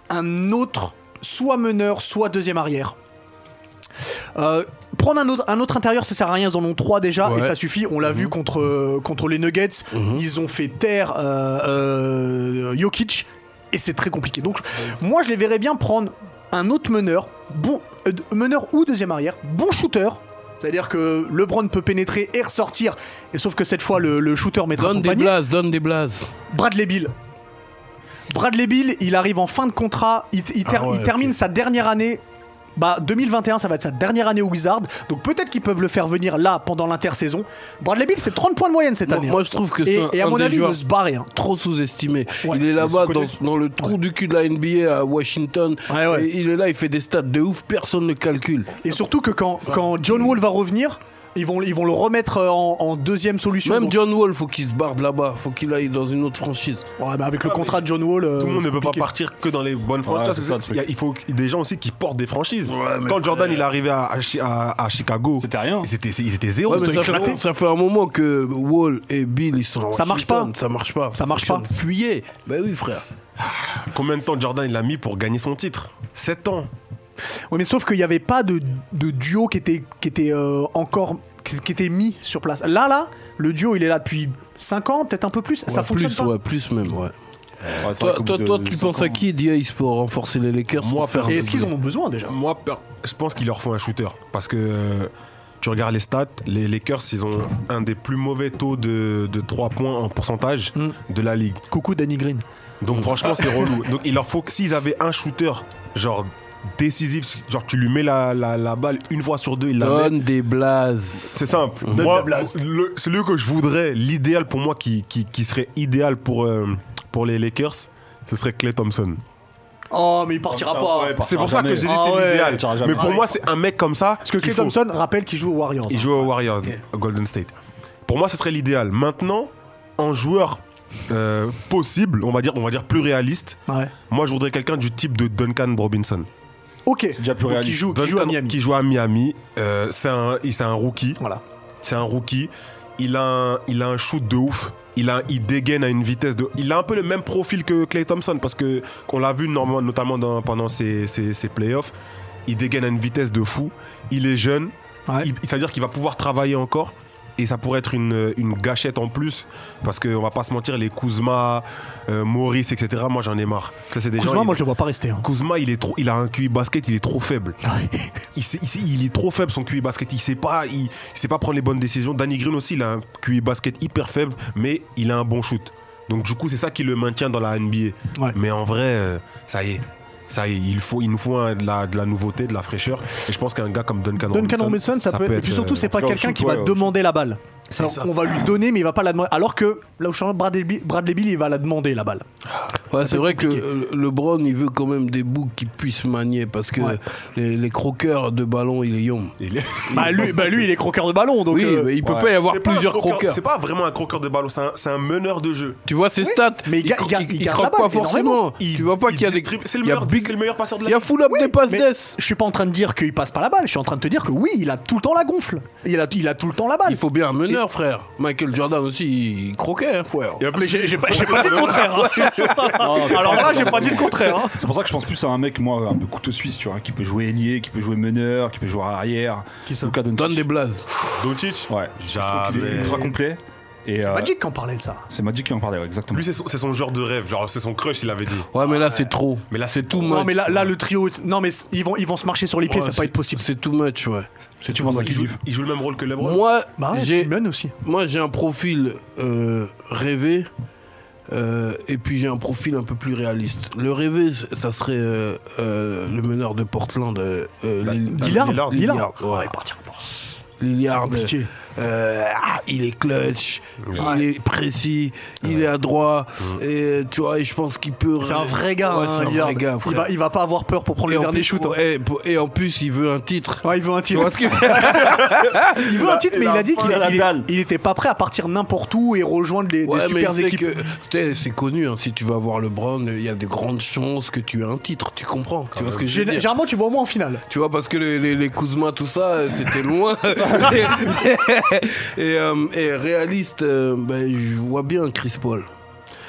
[SPEAKER 1] un autre, soit meneur, soit deuxième arrière. Euh, prendre un autre, un autre intérieur, ça sert à rien. Ils en ont trois déjà et
[SPEAKER 3] Ouais. Mhm.
[SPEAKER 1] ça suffit. On l'a vu contre, euh, contre les Nuggets. Ils ont fait taire euh, euh, Jokic et c'est très compliqué. Donc, je- moi, je les verrais bien prendre un autre meneur, bon euh, de- meneur ou deuxième arrière, bon shooter. C'est-à-dire que LeBron peut pénétrer et ressortir, et sauf que cette fois le, le shooter mettra
[SPEAKER 3] Donne
[SPEAKER 1] son
[SPEAKER 3] des
[SPEAKER 1] panier.
[SPEAKER 3] blases, donne des blases.
[SPEAKER 1] Bradley Bill. Bradley Bill, il arrive en fin de contrat, il, il ter-
[SPEAKER 3] Ah ouais,
[SPEAKER 1] il termine
[SPEAKER 3] ok.
[SPEAKER 1] sa dernière année. Bah 2021, ça va être sa dernière année au Wizard, donc peut-être qu'ils peuvent le faire venir là pendant l'intersaison. Bradley Bill, c'est 30 points de moyenne cette
[SPEAKER 3] Moi,
[SPEAKER 1] année.
[SPEAKER 3] moi,
[SPEAKER 1] hein.
[SPEAKER 3] je trouve que
[SPEAKER 1] et,
[SPEAKER 3] c'est un,
[SPEAKER 1] et à
[SPEAKER 3] un
[SPEAKER 1] mon
[SPEAKER 3] des
[SPEAKER 1] avis, il
[SPEAKER 3] joueurs
[SPEAKER 1] veut se barrer. hein.
[SPEAKER 3] trop sous-estimé.
[SPEAKER 1] Ouais,
[SPEAKER 3] il est là-bas
[SPEAKER 4] sous-côté.
[SPEAKER 3] dans, dans le trou du cul de la NBA à Washington.
[SPEAKER 1] Ouais, ouais.
[SPEAKER 3] Et il est là, il fait des stats de ouf, personne ne calcule.
[SPEAKER 1] Et surtout que quand, quand John Wall va revenir, ils vont, ils vont le remettre euh, en, en deuxième solution.
[SPEAKER 3] Même
[SPEAKER 1] donc-
[SPEAKER 3] John Wall, faut qu'il se barre de là-bas, faut qu'il aille dans une autre franchise.
[SPEAKER 1] Ouais, bah, avec le
[SPEAKER 4] Ah,
[SPEAKER 1] contrat de John Wall. euh,
[SPEAKER 4] Tout le monde ne peut pas partir que dans les bonnes franchises.
[SPEAKER 2] Ouais,
[SPEAKER 4] Tu
[SPEAKER 2] c'est
[SPEAKER 4] vois,
[SPEAKER 2] ça,
[SPEAKER 4] c'est-
[SPEAKER 2] le
[SPEAKER 4] il y a-
[SPEAKER 2] truc.
[SPEAKER 4] il faut qu'il y ait des gens aussi qui portent des franchises.
[SPEAKER 2] Ouais, mais
[SPEAKER 4] Quand
[SPEAKER 2] frère.
[SPEAKER 4] Jordan il est arrivé à, à Chi- à- à Chicago,
[SPEAKER 2] C'était rien.
[SPEAKER 4] ils étaient, ils étaient zéro,
[SPEAKER 3] Ouais,
[SPEAKER 4] ils
[SPEAKER 3] mais
[SPEAKER 4] étaient
[SPEAKER 3] ça, fait,
[SPEAKER 4] éclatés.
[SPEAKER 3] ça fait un moment que Wall et Bill ils sont. à
[SPEAKER 1] Ça marche
[SPEAKER 3] Washington,
[SPEAKER 1] pas.
[SPEAKER 3] Ça marche pas.
[SPEAKER 1] Ça marche pas.
[SPEAKER 3] fonctionne. Fuyez. Ben oui, frère.
[SPEAKER 4] Combien de temps Jordan il a mis pour gagner son titre 7 ans.
[SPEAKER 1] Oui, mais sauf qu'il n'y avait pas de, de duo qui était, qui était euh, encore qui, qui était mis sur place. Là, là, le duo, il est là depuis 5 ans, peut-être un peu plus. ça
[SPEAKER 3] Ouais,
[SPEAKER 1] fonctionne
[SPEAKER 3] plus,
[SPEAKER 1] pas.
[SPEAKER 3] ouais, plus même, ouais.
[SPEAKER 2] Ouais, c'est vrai
[SPEAKER 3] Toi,
[SPEAKER 2] qu'au
[SPEAKER 3] toi,
[SPEAKER 2] bout de-
[SPEAKER 3] toi,
[SPEAKER 2] de
[SPEAKER 3] tu
[SPEAKER 2] cinq
[SPEAKER 3] penses à
[SPEAKER 2] ans-
[SPEAKER 3] qui, D.A.C. pour renforcer les Lakers
[SPEAKER 4] Moi,
[SPEAKER 3] pour faire
[SPEAKER 1] Et
[SPEAKER 3] le
[SPEAKER 1] est-ce qu'ils en
[SPEAKER 3] doublé
[SPEAKER 1] ont besoin déjà
[SPEAKER 4] Moi, per- je pense qu'il leur faut un shooter. Parce que euh, tu regardes les stats, les Lakers, ils ont un des plus mauvais taux de, de 3 points en pourcentage
[SPEAKER 1] Mm.
[SPEAKER 4] de la ligue.
[SPEAKER 1] Coucou Danny Green.
[SPEAKER 4] Donc franchement, c'est relou. Donc il leur faut que s'ils avaient un shooter, genre décisif, genre tu lui mets la, la, la balle une fois sur deux, il la met.
[SPEAKER 3] Donne des blazes.
[SPEAKER 4] C'est simple.
[SPEAKER 1] Donne
[SPEAKER 4] Moi,
[SPEAKER 1] la blase.
[SPEAKER 4] le, celui que je voudrais, l'idéal pour moi qui, qui, qui serait idéal pour, euh, pour les Lakers, ce serait Clay Thompson.
[SPEAKER 1] Oh, mais il partira pas.
[SPEAKER 2] ouais, partira
[SPEAKER 4] C'est pour ça que
[SPEAKER 2] jamais.
[SPEAKER 4] j'ai dit
[SPEAKER 1] Ah
[SPEAKER 4] c'est
[SPEAKER 1] ouais.
[SPEAKER 4] l'idéal.
[SPEAKER 2] Partira jamais.
[SPEAKER 4] Mais pour
[SPEAKER 2] Ouais.
[SPEAKER 4] moi, c'est un mec comme ça.
[SPEAKER 1] Parce que
[SPEAKER 4] qu'il
[SPEAKER 1] Clay
[SPEAKER 4] faut-
[SPEAKER 1] Thompson, rappelle qu'il joue aux Warriors. hein.
[SPEAKER 4] Il joue aux Warriors, à Golden State. Pour moi, ce serait l'idéal. Maintenant, en joueur euh, possible, on va dire, on va dire plus réaliste.
[SPEAKER 1] Ouais.
[SPEAKER 4] Moi, je voudrais quelqu'un du type de Duncan Robinson.
[SPEAKER 1] Ok.
[SPEAKER 2] C'est déjà plus
[SPEAKER 1] Donc, il
[SPEAKER 2] réaliste.
[SPEAKER 1] joue, qui
[SPEAKER 4] Duncan
[SPEAKER 1] joue à Miami.
[SPEAKER 4] Qui joue à Miami. Euh, c'est un, il- c'est un rookie.
[SPEAKER 1] Voilà.
[SPEAKER 4] C'est un rookie. Il a un, il a un shoot de ouf. Il, a, il dégaine à une vitesse de. Il a un peu le même profil que Clay Thompson parce que on l'a vu normalement- notamment dans- pendant ses, ses- ses playoffs. Il dégaine à une vitesse de fou. Il est jeune.
[SPEAKER 1] Ouais.
[SPEAKER 4] Il- C'est-à-dire qu'il va pouvoir travailler encore. Et ça pourrait être une, une gâchette en plus. Parce qu'on va pas se mentir, les Kuzma, euh, Maurice, etc. Moi, j'en ai marre. Ça, c'est des
[SPEAKER 1] Kuzma,
[SPEAKER 4] gens.
[SPEAKER 1] moi,
[SPEAKER 4] ils-
[SPEAKER 1] je le vois pas rester. hein.
[SPEAKER 4] Kuzma, il, est trop, il a un QI basket, il est trop faible. Il, sait- il sait- il est trop faible son QI basket. Il sait pas, il, il sait pas prendre les bonnes décisions. Danny Green aussi, il a un QI basket hyper faible, mais il a un bon shoot. Donc du coup, c'est ça qui le maintient dans la NBA.
[SPEAKER 1] Ouais.
[SPEAKER 4] Mais en vrai, euh, ça y est, ça y est, il faut, il nous faut un- de, la, de la nouveauté, de la fraîcheur. Et je pense qu'un gars comme Duncan,
[SPEAKER 1] Duncan Robinson, ça, peut, être. Et puis surtout,
[SPEAKER 4] euh,
[SPEAKER 1] c'est pas
[SPEAKER 2] dans le
[SPEAKER 1] quelqu'un
[SPEAKER 2] shoot,
[SPEAKER 1] qui va
[SPEAKER 2] ouais, ouais.
[SPEAKER 1] demander la balle.
[SPEAKER 4] C'est
[SPEAKER 1] Alors,
[SPEAKER 4] ça.
[SPEAKER 1] on va lui donner, mais il va pas la demander. Alors que là où je suis en train, Bradley Bill- Bradley Bill, il va la demander la balle.
[SPEAKER 3] Ouais, c'est vrai
[SPEAKER 1] compliqué.
[SPEAKER 3] que euh, LeBron, il veut quand même des boucs qui puissent manier parce que
[SPEAKER 1] Ouais.
[SPEAKER 3] les, les croqueurs de ballon, il est yom.
[SPEAKER 4] il est-
[SPEAKER 1] Bah lui, bah lui, il est croqueur de ballon, donc.
[SPEAKER 3] oui,
[SPEAKER 1] euh,
[SPEAKER 3] mais il peut
[SPEAKER 2] ouais.
[SPEAKER 3] pas y avoir
[SPEAKER 4] c'est pas un
[SPEAKER 3] plusieurs
[SPEAKER 4] croqueur-
[SPEAKER 3] croqueurs.
[SPEAKER 4] C'est pas vraiment un croqueur de ballon, c'est un, c'est un meneur de jeu.
[SPEAKER 3] Tu vois ses stats,
[SPEAKER 1] mais il ga-
[SPEAKER 3] cro-
[SPEAKER 1] il ga- il garde la
[SPEAKER 3] croque
[SPEAKER 1] balle
[SPEAKER 3] pas forcément. tu vois pas qu'il y a des.
[SPEAKER 4] distribue- C'est le,
[SPEAKER 3] il y a
[SPEAKER 4] meilleur-
[SPEAKER 3] big-
[SPEAKER 4] c'est le meilleur passeur de la
[SPEAKER 3] Il y a full up des passes
[SPEAKER 1] mais
[SPEAKER 3] d'ess.
[SPEAKER 1] Je suis pas en train de dire qu'il passe pas la balle, je suis en train de te dire que oui, il a tout le temps la gonfle. Il a, il a tout le temps la balle.
[SPEAKER 3] Il faut bien un meneur, frère. Michael Jordan aussi, il croquait, hein, frère.
[SPEAKER 1] Ah, mais j'ai j'ai pas, j'ai pas dit le contraire. hein.
[SPEAKER 2] Non, c'est
[SPEAKER 1] Alors
[SPEAKER 2] pas-
[SPEAKER 1] là, j'ai pas dit le contraire. hein.
[SPEAKER 2] C'est pour ça que je pense plus à un mec, moi, un peu couteau suisse, tu vois, qui peut jouer ailier, qui peut jouer meneur, qui peut jouer arrière. Qui
[SPEAKER 1] ça
[SPEAKER 2] Luka Doncic.
[SPEAKER 3] Donne des blazes.
[SPEAKER 4] Doncic
[SPEAKER 2] Ouais, je trouve qu'il est
[SPEAKER 4] Jamais.
[SPEAKER 2] ultra complet. Et,
[SPEAKER 1] C'est
[SPEAKER 2] euh,
[SPEAKER 1] Magic qui en parlait de ça.
[SPEAKER 2] C'est Magic qui en parlait, ouais, exactement.
[SPEAKER 4] Lui, c'est son, c'est son genre de rêve, genre c'est son crush, il avait dit.
[SPEAKER 3] Ouais, mais là, c'est trop.
[SPEAKER 4] Mais là, c'est tout.
[SPEAKER 3] Too
[SPEAKER 1] Non
[SPEAKER 3] much.
[SPEAKER 1] mais là, là, le trio, non mais ils vont, ils vont se marcher sur les pieds,
[SPEAKER 3] Ouais,
[SPEAKER 1] ça va pas
[SPEAKER 3] c'est-
[SPEAKER 1] être possible.
[SPEAKER 3] C'est too much, ouais.
[SPEAKER 2] Si tu penses à qui
[SPEAKER 4] Il joue,
[SPEAKER 2] Juif
[SPEAKER 4] il joue le même rôle que LeBron.
[SPEAKER 3] Moi,
[SPEAKER 1] Bah ouais,
[SPEAKER 3] j'ai
[SPEAKER 1] Simon aussi.
[SPEAKER 3] moi j'ai un profil euh, rêvé euh, et puis j'ai un profil un peu plus réaliste. Le rêvé, c- ça serait euh, euh, le meneur de Portland, euh, euh, Lil-
[SPEAKER 4] Bah,
[SPEAKER 1] Lillard, Lillard,
[SPEAKER 4] Lillard,
[SPEAKER 1] Ah,
[SPEAKER 3] Lillard, ouais.
[SPEAKER 1] Ouais, il partira pas.
[SPEAKER 3] Lillard,
[SPEAKER 1] compliqué.
[SPEAKER 3] euh, euh, ah, il est clutch, il est précis, il est adroit.
[SPEAKER 1] Mm.
[SPEAKER 3] Et tu vois, et je pense qu'il peut.
[SPEAKER 1] C'est un vrai gars,
[SPEAKER 3] Ouais,
[SPEAKER 1] hein,
[SPEAKER 3] c'est un
[SPEAKER 1] Lillard.
[SPEAKER 3] vrai gars,
[SPEAKER 1] il,
[SPEAKER 3] frère.
[SPEAKER 1] va, il va pas avoir peur pour prendre
[SPEAKER 3] Et
[SPEAKER 1] le
[SPEAKER 3] en
[SPEAKER 1] dernier
[SPEAKER 3] plus-
[SPEAKER 1] shoot. hein.
[SPEAKER 3] ouais, pour- Et en plus, il veut un titre.
[SPEAKER 1] Ouais, il veut un
[SPEAKER 3] Tu
[SPEAKER 1] titre.
[SPEAKER 3] vois ce que
[SPEAKER 1] Il veut un titre, mais il a dit qu'il
[SPEAKER 2] la
[SPEAKER 1] il-
[SPEAKER 2] dalle.
[SPEAKER 1] il était pas prêt à partir n'importe où et rejoindre les, des
[SPEAKER 3] Ouais, mais
[SPEAKER 1] super
[SPEAKER 3] tu sais
[SPEAKER 1] équipes.
[SPEAKER 3] que- putain, c'est connu, hein, si tu vas voir LeBron, il y a de grandes chances que tu aies un titre, tu comprends Tu vois ce que je veux
[SPEAKER 1] Gén-
[SPEAKER 3] dire
[SPEAKER 1] Généralement, tu vois au moins en finale.
[SPEAKER 3] Tu vois, parce que les, les, les Kuzma, tout ça, euh, c'était loin. et, euh, et réaliste, euh, ben, je vois bien Chris Paul.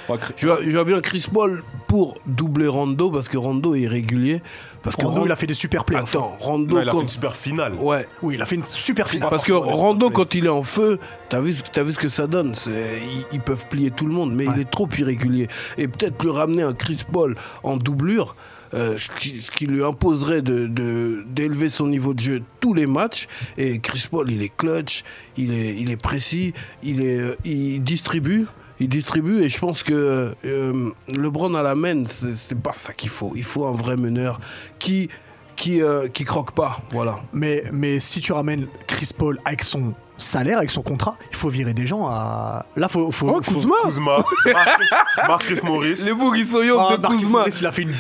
[SPEAKER 2] Ouais, cr-
[SPEAKER 3] Je vois, je vois bien Chris Paul pour doubler Rando, parce que Rando est régulier. Parce que
[SPEAKER 1] Rondo, il a fait des super plays.
[SPEAKER 3] Attends, Rando,
[SPEAKER 4] Non, il a fait
[SPEAKER 3] quand-
[SPEAKER 4] une super finale.
[SPEAKER 3] Ouais,
[SPEAKER 1] Oui, il a fait une super finale.
[SPEAKER 3] parce que Rando, quand il est en feu, t'as vu, ce- t'as vu ce que ça donne. c'est- Ils, ils peuvent plier tout le monde, mais il est trop irrégulier. Et peut-être lui ramener un Chris Paul en doublure, euh, ce, qui, ce qui lui imposerait de- de- d'élever son niveau de jeu tous les matchs. Et Chris Paul, il est clutch, il est, il est précis, il, est, euh, il distribue. Il distribue et je pense que euh, LeBron à la main, c'est c'est pas ça qu'il faut. Il faut un vrai meneur qui qui euh, qui croque pas, voilà.
[SPEAKER 1] Mais, mais si tu ramènes Chris Paul avec son salaire, avec son contrat, il faut virer des gens à. Là, faut. faut,
[SPEAKER 3] Oh,
[SPEAKER 1] faut-
[SPEAKER 3] Kuzma
[SPEAKER 4] Kuzma, Marc- Marc-Riff Maurice,
[SPEAKER 3] Les bougies soyons
[SPEAKER 1] Ah,
[SPEAKER 3] de
[SPEAKER 1] Marc
[SPEAKER 3] Kuzma.
[SPEAKER 1] Morris, il a fait une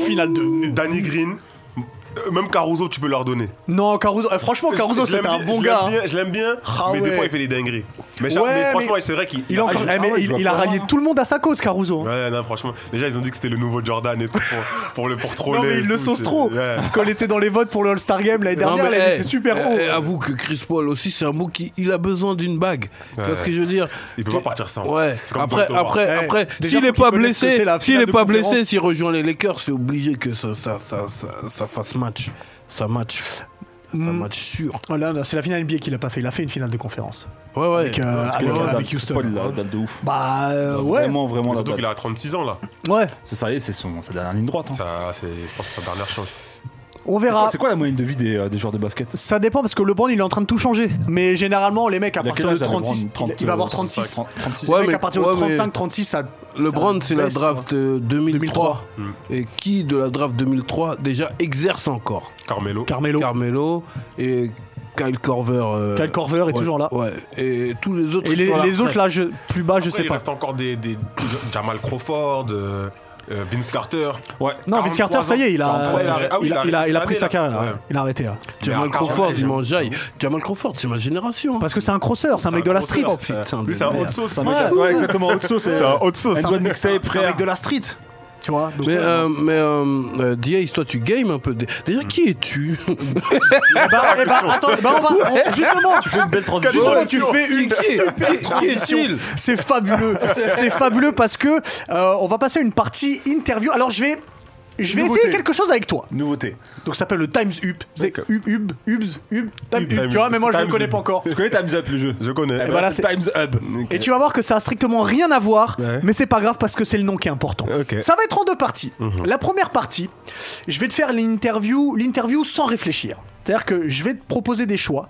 [SPEAKER 1] finale de.
[SPEAKER 4] Danny Green, euh, même Caruso, tu peux leur donner.
[SPEAKER 1] Non, Caruso. eh, franchement, Caruso,
[SPEAKER 4] Je l'aime
[SPEAKER 1] c'était un
[SPEAKER 4] bien-
[SPEAKER 1] bon
[SPEAKER 4] je
[SPEAKER 1] gars.
[SPEAKER 4] l'aime
[SPEAKER 1] hein.
[SPEAKER 4] bien- Je l'aime bien,
[SPEAKER 1] Ah
[SPEAKER 4] mais des
[SPEAKER 1] ouais.
[SPEAKER 4] fois il fait des dingueries. Mais, Charles-
[SPEAKER 1] Ouais,
[SPEAKER 4] mais franchement,
[SPEAKER 1] mais-
[SPEAKER 4] c'est vrai qu'il
[SPEAKER 1] Il a, encore-
[SPEAKER 2] je-
[SPEAKER 1] eh, mais
[SPEAKER 2] ah ouais, je
[SPEAKER 1] il-
[SPEAKER 2] vois
[SPEAKER 1] il a
[SPEAKER 2] pas.
[SPEAKER 1] rallié tout le monde à sa cause, Caruso. hein.
[SPEAKER 4] Ouais, non, franchement, déjà ils ont dit que c'était le nouveau Jordan et tout pour, pour le pour troller.
[SPEAKER 1] Non, mais
[SPEAKER 4] et
[SPEAKER 1] il le
[SPEAKER 4] tout,
[SPEAKER 1] sauce
[SPEAKER 4] Oh, c'est-
[SPEAKER 1] trop.
[SPEAKER 4] ouais.
[SPEAKER 1] Quand il était dans les votes pour le All-Star Game l'année dernière,
[SPEAKER 3] Non, mais,
[SPEAKER 1] il
[SPEAKER 3] eh,
[SPEAKER 1] était super
[SPEAKER 3] eh,
[SPEAKER 1] haut.
[SPEAKER 3] eh, avoue que Chris Paul aussi, c'est un mot qui. Il a besoin d'une bague. Tu
[SPEAKER 4] Ouais.
[SPEAKER 3] vois ce que je veux dire
[SPEAKER 4] Il peut pas partir sans.
[SPEAKER 3] Ouais.
[SPEAKER 4] C'est comme
[SPEAKER 3] Après,
[SPEAKER 4] Paul Thomas.
[SPEAKER 3] après,
[SPEAKER 1] Eh,
[SPEAKER 3] après,
[SPEAKER 1] déjà,
[SPEAKER 3] s'il
[SPEAKER 1] faut
[SPEAKER 3] est
[SPEAKER 1] qu'il
[SPEAKER 3] pas
[SPEAKER 1] connaisse ce que c'est
[SPEAKER 3] blessé,
[SPEAKER 1] la
[SPEAKER 3] s'il
[SPEAKER 1] finale
[SPEAKER 3] est
[SPEAKER 1] de
[SPEAKER 3] pas
[SPEAKER 1] conférence.
[SPEAKER 3] blessé, s'il rejoint les Lakers, c'est obligé que ça, ça, ça, ça, ça fasse match. Ça match. Ça
[SPEAKER 1] Mm.
[SPEAKER 3] match sûr.
[SPEAKER 1] Oh là, non, c'est la finale NBA qu'il a pas fait. Il a fait une finale de conférence.
[SPEAKER 3] Ouais, ouais.
[SPEAKER 1] Avec, euh,
[SPEAKER 2] parce que
[SPEAKER 1] avec-
[SPEAKER 2] la dalle,
[SPEAKER 1] avec
[SPEAKER 2] Chris
[SPEAKER 1] Houston.
[SPEAKER 2] Paul, la dalle de ouf.
[SPEAKER 1] Bah euh, ouais.
[SPEAKER 2] Vraiment, vraiment. la
[SPEAKER 4] Surtout
[SPEAKER 2] dalle.
[SPEAKER 4] qu'il a 36 ans là.
[SPEAKER 1] Ouais.
[SPEAKER 2] C'est ça, y est, c'est son- sa dernière ligne droite. hein.
[SPEAKER 4] Ça, c'est, je pense que c'est sa dernière chose.
[SPEAKER 1] On
[SPEAKER 2] C'est quoi-
[SPEAKER 1] verra.
[SPEAKER 2] C'est quoi la moyenne de vie des, euh, des joueurs de basket
[SPEAKER 1] Ça dépend parce que LeBron il est en train de tout changer. Mais généralement les mecs à
[SPEAKER 2] Il a
[SPEAKER 1] partir de
[SPEAKER 2] quel âge, là, LeBron
[SPEAKER 1] 36, il- il va avoir 36.
[SPEAKER 2] 35, 36.
[SPEAKER 1] Les
[SPEAKER 3] Ouais,
[SPEAKER 1] mecs
[SPEAKER 3] mais-
[SPEAKER 1] à partir de
[SPEAKER 3] ouais, mais-
[SPEAKER 1] 35, 36, ça.
[SPEAKER 3] LeBron,
[SPEAKER 1] ça
[SPEAKER 3] c'est la
[SPEAKER 1] baisse,
[SPEAKER 3] draft euh, 2003.
[SPEAKER 1] 2003.
[SPEAKER 3] Et qui de la draft 2003 déjà exerce encore
[SPEAKER 4] Carmelo.
[SPEAKER 1] Carmelo.
[SPEAKER 3] Carmelo et Kyle Corver. euh,
[SPEAKER 1] Kyle Korver est
[SPEAKER 3] ouais,
[SPEAKER 1] toujours là.
[SPEAKER 3] Ouais. Et tous les autres.
[SPEAKER 1] Et
[SPEAKER 3] ils sont
[SPEAKER 1] les,
[SPEAKER 3] à la
[SPEAKER 1] les autres
[SPEAKER 3] retraite.
[SPEAKER 1] là, je, plus bas, je
[SPEAKER 4] Après,
[SPEAKER 1] sais
[SPEAKER 4] Ah il
[SPEAKER 1] pas.
[SPEAKER 4] reste encore des, des- Jamal Crawford, euh, euh, Vince Carter.
[SPEAKER 2] Ouais.
[SPEAKER 1] Non, Vince Carter,
[SPEAKER 4] 43
[SPEAKER 1] ça y est, il a,
[SPEAKER 4] ans. Ouais, il a- ah oui,
[SPEAKER 1] il a,
[SPEAKER 4] il a
[SPEAKER 1] il a- il a
[SPEAKER 4] arrêté
[SPEAKER 1] pris sa
[SPEAKER 4] cette
[SPEAKER 1] carrière.
[SPEAKER 4] année, là.
[SPEAKER 1] ouais. Il a arrêté. ouais.
[SPEAKER 3] Jamal
[SPEAKER 4] Mais à
[SPEAKER 3] Crawford,
[SPEAKER 4] Carmelo,
[SPEAKER 3] il m'enjaille. Jamal Crawford, c'est ma génération.
[SPEAKER 1] Parce que c'est un crosser, c'est un mec de la street.
[SPEAKER 4] crosseur.
[SPEAKER 1] C'est
[SPEAKER 3] putain
[SPEAKER 4] C'est-
[SPEAKER 3] de
[SPEAKER 4] Lui, c'est un
[SPEAKER 3] merde.
[SPEAKER 4] hot sauce.
[SPEAKER 2] C'est un
[SPEAKER 4] mec.
[SPEAKER 2] mec à- ouais, exactement. Haute sauce. C'est un haute sauce. doigt de mixtape,
[SPEAKER 1] un
[SPEAKER 2] frère.
[SPEAKER 1] mec de la street. Tu vois donc-
[SPEAKER 3] Mais, euh, mais euh, euh, DA, toi, tu game un peu. Déjà, qui es-tu
[SPEAKER 1] Eh ben, eh ben, attends, eh ben, on va. on- justement, tu fais une belle transition. tu fais une
[SPEAKER 3] Qui est-il
[SPEAKER 1] C'est fabuleux. C'est fabuleux parce que euh, on va passer à une partie interview. Alors je vais je vais
[SPEAKER 2] Nouveauté.
[SPEAKER 1] essayer quelque chose avec toi.
[SPEAKER 2] Nouveauté.
[SPEAKER 1] Donc ça s'appelle le Times Up. C'est
[SPEAKER 2] D'accord.
[SPEAKER 1] Hub, Hub, Hubs, Hub, Times Up. Tu vois, mais moi je ne le connais pas encore.
[SPEAKER 2] Je connais Time's Up le jeu.
[SPEAKER 4] Je connais.
[SPEAKER 2] Eh ben
[SPEAKER 1] ben
[SPEAKER 2] là,
[SPEAKER 1] là,
[SPEAKER 2] c'est
[SPEAKER 1] c'est-
[SPEAKER 2] Time's Up.
[SPEAKER 1] Et tu vas voir que ça a strictement rien à voir,
[SPEAKER 4] Ouais.
[SPEAKER 1] mais c'est pas grave parce que c'est le nom qui est important.
[SPEAKER 4] Ok.
[SPEAKER 1] Ça va être en deux parties.
[SPEAKER 2] Mhm.
[SPEAKER 1] La première partie, je vais te faire l'interview, l'interview sans réfléchir. C'est-à-dire que je vais te proposer des choix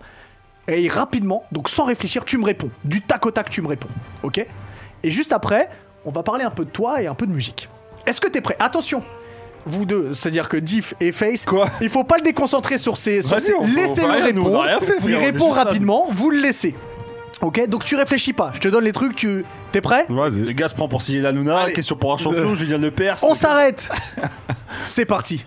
[SPEAKER 1] et rapidement, donc sans réfléchir, tu me réponds. Du tac au tac, tu me réponds. Ok Et juste après, on va parler un peu de toi et un peu de musique. Est-ce que t'es prêt Attention vous deux, c'est-à-dire que Diff et Face,
[SPEAKER 2] Quoi
[SPEAKER 1] il faut pas le déconcentrer sur ces. sur
[SPEAKER 2] Vas-y,
[SPEAKER 1] ces-
[SPEAKER 2] on- on-
[SPEAKER 1] Laissez-le
[SPEAKER 2] rien, nous, on
[SPEAKER 1] répondre.
[SPEAKER 2] a rien fait, frère,
[SPEAKER 1] il
[SPEAKER 2] on est
[SPEAKER 1] répond
[SPEAKER 2] juste là.
[SPEAKER 1] rapidement, vous le laissez. Ok, donc tu réfléchis pas. Je te donne les trucs, tu. T'es prêt
[SPEAKER 2] Le gars se prend pour Cyril Hanouna. Question pour un champion, Julien Lepers.
[SPEAKER 1] On s'arrête C'est parti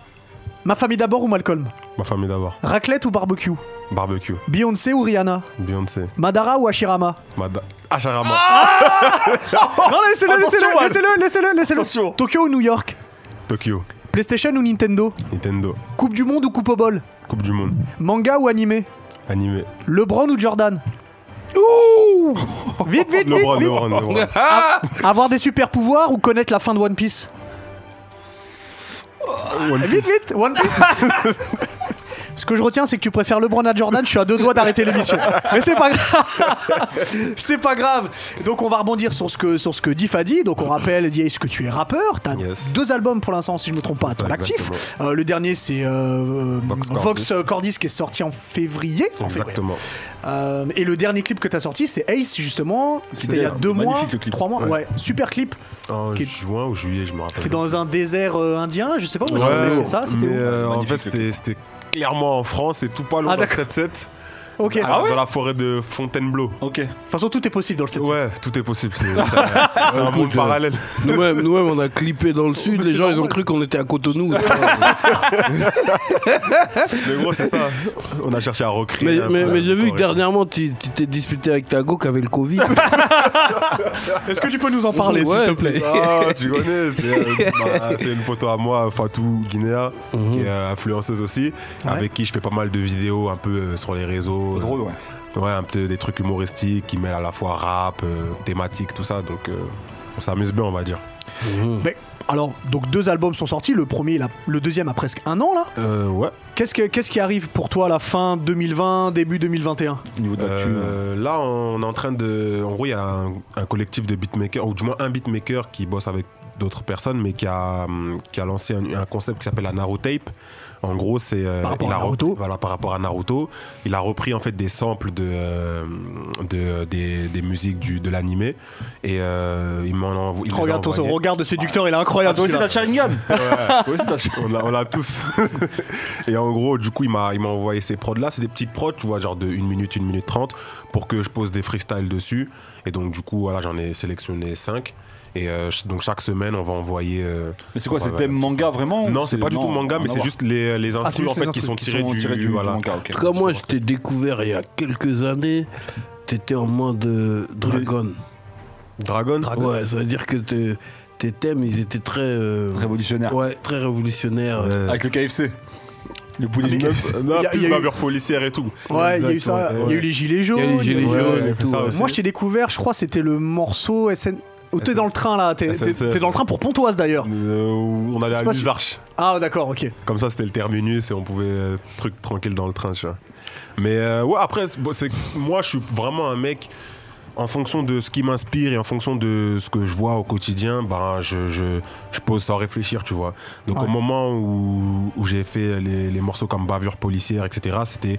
[SPEAKER 1] Ma famille d'abord ou Malcolm
[SPEAKER 4] Ma famille d'abord.
[SPEAKER 1] Raclette ou barbecue
[SPEAKER 4] Barbecue.
[SPEAKER 1] Beyoncé ou Rihanna
[SPEAKER 4] Beyoncé. Ah,
[SPEAKER 1] Madara ou Ashirama
[SPEAKER 4] Mada. Acharama.
[SPEAKER 1] Ah Non, laissez-le, laissez-le,
[SPEAKER 2] Oh Attention, Wal.
[SPEAKER 1] laissez-le, laissez-le,
[SPEAKER 2] Attention.
[SPEAKER 1] laissez-le Tokyo ou New York
[SPEAKER 4] Tokyo.
[SPEAKER 1] PlayStation ou Nintendo
[SPEAKER 4] Nintendo.
[SPEAKER 1] Coupe du monde ou Coupe au bol
[SPEAKER 4] Coupe du monde.
[SPEAKER 1] Manga ou animé
[SPEAKER 4] Animé.
[SPEAKER 1] LeBron ou Jordan Ouh Vite, vite, vite,
[SPEAKER 4] LeBron,
[SPEAKER 1] vite.
[SPEAKER 4] LeBron, LeBron.
[SPEAKER 1] Avoir des super pouvoirs ou connaître la fin de One Piece
[SPEAKER 4] One
[SPEAKER 1] Vite, vite, One Piece. Ce que je retiens, c'est que tu préfères LeBron à Jordan. Je suis à deux doigts d'arrêter l'émission. Mais c'est pas grave. c'est pas grave. Donc, on va rebondir sur ce que, sur ce que Diff a dit. Donc, on rappelle, Diff, que tu es rappeur. T'as
[SPEAKER 4] Yes.
[SPEAKER 1] deux albums pour l'instant, si je me trompe pas, à
[SPEAKER 4] ça,
[SPEAKER 1] ton actif.
[SPEAKER 4] exactement.
[SPEAKER 1] Euh, le dernier, c'est euh,
[SPEAKER 4] Vox Cordis.
[SPEAKER 1] Vox Cordis qui est sorti en février. En février.
[SPEAKER 4] Exactement.
[SPEAKER 1] Euh, et le dernier clip que t'as sorti, c'est Ace, justement, qui était il y a
[SPEAKER 2] d'ailleurs
[SPEAKER 1] deux mois,
[SPEAKER 2] magnifique, le clip.
[SPEAKER 1] trois mois. Ouais, super clip.
[SPEAKER 4] En
[SPEAKER 1] Qui est-
[SPEAKER 4] juin ou juillet, je me rappelle.
[SPEAKER 1] Ah, Qui est dans un désert euh, indien. Je sais pas où est-ce que vous avez
[SPEAKER 4] Ouais,
[SPEAKER 1] fait ça. C'était
[SPEAKER 4] mais
[SPEAKER 1] où
[SPEAKER 4] euh, en fait,
[SPEAKER 2] Magnifique.
[SPEAKER 4] c'était c'était clairement en France et tout pas loin
[SPEAKER 1] Ah,
[SPEAKER 4] dans le
[SPEAKER 1] d'accord.
[SPEAKER 4] 7-7.
[SPEAKER 1] Ok.
[SPEAKER 4] Ah,
[SPEAKER 2] Ah ouais
[SPEAKER 4] Dans la forêt de Fontainebleau.
[SPEAKER 2] Ok.
[SPEAKER 1] De toute façon, tout est possible dans le 7
[SPEAKER 4] Ouais, tout est possible. C'est c'est un
[SPEAKER 1] euh,
[SPEAKER 4] monde parallèle.
[SPEAKER 3] Nous-mêmes, nous-mêmes, on a clippé dans le sud. Les gens, ils ont cru qu'on était à Cotonou.
[SPEAKER 4] Mais gros, c'est ça. On a cherché à recréer.
[SPEAKER 3] mais
[SPEAKER 4] un
[SPEAKER 3] mais,
[SPEAKER 4] peu
[SPEAKER 3] mais j'ai
[SPEAKER 4] la
[SPEAKER 3] vu que
[SPEAKER 4] forêt.
[SPEAKER 3] dernièrement, tu tu t'es disputé avec ta go qui avait le Covid.
[SPEAKER 1] Est-ce que tu peux nous en parler,
[SPEAKER 3] Ouais,
[SPEAKER 1] s'il te plaît
[SPEAKER 4] Ah, tu connais, c'est euh, bah, c'est une photo à moi, Fatou Guinea,
[SPEAKER 1] Mhm.
[SPEAKER 4] qui est euh, influenceuse aussi, avec qui je fais pas mal de vidéos un peu euh, sur les réseaux.
[SPEAKER 2] Drôle, ouais.
[SPEAKER 4] Ouais, un peu des trucs humoristiques qui mêlent à la fois rap, euh, thématique, tout ça. Donc, euh, on s'amuse bien, on va dire.
[SPEAKER 1] Mais, Alors, donc deux albums sont sortis. Le premier, il a- le deuxième a presque un an, là.
[SPEAKER 4] Euh, ouais.
[SPEAKER 1] Qu'est-ce, que- qu'est-ce qui arrive pour toi à la fin 2020, début 2021
[SPEAKER 2] Au niveau de la thune.
[SPEAKER 4] Euh, là, on est en train de. En gros, il y a un, un collectif de beatmakers, ou du moins un beatmaker qui bosse avec d'autres personnes, mais qui a, hum, qui a lancé un, un concept qui s'appelle la Narutotape. En gros, c'est. euh,
[SPEAKER 1] Par rapport
[SPEAKER 4] il
[SPEAKER 1] à
[SPEAKER 4] a
[SPEAKER 1] Naruto.
[SPEAKER 4] repris- voilà, par rapport à Naruto. Il a repris en fait des samples de, euh, de, des, des musiques du, de l'animé. Et euh, il m'en envoie. il les a
[SPEAKER 1] Regarde ton
[SPEAKER 4] envoyés.
[SPEAKER 1] regard de séducteur, il est incroyable. celui-là.
[SPEAKER 2] Sharingan
[SPEAKER 4] Ouais, on l'a- on l'a tous. et en gros, du coup, il m'a il m'a envoyé ces prods là. C'est des petites prods, tu vois, genre de 1 minute, 1 minute 30 pour que je pose des freestyles dessus. Et donc, du coup, voilà, j'en ai sélectionné 5. Et euh, ch- donc, chaque semaine, on va envoyer. euh,
[SPEAKER 2] Mais c'est quoi,
[SPEAKER 4] on
[SPEAKER 2] c'est
[SPEAKER 4] va-
[SPEAKER 2] thème manga vraiment ou
[SPEAKER 4] Non, c'est pas du tout
[SPEAKER 2] non,
[SPEAKER 4] manga,
[SPEAKER 2] rien
[SPEAKER 4] mais
[SPEAKER 2] à
[SPEAKER 4] c'est
[SPEAKER 2] voir.
[SPEAKER 4] Ah, juste les, euh, les instrus,
[SPEAKER 1] c'est juste
[SPEAKER 4] en fait,
[SPEAKER 1] les
[SPEAKER 4] qui sont
[SPEAKER 2] Qui
[SPEAKER 4] tirés,
[SPEAKER 2] sont
[SPEAKER 4] du,
[SPEAKER 2] tirés du, du
[SPEAKER 4] voilà.
[SPEAKER 2] manga, ok.
[SPEAKER 3] En tout cas, moi, je t'ai découvert il y a quelques années. T'étais en mode euh, dragon.
[SPEAKER 4] Dragon.
[SPEAKER 3] Ouais, ça veut dire que tes- tes thèmes, ils étaient très. euh,
[SPEAKER 2] Révolutionnaire.
[SPEAKER 3] Ouais, très révolutionnaires. euh,
[SPEAKER 2] Avec le KFC. Le
[SPEAKER 4] Ah,
[SPEAKER 2] bout du KFC.
[SPEAKER 4] Non,
[SPEAKER 1] Il y a-
[SPEAKER 4] plus
[SPEAKER 1] il y a
[SPEAKER 4] de
[SPEAKER 1] eu-
[SPEAKER 4] bavure policière et tout.
[SPEAKER 1] Ouais, il y a eu ça.
[SPEAKER 4] Exactement,
[SPEAKER 1] Il y a eu les gilets jaunes.
[SPEAKER 3] Il y a les gilets
[SPEAKER 4] ouais,
[SPEAKER 3] jaunes
[SPEAKER 4] ouais,
[SPEAKER 3] et tout.
[SPEAKER 4] ça
[SPEAKER 3] ouais.
[SPEAKER 4] aussi.
[SPEAKER 1] Moi, je t'ai découvert, je crois, c'était le morceau SN. Ou t'es
[SPEAKER 4] SNCF.
[SPEAKER 1] dans le train là, t'es, t'es-
[SPEAKER 4] SNCF.
[SPEAKER 1] t'es dans le train pour Pontoise d'ailleurs.
[SPEAKER 4] Euh, on allait
[SPEAKER 1] C'est
[SPEAKER 4] à
[SPEAKER 1] pas su-
[SPEAKER 4] l'usarche.
[SPEAKER 1] Ah d'accord, ok.
[SPEAKER 4] Comme ça, c'était le terminus et on pouvait euh, truc tranquille dans le train, tu vois. Mais euh, ouais, après, c'est- bon, c'est moi, je suis vraiment un mec. En fonction de ce qui m'inspire et en fonction de ce que je vois au quotidien, ben je, je, je pose sans réfléchir, tu vois. Donc au
[SPEAKER 1] Ouais.
[SPEAKER 4] moment où, où j'ai fait les, les morceaux comme Bavure policière, etc., c'était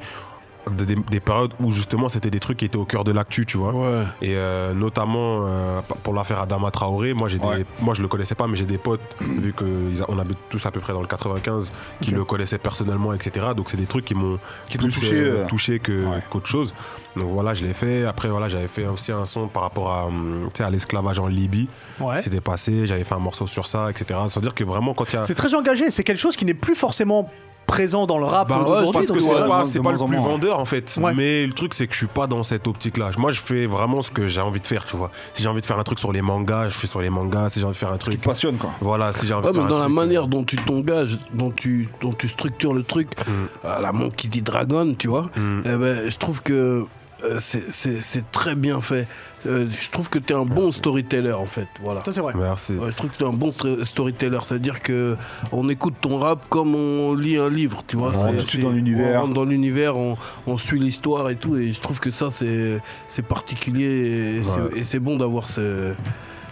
[SPEAKER 4] des, des périodes où justement c'était des trucs qui étaient au cœur de l'actu, tu vois.
[SPEAKER 3] Ouais.
[SPEAKER 4] Et euh, notamment euh, pour l'affaire Adama Traoré, moi, j'ai des-
[SPEAKER 2] Ouais.
[SPEAKER 4] moi je le connaissais pas, mais j'ai des potes, vu qu'on habite tous à peu près dans le 95, qui
[SPEAKER 1] Ok.
[SPEAKER 4] le connaissaient personnellement, etc. Donc c'est des trucs qui m'ont
[SPEAKER 2] Qui t'ont
[SPEAKER 4] plus
[SPEAKER 2] touché,
[SPEAKER 4] euh,
[SPEAKER 2] euh,
[SPEAKER 4] touché que-
[SPEAKER 2] ouais.
[SPEAKER 4] qu'autre chose. Donc voilà, je l'ai fait. Après, voilà, j'avais fait aussi un son par rapport à, hum, tu sais, à l'esclavage en Libye.
[SPEAKER 1] Ouais.
[SPEAKER 4] C'était passé, j'avais fait un morceau sur ça, etc. Sans dire que vraiment, quand il y a.
[SPEAKER 1] C'est très engagé, c'est quelque chose qui n'est plus forcément présent dans le rap
[SPEAKER 4] Bah ouais,
[SPEAKER 1] d'aujourd'hui.
[SPEAKER 4] parce
[SPEAKER 1] donc
[SPEAKER 4] que c'est
[SPEAKER 1] c'est vrai.
[SPEAKER 4] pas,
[SPEAKER 2] de
[SPEAKER 4] c'est
[SPEAKER 2] moins
[SPEAKER 4] pas le
[SPEAKER 2] en
[SPEAKER 4] plus
[SPEAKER 2] moins, ouais.
[SPEAKER 4] vendeur en fait.
[SPEAKER 1] Ouais.
[SPEAKER 4] Mais le truc c'est que je suis pas dans cette optique là. Moi je fais vraiment ce que j'ai envie de faire, tu vois. Si j'ai envie de faire un truc sur les mangas, je fais sur les mangas. Si j'ai envie de faire un
[SPEAKER 2] Qui
[SPEAKER 4] truc,
[SPEAKER 2] te passionne quoi.
[SPEAKER 4] voilà. Si j'ai envie
[SPEAKER 3] Ouais,
[SPEAKER 4] de faire
[SPEAKER 3] mais dans
[SPEAKER 4] un
[SPEAKER 3] la
[SPEAKER 4] truc,
[SPEAKER 2] euh,
[SPEAKER 4] euh,
[SPEAKER 3] manière dont tu t'engages, dont tu, dont tu structures le truc,
[SPEAKER 2] Mm.
[SPEAKER 3] à la Monkey D. Dragon, tu vois,
[SPEAKER 4] Mm.
[SPEAKER 3] eh ben, je trouve que euh, c'est- c'est c'est très bien fait. Euh, je trouve que tu es un bon storyteller, en fait. Voilà.
[SPEAKER 1] Ça c'est vrai.
[SPEAKER 4] Merci.
[SPEAKER 3] Ouais, je trouve que tu es un bon st- storyteller, c'est-à-dire que on écoute ton rap comme on lit un livre, tu vois.
[SPEAKER 2] On rentre
[SPEAKER 3] C'est-
[SPEAKER 2] tout de suite
[SPEAKER 3] c'est-
[SPEAKER 2] dans l'univers.
[SPEAKER 3] On rentre dans l'univers, on, on suit l'histoire et tout, et je trouve que ça, c'est c'est particulier et c'est- et c'est bon d'avoir ce,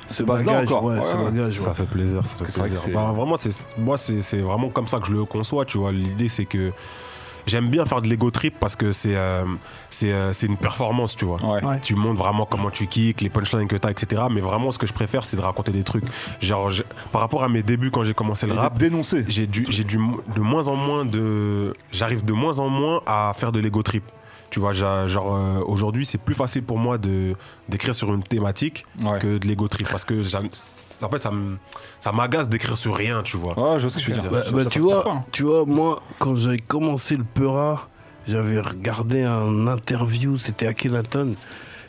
[SPEAKER 3] ce
[SPEAKER 2] base-là
[SPEAKER 3] bagage.
[SPEAKER 2] encore.
[SPEAKER 3] ouais,
[SPEAKER 2] Ouais,
[SPEAKER 3] ce
[SPEAKER 2] ouais.
[SPEAKER 3] bagage, ouais.
[SPEAKER 4] Ça fait plaisir, ça fait
[SPEAKER 2] C'est vrai que
[SPEAKER 4] plaisir.
[SPEAKER 2] c'est-
[SPEAKER 4] Bah, vraiment, c'est moi c'est c'est vraiment comme ça que je le conçois, tu vois. L'idée c'est que j'aime bien faire de l'ego trip parce que c'est euh, c'est euh, c'est une performance, tu vois.
[SPEAKER 2] Ouais.
[SPEAKER 1] Ouais.
[SPEAKER 4] Tu montres vraiment comment tu kicks, les punchlines que t'as, etc. Mais vraiment, ce que je préfère, c'est de raconter des trucs. Genre, j'ai- par rapport à mes débuts quand j'ai commencé le
[SPEAKER 2] Il
[SPEAKER 4] rap,
[SPEAKER 2] est dénoncé.
[SPEAKER 4] j'ai du, j'ai du, de moins en moins de, j'arrive de moins en moins à faire de l'ego trip. Tu vois, j'a- genre euh, aujourd'hui, c'est plus facile pour moi de d'écrire sur une thématique
[SPEAKER 2] Ouais.
[SPEAKER 4] que de l'ego trip parce que j'a- en fait, ça me- ça m'agace d'écrire sur rien, tu vois.
[SPEAKER 2] Ouais, Ah, je vois ce que tu veux dire.
[SPEAKER 3] Bah,
[SPEAKER 2] Ça,
[SPEAKER 3] bah,
[SPEAKER 2] ça
[SPEAKER 3] tu,
[SPEAKER 2] passe
[SPEAKER 3] vois,
[SPEAKER 2] pas, hein.
[SPEAKER 3] tu vois, moi, quand j'avais commencé le Peura, j'avais regardé un interview, c'était Akhenaton,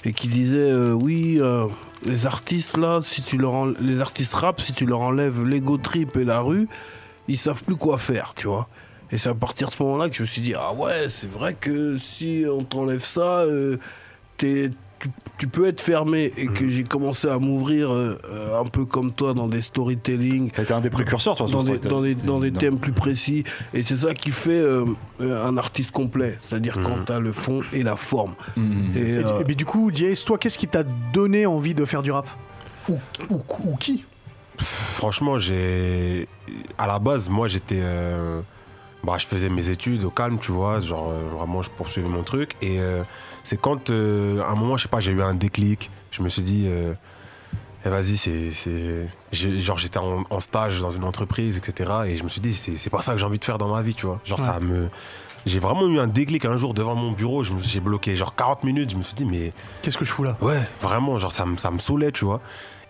[SPEAKER 3] et qui disait euh, Oui, euh, les artistes là, si tu leur en- les artistes rap, si tu leur enlèves l'ego trip et la rue, ils savent plus quoi faire, tu vois. Et c'est à partir de ce moment-là que je me suis dit Ah ouais, c'est vrai que si on t'enlève ça, euh, t'es- tu, tu peux être fermé. Et
[SPEAKER 2] Mm.
[SPEAKER 3] que j'ai commencé à m'ouvrir euh, euh, un peu comme toi dans des storytelling,
[SPEAKER 2] T'as été un des précurseurs, toi. sur
[SPEAKER 3] dans
[SPEAKER 2] ce
[SPEAKER 3] des,
[SPEAKER 2] projet.
[SPEAKER 3] dans des, dans des
[SPEAKER 2] Non.
[SPEAKER 3] thèmes plus précis. Et c'est ça qui fait euh, euh, un artiste complet. C'est-à-dire quand t'as le fond et la forme.
[SPEAKER 2] Mhm.
[SPEAKER 3] Et,
[SPEAKER 1] Et,
[SPEAKER 3] euh,
[SPEAKER 1] et- mais du coup, Diaz, toi, qu'est-ce qui t'a donné envie de faire du rap ou, ou- ou qui
[SPEAKER 4] Franchement, j'ai. À la base, moi, j'étais. euh, Bah, je faisais mes études au calme, tu vois. Genre, euh, vraiment, je poursuivais mon truc. Et euh, c'est quand, euh, à un moment, je sais pas, j'ai eu un déclic. Je me suis dit. euh, Et vas-y, c'est. c'est- j'ai- Genre, j'étais en, en stage dans une entreprise, etc. Et je me suis dit, c'est c'est pas ça que j'ai envie de faire dans ma vie, tu vois. Genre,
[SPEAKER 1] Ouais.
[SPEAKER 4] ça me. J'ai vraiment eu un déclic un jour devant mon bureau. je me- J'ai bloqué genre 40 minutes. Je me suis dit, mais
[SPEAKER 1] Qu'est-ce que je fous là
[SPEAKER 4] Ouais, vraiment, genre ça me ça me saoulait, tu vois.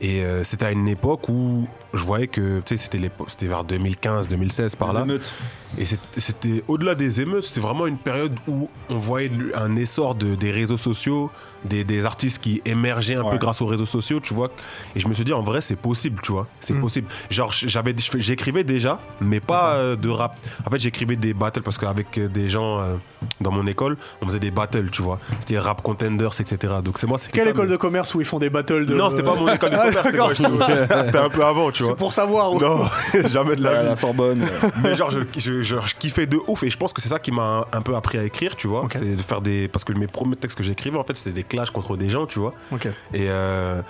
[SPEAKER 4] Et euh, c'était à une époque où je voyais que, tu sais, c'était l'époque- c'était vers 2015, 2016, par
[SPEAKER 2] Les
[SPEAKER 4] là.
[SPEAKER 2] émeutes.
[SPEAKER 4] Et c'est- c'était au-delà des émeutes, c'était vraiment une période où on voyait le- un essor de- des réseaux sociaux, des, des artistes qui émergeaient un
[SPEAKER 2] Ouais.
[SPEAKER 4] peu grâce aux réseaux sociaux, tu vois. Et je me suis dit, en vrai, c'est possible, tu vois. C'est
[SPEAKER 1] Mm. Mm-hmm.
[SPEAKER 4] possible. Genre, j'avais, je fais- j'écrivais déjà, mais pas euh, de rap. En fait, j'écrivais des battles parce qu'avec euh, des gens euh, dans mon école, on faisait des battles, tu vois. C'était rap contenders, etc. Donc c'est moi, c'était
[SPEAKER 1] Quelle
[SPEAKER 4] ça,
[SPEAKER 1] école
[SPEAKER 4] mais-
[SPEAKER 1] de commerce où ils font des battles de.
[SPEAKER 4] Non, c'était pas mon école de
[SPEAKER 1] Ah,
[SPEAKER 4] commerce, c'était
[SPEAKER 1] d'accord.
[SPEAKER 4] moi, je trouve. C'était un peu avant, tu vois.
[SPEAKER 1] C'est pour savoir. où-
[SPEAKER 4] Non, jamais de
[SPEAKER 2] Là,
[SPEAKER 4] la
[SPEAKER 2] la
[SPEAKER 4] vie.
[SPEAKER 2] Sorbonne. euh,
[SPEAKER 4] Mais genre, je, je- je- je kiffais de ouf et je pense que c'est ça qui m'a un peu appris à écrire, tu vois.
[SPEAKER 1] Ok.
[SPEAKER 4] C'est de faire des. Parce que mes premiers textes que j'écrivais, en fait, c'était des clashs contre des gens, tu vois.
[SPEAKER 1] Ok.
[SPEAKER 4] Et, euh,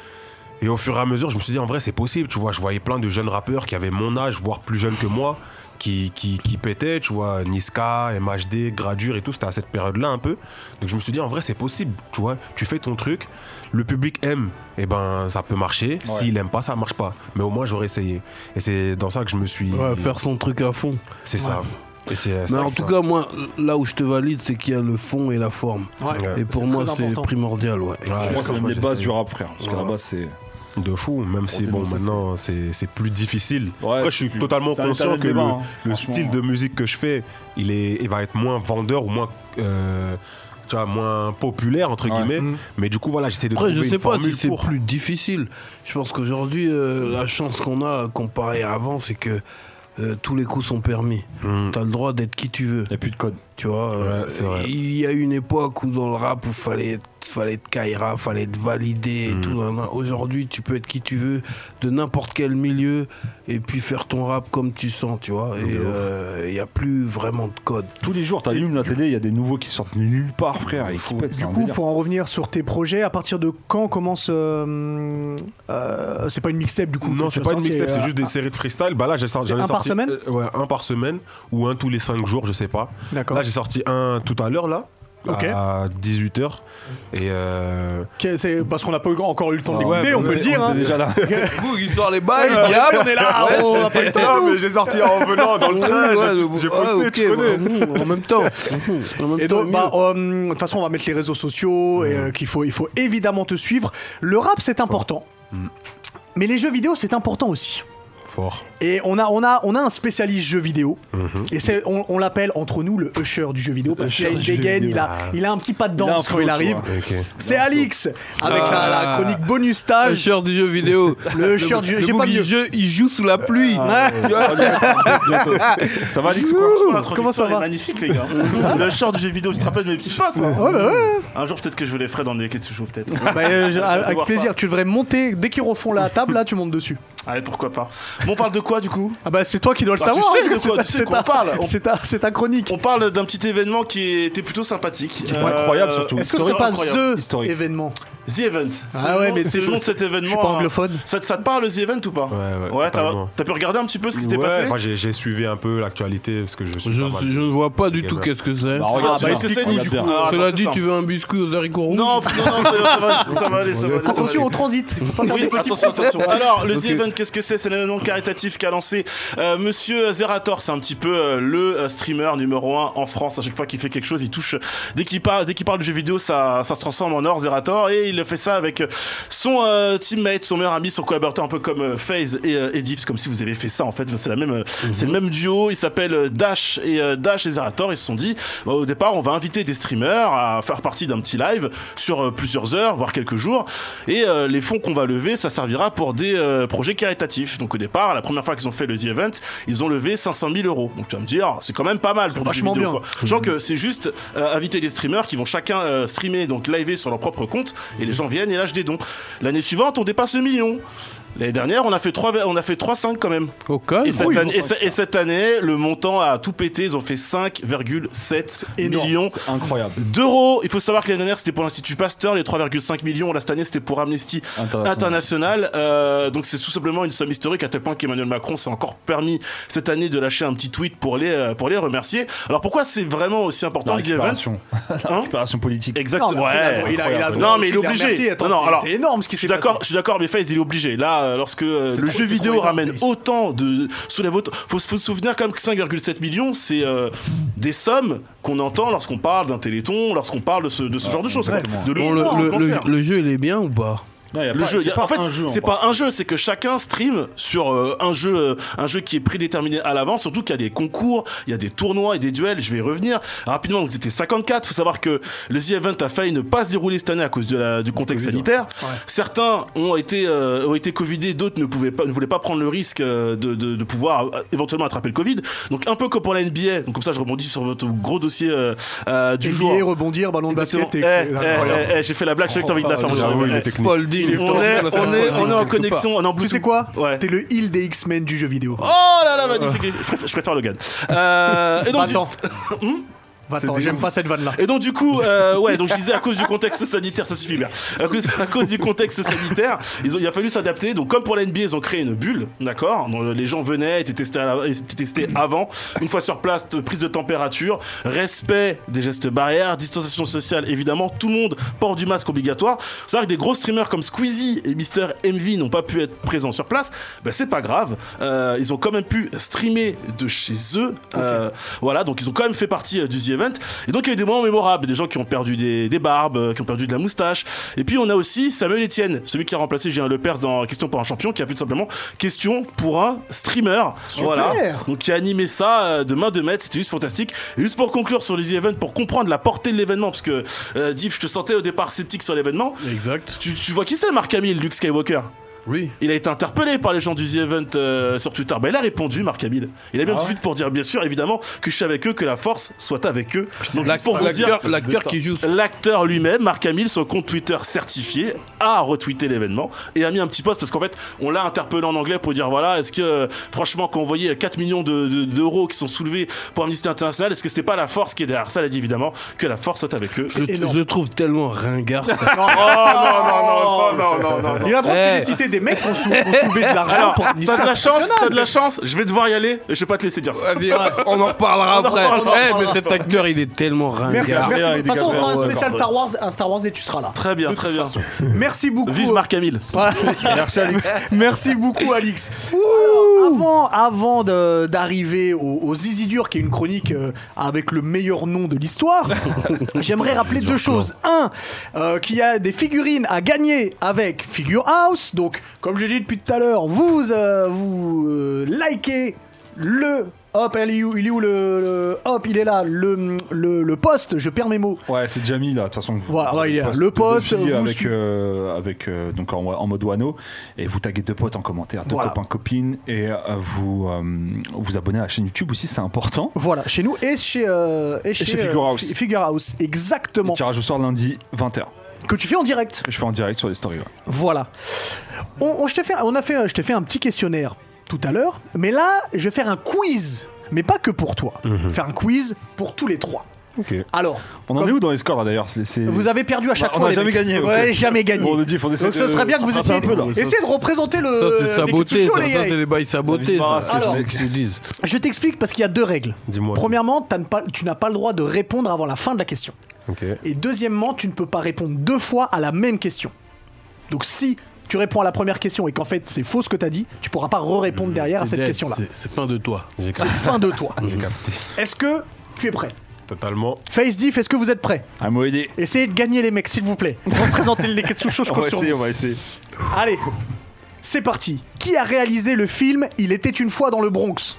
[SPEAKER 4] et au fur et à mesure, je me suis dit, en vrai, c'est possible, tu vois. Je voyais plein de jeunes rappeurs qui avaient mon âge, voire plus jeunes que moi, qui, qui, qui pétaient, tu vois. Niska, MHD, Gradure et tout, c'était à cette période-là un peu. Donc je me suis dit, en vrai, c'est possible, tu vois. Tu fais ton truc, le public aime, et ben ça peut marcher. S'il aime pas, ça marche pas. Mais au moins, j'aurais essayé. Et c'est dans ça que je me suis.
[SPEAKER 3] Ouais, faire son truc à fond.
[SPEAKER 4] C'est ça. Et c'est
[SPEAKER 3] Mais
[SPEAKER 4] ça
[SPEAKER 3] en
[SPEAKER 4] que
[SPEAKER 3] tout
[SPEAKER 4] ça-
[SPEAKER 3] cas, moi, là où je te valide, c'est qu'il y a le fond et la forme.
[SPEAKER 4] Ouais.
[SPEAKER 3] Et pour
[SPEAKER 1] C'est
[SPEAKER 3] moi,
[SPEAKER 1] très
[SPEAKER 3] c'est
[SPEAKER 1] important.
[SPEAKER 3] primordial, ouais.
[SPEAKER 2] Pour moi, c'est l'une des
[SPEAKER 4] j'essaie.
[SPEAKER 2] bases du rap, frère. Parce qu'à la
[SPEAKER 4] Voilà.
[SPEAKER 2] base, c'est.
[SPEAKER 4] de fou, même si bon,
[SPEAKER 2] dénonce,
[SPEAKER 4] maintenant c'est c'est plus difficile.
[SPEAKER 2] Ouais,
[SPEAKER 4] Après,
[SPEAKER 2] c'est
[SPEAKER 4] je suis
[SPEAKER 2] plus-
[SPEAKER 4] totalement
[SPEAKER 2] c'est un
[SPEAKER 4] conscient
[SPEAKER 2] éternel
[SPEAKER 4] que
[SPEAKER 2] débat,
[SPEAKER 4] le,
[SPEAKER 2] hein,
[SPEAKER 4] le
[SPEAKER 2] franchement.
[SPEAKER 4] style de musique que je fais, il, est, il va être moins vendeur ou moins, euh, tu vois, moins populaire, entre
[SPEAKER 2] Ouais. Mm.
[SPEAKER 4] guillemets. Mais du coup, voilà, j'essaie de
[SPEAKER 3] Après,
[SPEAKER 4] trouver
[SPEAKER 3] je sais
[SPEAKER 4] une
[SPEAKER 3] pas si
[SPEAKER 4] formule
[SPEAKER 3] c'est
[SPEAKER 4] pour.
[SPEAKER 3] plus difficile. Je pense qu'aujourd'hui, euh, la chance qu'on a comparée à avant, c'est que euh, tous les coups sont permis.
[SPEAKER 4] Mm.
[SPEAKER 3] T'as le droit d'être qui tu veux.
[SPEAKER 2] Il n'y a plus de code.
[SPEAKER 3] Tu vois, euh,
[SPEAKER 4] c'est vrai.
[SPEAKER 3] il y a eu une époque où dans le rap où fallait être- fallait être Kaira, fallait être validé et
[SPEAKER 4] Mm.
[SPEAKER 3] tout. nan, nan. Aujourd'hui, tu peux être qui tu veux de n'importe quel milieu et puis faire ton rap comme tu sens, tu vois. Et
[SPEAKER 4] De ouf.
[SPEAKER 3] euh, il n'y a plus vraiment de code.
[SPEAKER 2] Tous les jours, t'allumes la télé, il y a des nouveaux qui sortent nulle part, frère. Et qui pètent, c'est
[SPEAKER 1] Du
[SPEAKER 2] un
[SPEAKER 1] coup,
[SPEAKER 2] délire.
[SPEAKER 1] pour en revenir sur tes projets, à partir de quand commence. euh, euh, c'est pas une mixtape du coup que
[SPEAKER 4] Non,
[SPEAKER 1] tu
[SPEAKER 4] c'est
[SPEAKER 1] as
[SPEAKER 4] pas une
[SPEAKER 1] sorti,
[SPEAKER 4] mixtape, c'est
[SPEAKER 1] euh,
[SPEAKER 4] juste des séries de freestyle. Bah là, j'ai sorti.
[SPEAKER 1] C'est
[SPEAKER 4] j'en ai
[SPEAKER 1] un par
[SPEAKER 4] sorti-
[SPEAKER 1] semaine
[SPEAKER 4] euh, Ouais, un par semaine ou un tous les 5 jours, je sais pas.
[SPEAKER 1] D'accord.
[SPEAKER 4] Là, j'ai sorti un tout à l'heure, là,
[SPEAKER 1] Ok.
[SPEAKER 4] à 18h. Et. euh,
[SPEAKER 1] Ok, c'est parce qu'on n'a pas eu- encore eu le temps de
[SPEAKER 4] Ah Ouais,
[SPEAKER 1] l'écouter, on
[SPEAKER 4] mais
[SPEAKER 1] peut le dire.
[SPEAKER 2] On
[SPEAKER 1] hein.
[SPEAKER 2] était déjà là.
[SPEAKER 3] il sort les bails,
[SPEAKER 1] Ouais, on est là, on n'a pas eu le temps.
[SPEAKER 4] Non, mais j'ai sorti en venant dans le train, j'ai- j'ai posté, tu connais.
[SPEAKER 3] Mm, en même temps. mm, En même
[SPEAKER 1] Et
[SPEAKER 3] temps,
[SPEAKER 1] donc,
[SPEAKER 3] mieux.
[SPEAKER 1] bah, euh, de toute façon, on va mettre les réseaux sociaux et euh, qu'il faut, il faut évidemment te suivre. Le rap, c'est important. Mais les jeux vidéo, c'est important aussi.
[SPEAKER 4] Fort.
[SPEAKER 1] Et on a, on a, on a un spécialiste jeux vidéo. Et c'est, on, on l'appelle entre nous le Usher du jeu vidéo parce qu'il a
[SPEAKER 2] Usher
[SPEAKER 1] une
[SPEAKER 2] du jeu
[SPEAKER 1] dégaine,
[SPEAKER 2] vidéo.
[SPEAKER 1] il a, il a un petit pas de danse
[SPEAKER 2] flow,
[SPEAKER 1] quand il
[SPEAKER 2] tu
[SPEAKER 1] arrive.
[SPEAKER 2] vois.
[SPEAKER 4] Ok.
[SPEAKER 1] C'est Alix avec la- la,
[SPEAKER 3] Ah.
[SPEAKER 1] chronique bonus stage.
[SPEAKER 3] usher du jeu vidéo.
[SPEAKER 1] Le Ah. usher du-
[SPEAKER 3] le
[SPEAKER 1] j'ai pas
[SPEAKER 3] bouc,
[SPEAKER 1] mieux.
[SPEAKER 3] il jeu- Il joue sous la pluie.
[SPEAKER 2] Ça va, Alex, quoi
[SPEAKER 1] Comment ça
[SPEAKER 6] L'introduction est
[SPEAKER 1] va
[SPEAKER 6] magnifique, les gars. le short du jeu vidéo, tu te rappelles de mes petits pas, quoi. Un jour, peut-être que je vous les ferai dans des Ketsucho, peut-être.
[SPEAKER 1] Bah, euh, je- avec
[SPEAKER 6] voir
[SPEAKER 1] plaisir,
[SPEAKER 6] ça.
[SPEAKER 1] tu devrais monter dès qu'ils refont la table là, tu montes dessus.
[SPEAKER 6] Allez, pourquoi pas. Bon, on parle de quoi, du coup
[SPEAKER 1] Ah bah c'est toi qui dois le
[SPEAKER 6] Bah, tu
[SPEAKER 1] savoir.
[SPEAKER 6] sais
[SPEAKER 1] hein,
[SPEAKER 6] de
[SPEAKER 1] parce que
[SPEAKER 6] quoi-
[SPEAKER 1] c'est
[SPEAKER 6] tu sais
[SPEAKER 1] ta-
[SPEAKER 6] de quoi on parle. On-
[SPEAKER 1] C'est ta, c'est ta chronique.
[SPEAKER 6] On parle d'un petit événement qui était plutôt sympathique. Euh,
[SPEAKER 2] était incroyable, surtout.
[SPEAKER 1] Est-ce que ce serait pas
[SPEAKER 6] incroyable.
[SPEAKER 1] the
[SPEAKER 2] Historique.
[SPEAKER 1] événement hein.
[SPEAKER 6] The Event
[SPEAKER 1] Ah ouais,
[SPEAKER 6] le nom-
[SPEAKER 1] mais
[SPEAKER 6] c'est le nom de cet événement. hein.
[SPEAKER 1] Je suis pas anglophone.
[SPEAKER 6] Ça, te- ça te parle, The Event, ou pas
[SPEAKER 4] Ouais, ouais,
[SPEAKER 6] t'as,
[SPEAKER 4] totalement.
[SPEAKER 6] t'as pu regarder un petit peu ce qui s'était
[SPEAKER 4] Ouais,
[SPEAKER 6] passé
[SPEAKER 4] moi, j'ai, j'ai suivi un peu l'actualité parce que je suis
[SPEAKER 3] Je
[SPEAKER 4] pas mal.
[SPEAKER 3] je ne vois pas du tout
[SPEAKER 4] Gamer.
[SPEAKER 3] qu'est-ce que c'est.
[SPEAKER 2] Bah, regarde,
[SPEAKER 6] bah,
[SPEAKER 2] celui-là.
[SPEAKER 6] est-ce que c'est
[SPEAKER 2] Regarde
[SPEAKER 6] dit, du
[SPEAKER 2] bien.
[SPEAKER 6] coup Ah, attends,
[SPEAKER 3] Cela
[SPEAKER 6] c'est
[SPEAKER 3] dit,
[SPEAKER 6] simple.
[SPEAKER 3] tu veux un biscuit aux haricots rouges
[SPEAKER 6] Non, non, non, ça va, ça va, ça va aller, ça va aller.
[SPEAKER 1] Attention au transit. il faut pas faire
[SPEAKER 6] Oui,
[SPEAKER 1] des petites
[SPEAKER 6] attention,
[SPEAKER 1] fautes.
[SPEAKER 6] attention. Alors, le
[SPEAKER 3] Ok.
[SPEAKER 6] The Event, qu'est-ce que c'est C'est un événement caritatif qu'a lancé euh, Monsieur Zerator. C'est un petit peu euh, le euh, streamer numéro un en France. À chaque fois qu'il fait quelque chose, il touche. Dès qu'il parle, dès qu'il parle de jeux vidéo, ça, ça se transforme en or Zerator. Et il fait ça avec son euh, teammate, son meilleur ami, son collaborateur, un peu comme euh, FaZe et, euh, et Dips, comme si vous avez fait ça. En fait, c'est la même, euh,
[SPEAKER 1] Mhm.
[SPEAKER 6] c'est le même duo. Il s'appelle euh, Dash et euh, Dash et Zerator. Ils se sont dit, bah, au départ, on va inviter des streamers à faire partie d'un petit live sur euh, plusieurs heures, voire quelques jours. Et euh, les fonds qu'on va lever, ça servira pour des euh, projets caritatifs. Donc au départ, la première fois qu'ils ont fait le The Event, ils ont levé 500 000 euros. Donc tu vas me dire, ah, c'est quand même pas mal pour du jeu
[SPEAKER 1] Vachement
[SPEAKER 6] vidéo,
[SPEAKER 1] bien.
[SPEAKER 6] quoi. Je crois que c'est juste euh, inviter des streamers qui vont chacun euh, streamer, donc live sur leur propre compte, et les gens viennent et lâchent des dons. L'année suivante, on dépasse le million. L'année dernière, on a fait 3, on a fait 3,5 quand même.
[SPEAKER 3] Au calme.
[SPEAKER 6] Et cette,
[SPEAKER 1] ils
[SPEAKER 6] année,
[SPEAKER 1] font
[SPEAKER 6] et ce- et cette année, le montant a tout pété. Ils ont fait 5,7
[SPEAKER 1] énorme.
[SPEAKER 6] millions
[SPEAKER 2] C'est incroyable.
[SPEAKER 6] d'euros. Il faut savoir que l'année dernière, c'était pour l'Institut Pasteur, les 3,5 millions. Là, cette année, c'était pour Amnesty
[SPEAKER 2] International.
[SPEAKER 6] International. Euh, donc, c'est tout simplement une somme historique à tel point qu'Emmanuel Macron s'est encore permis cette année de lâcher un petit tweet pour les, euh, pour les remercier. Alors, pourquoi c'est vraiment aussi
[SPEAKER 2] La
[SPEAKER 6] important, The Event
[SPEAKER 2] récupération. La
[SPEAKER 6] Hein
[SPEAKER 2] récupération politique.
[SPEAKER 1] Non,
[SPEAKER 6] Exactement.
[SPEAKER 1] mais après,
[SPEAKER 6] Ouais.
[SPEAKER 1] il a- il a- il a-
[SPEAKER 6] Non, mais il est
[SPEAKER 1] a
[SPEAKER 6] obligé.
[SPEAKER 1] remercié. Attends,
[SPEAKER 6] Non, non,
[SPEAKER 1] c'est-
[SPEAKER 6] alors,
[SPEAKER 1] c'est énorme ce qui
[SPEAKER 6] Je suis
[SPEAKER 1] s'est
[SPEAKER 6] d'accord,
[SPEAKER 1] passé.
[SPEAKER 6] je suis d'accord, mais Faze, il est obligé. Là, euh, lorsque euh,
[SPEAKER 1] C'est
[SPEAKER 6] le
[SPEAKER 1] trop-
[SPEAKER 6] jeu
[SPEAKER 1] c'est
[SPEAKER 6] vidéo
[SPEAKER 1] trop énorme,
[SPEAKER 6] ramène
[SPEAKER 1] Faze.
[SPEAKER 6] autant de soulève autant, faut, se- faut se souvenir quand même que 5,7 millions, c'est euh, des sommes qu'on entend lorsqu'on parle d'un téléthon, lorsqu'on parle de ce, de ce genre de choses, quoi.
[SPEAKER 2] exactement.
[SPEAKER 6] de
[SPEAKER 3] Bon, le,
[SPEAKER 6] le, sport,
[SPEAKER 3] le-
[SPEAKER 6] le cancer.
[SPEAKER 3] le- le jeu, il est bien ou pas
[SPEAKER 2] Non, y a
[SPEAKER 6] Le
[SPEAKER 2] pas-
[SPEAKER 6] jeu,
[SPEAKER 2] c'est
[SPEAKER 6] y a-
[SPEAKER 2] pas
[SPEAKER 6] en fait,
[SPEAKER 2] un jeu,
[SPEAKER 6] c'est
[SPEAKER 2] on
[SPEAKER 6] pas un jeu, c'est que chacun stream sur euh, un jeu, euh, un jeu qui est prédéterminé à l'avance. Surtout qu'il y a des concours, il y a des tournois et des duels. Je vais y revenir rapidement. Donc c'était 54. Faut savoir que le The Event a failli ne pas se dérouler cette année à cause de la- du contexte sanitaire. Certains ont été euh, ont été covidés, d'autres ne pouvaient pas, ne voulaient pas prendre le risque euh, de, de- de pouvoir euh, éventuellement attraper le Covid. Donc un peu comme pour la NBA. Donc comme ça, je rebondis sur votre gros dossier euh, euh, du jour.
[SPEAKER 1] NBA, rebondir, ballon de
[SPEAKER 6] Exactement.
[SPEAKER 1] basket. et-
[SPEAKER 6] Eh,
[SPEAKER 1] c'est
[SPEAKER 6] eh,
[SPEAKER 1] incroyable. Oh,
[SPEAKER 6] eh, eh, J'ai fait la blague, je sais que t'as envie de la faire. mais
[SPEAKER 4] J'avoue,
[SPEAKER 6] j'aurais-
[SPEAKER 4] il est
[SPEAKER 6] eh.
[SPEAKER 4] technique.
[SPEAKER 3] Paul Dean.
[SPEAKER 6] On est, on est, on est en connexion, on est en
[SPEAKER 1] Tu
[SPEAKER 6] Bluetooth.
[SPEAKER 1] sais quoi
[SPEAKER 6] Ouais.
[SPEAKER 1] T'es le heal des X-Men du jeu vidéo.
[SPEAKER 6] Oh là là, magnifique. Je préfère, je préfère Logan. Euh, et, donc, du,
[SPEAKER 1] Va-t'en. Va-t'en, j'aime pas cette vanne-là.
[SPEAKER 6] et donc du coup, euh, ouais, donc je disais à cause du contexte sanitaire, ça suffit bien. À cause, à cause du contexte sanitaire, ils ont- il a fallu s'adapter. Donc comme pour la NBA, ils ont créé une bulle, d'accord dont Les gens venaient, étaient testés, à la- étaient testés avant. Une fois sur place, t- prise de température, respect des gestes barrières, distanciation sociale, évidemment. Tout le monde porte du masque obligatoire. C'est vrai que des gros streamers comme Squeezie et Mister MV n'ont pas pu être présents sur place. Bah, c'est pas grave. Euh, ils ont quand même pu streamer de chez eux. Euh, voilà, donc ils ont quand même fait partie euh, du The Event. Et donc il y a eu des moments mémorables, des gens qui ont perdu des, des barbes, euh, qui ont perdu de la moustache. Et puis on a aussi Samuel Etienne, celui qui a remplacé Julien Lepers dans Question pour un champion, qui a fait tout simplement Question pour un streamer. Voilà. Donc qui a animé ça euh, de main de maître, c'était juste fantastique. Et juste pour conclure sur le The Event, pour comprendre la portée de l'événement, parce que euh, Diff, je te sentais au départ sceptique sur l'événement.
[SPEAKER 3] Exact.
[SPEAKER 6] Tu, tu vois qui c'est Marc Hamill, Luke Skywalker
[SPEAKER 3] Oui.
[SPEAKER 6] il a été interpellé par les gens du The Event euh, sur Twitter. Bah, il a répondu, Marc Hamill. Il a bien tout de suite pour dire, bien sûr, évidemment, que je suis avec eux, que la force soit avec eux. Donc, juste pour vous dire,
[SPEAKER 3] L'acteur l'acteur qui joue.
[SPEAKER 6] l'acteur lui-même, Marc Hamill, son compte Twitter certifié, a retweeté l'événement et a mis un petit post parce qu'en fait, on l'a interpellé en anglais pour dire voilà, est-ce que, euh, franchement, quand on voyait 4 millions de- de- d'euros qui sont soulevés pour Amnesty International, est-ce que c'était pas la force qui est derrière ça Elle a dit évidemment que la force soit avec eux.
[SPEAKER 3] Je,
[SPEAKER 1] énorme.
[SPEAKER 3] je le trouve tellement ringard.
[SPEAKER 6] Oh non, non, non, non, non, non, non.
[SPEAKER 1] Il a le droit de
[SPEAKER 3] Eh.
[SPEAKER 1] féliciter des mecs qui ont sou- qui ont trouvé de l'argent
[SPEAKER 6] Alors,
[SPEAKER 1] pour une
[SPEAKER 6] t'as de
[SPEAKER 1] histoire.
[SPEAKER 6] la chance, t'as de la chance, je vais devoir y aller, et je vais pas te laisser dire ça.
[SPEAKER 3] Vas-y, ouais, on en reparlera
[SPEAKER 6] On en
[SPEAKER 3] après.
[SPEAKER 6] reparlera, on en
[SPEAKER 3] Eh, mais
[SPEAKER 6] reparlera.
[SPEAKER 3] cet acteur, il est tellement
[SPEAKER 1] Merci,
[SPEAKER 3] ringard.
[SPEAKER 1] merci. De toute façon, on fera un
[SPEAKER 6] Gabriel,
[SPEAKER 1] spécial
[SPEAKER 6] ouais.
[SPEAKER 1] Star Wars, un Star Wars et tu seras là.
[SPEAKER 6] Très bien, très bien.
[SPEAKER 1] Merci beaucoup.
[SPEAKER 6] Vive Marc Hamill.
[SPEAKER 1] Voilà.
[SPEAKER 2] Merci Alex.
[SPEAKER 1] Merci beaucoup, Alix. Alors, avant avant de- d'arriver au, au Zizi Dur, qui est une chronique euh, avec le meilleur nom de l'histoire, j'aimerais rappeler deux choses. Un, euh, qu'il y a des figurines à gagner avec Figure House. Donc, comme je l'ai dit depuis tout à l'heure, vous, euh, vous euh, likez le. Hop, elle est où- il est où le, le- Hop, il est là, le, le, le poste, je perds mes mots.
[SPEAKER 2] Ouais, c'est Jamie là, de toute façon.
[SPEAKER 1] Voilà, ouais, il y a
[SPEAKER 2] poste
[SPEAKER 1] le
[SPEAKER 2] de
[SPEAKER 1] poste,
[SPEAKER 2] deux filles
[SPEAKER 1] vous
[SPEAKER 2] avec,
[SPEAKER 1] suivez-
[SPEAKER 2] euh, avec euh, donc en, en mode Wano et vous taguez deux potes en commentaire, deux
[SPEAKER 1] Voilà.
[SPEAKER 2] copains copines et euh, vous euh, vous abonnez à la chaîne YouTube aussi, c'est important.
[SPEAKER 1] Voilà, chez nous et chez, euh, et
[SPEAKER 2] chez Figure House.
[SPEAKER 1] Fi- Figure House, exactement.
[SPEAKER 2] Tirage au sort lundi 20h
[SPEAKER 1] Que tu fais en direct.
[SPEAKER 2] que je fais en direct sur les stories. ouais.
[SPEAKER 1] Voilà. On, on- je t'ai fait, on a fait, je t'ai fait un petit questionnaire tout à l'heure, mais là, je vais faire un quiz, mais pas que pour toi.
[SPEAKER 2] Mhm.
[SPEAKER 1] Faire un quiz pour tous les trois. Alors,
[SPEAKER 2] On en
[SPEAKER 1] comme-
[SPEAKER 2] est où dans les scores là d'ailleurs C'est- c'est-
[SPEAKER 1] vous avez perdu à chaque
[SPEAKER 2] Bah, on
[SPEAKER 1] fois.
[SPEAKER 2] a
[SPEAKER 1] les
[SPEAKER 2] jamais
[SPEAKER 1] mecs.
[SPEAKER 2] gagné, ok.
[SPEAKER 1] Ouais, jamais gagné.
[SPEAKER 2] Bon, on le dit, faut essayer
[SPEAKER 1] Donc, ce
[SPEAKER 2] de-
[SPEAKER 1] serait bien que vous
[SPEAKER 2] rattraper
[SPEAKER 1] essayiez
[SPEAKER 2] un peu, là.
[SPEAKER 1] essayez de représenter le.
[SPEAKER 3] Ça, c'est
[SPEAKER 1] les
[SPEAKER 3] saboté.
[SPEAKER 1] Kitsushio,
[SPEAKER 3] Ça,
[SPEAKER 1] les
[SPEAKER 3] ça,
[SPEAKER 1] gars.
[SPEAKER 3] c'est les bails sabotés.
[SPEAKER 2] Ah,
[SPEAKER 3] ça.
[SPEAKER 2] c'est
[SPEAKER 3] C'est
[SPEAKER 1] alors-
[SPEAKER 3] ce que je dis.
[SPEAKER 1] Je t'explique parce qu'il y a deux règles.
[SPEAKER 4] Dis-moi.
[SPEAKER 1] Premièrement, t'as ne pas- tu n'as pas le droit de répondre avant la fin de la question.
[SPEAKER 4] Ok.
[SPEAKER 1] Et deuxièmement, tu ne peux pas répondre deux fois à la même question. Donc si tu réponds à la première question et qu'en fait c'est faux ce que tu as dit, tu pourras pas re-répondre derrière à
[SPEAKER 3] C'est
[SPEAKER 1] Ah, cette
[SPEAKER 3] dead,
[SPEAKER 1] question-là.
[SPEAKER 3] Eh ben, c'est- C'est fin de toi.
[SPEAKER 4] J'ai
[SPEAKER 1] C'est
[SPEAKER 4] capté.
[SPEAKER 1] fin de toi. Est-ce que tu es prêt
[SPEAKER 4] Totalement.
[SPEAKER 1] Face Diff, est-ce que vous êtes prêt
[SPEAKER 2] I'm ready.
[SPEAKER 1] Essayez de gagner les mecs, s'il vous plaît. Représentez les questions chaudes, je
[SPEAKER 2] On va
[SPEAKER 1] compte sur
[SPEAKER 2] essayer,
[SPEAKER 1] vous.
[SPEAKER 2] on va essayer.
[SPEAKER 1] Allez, c'est parti. Qui a réalisé le film Il était une fois dans le Bronx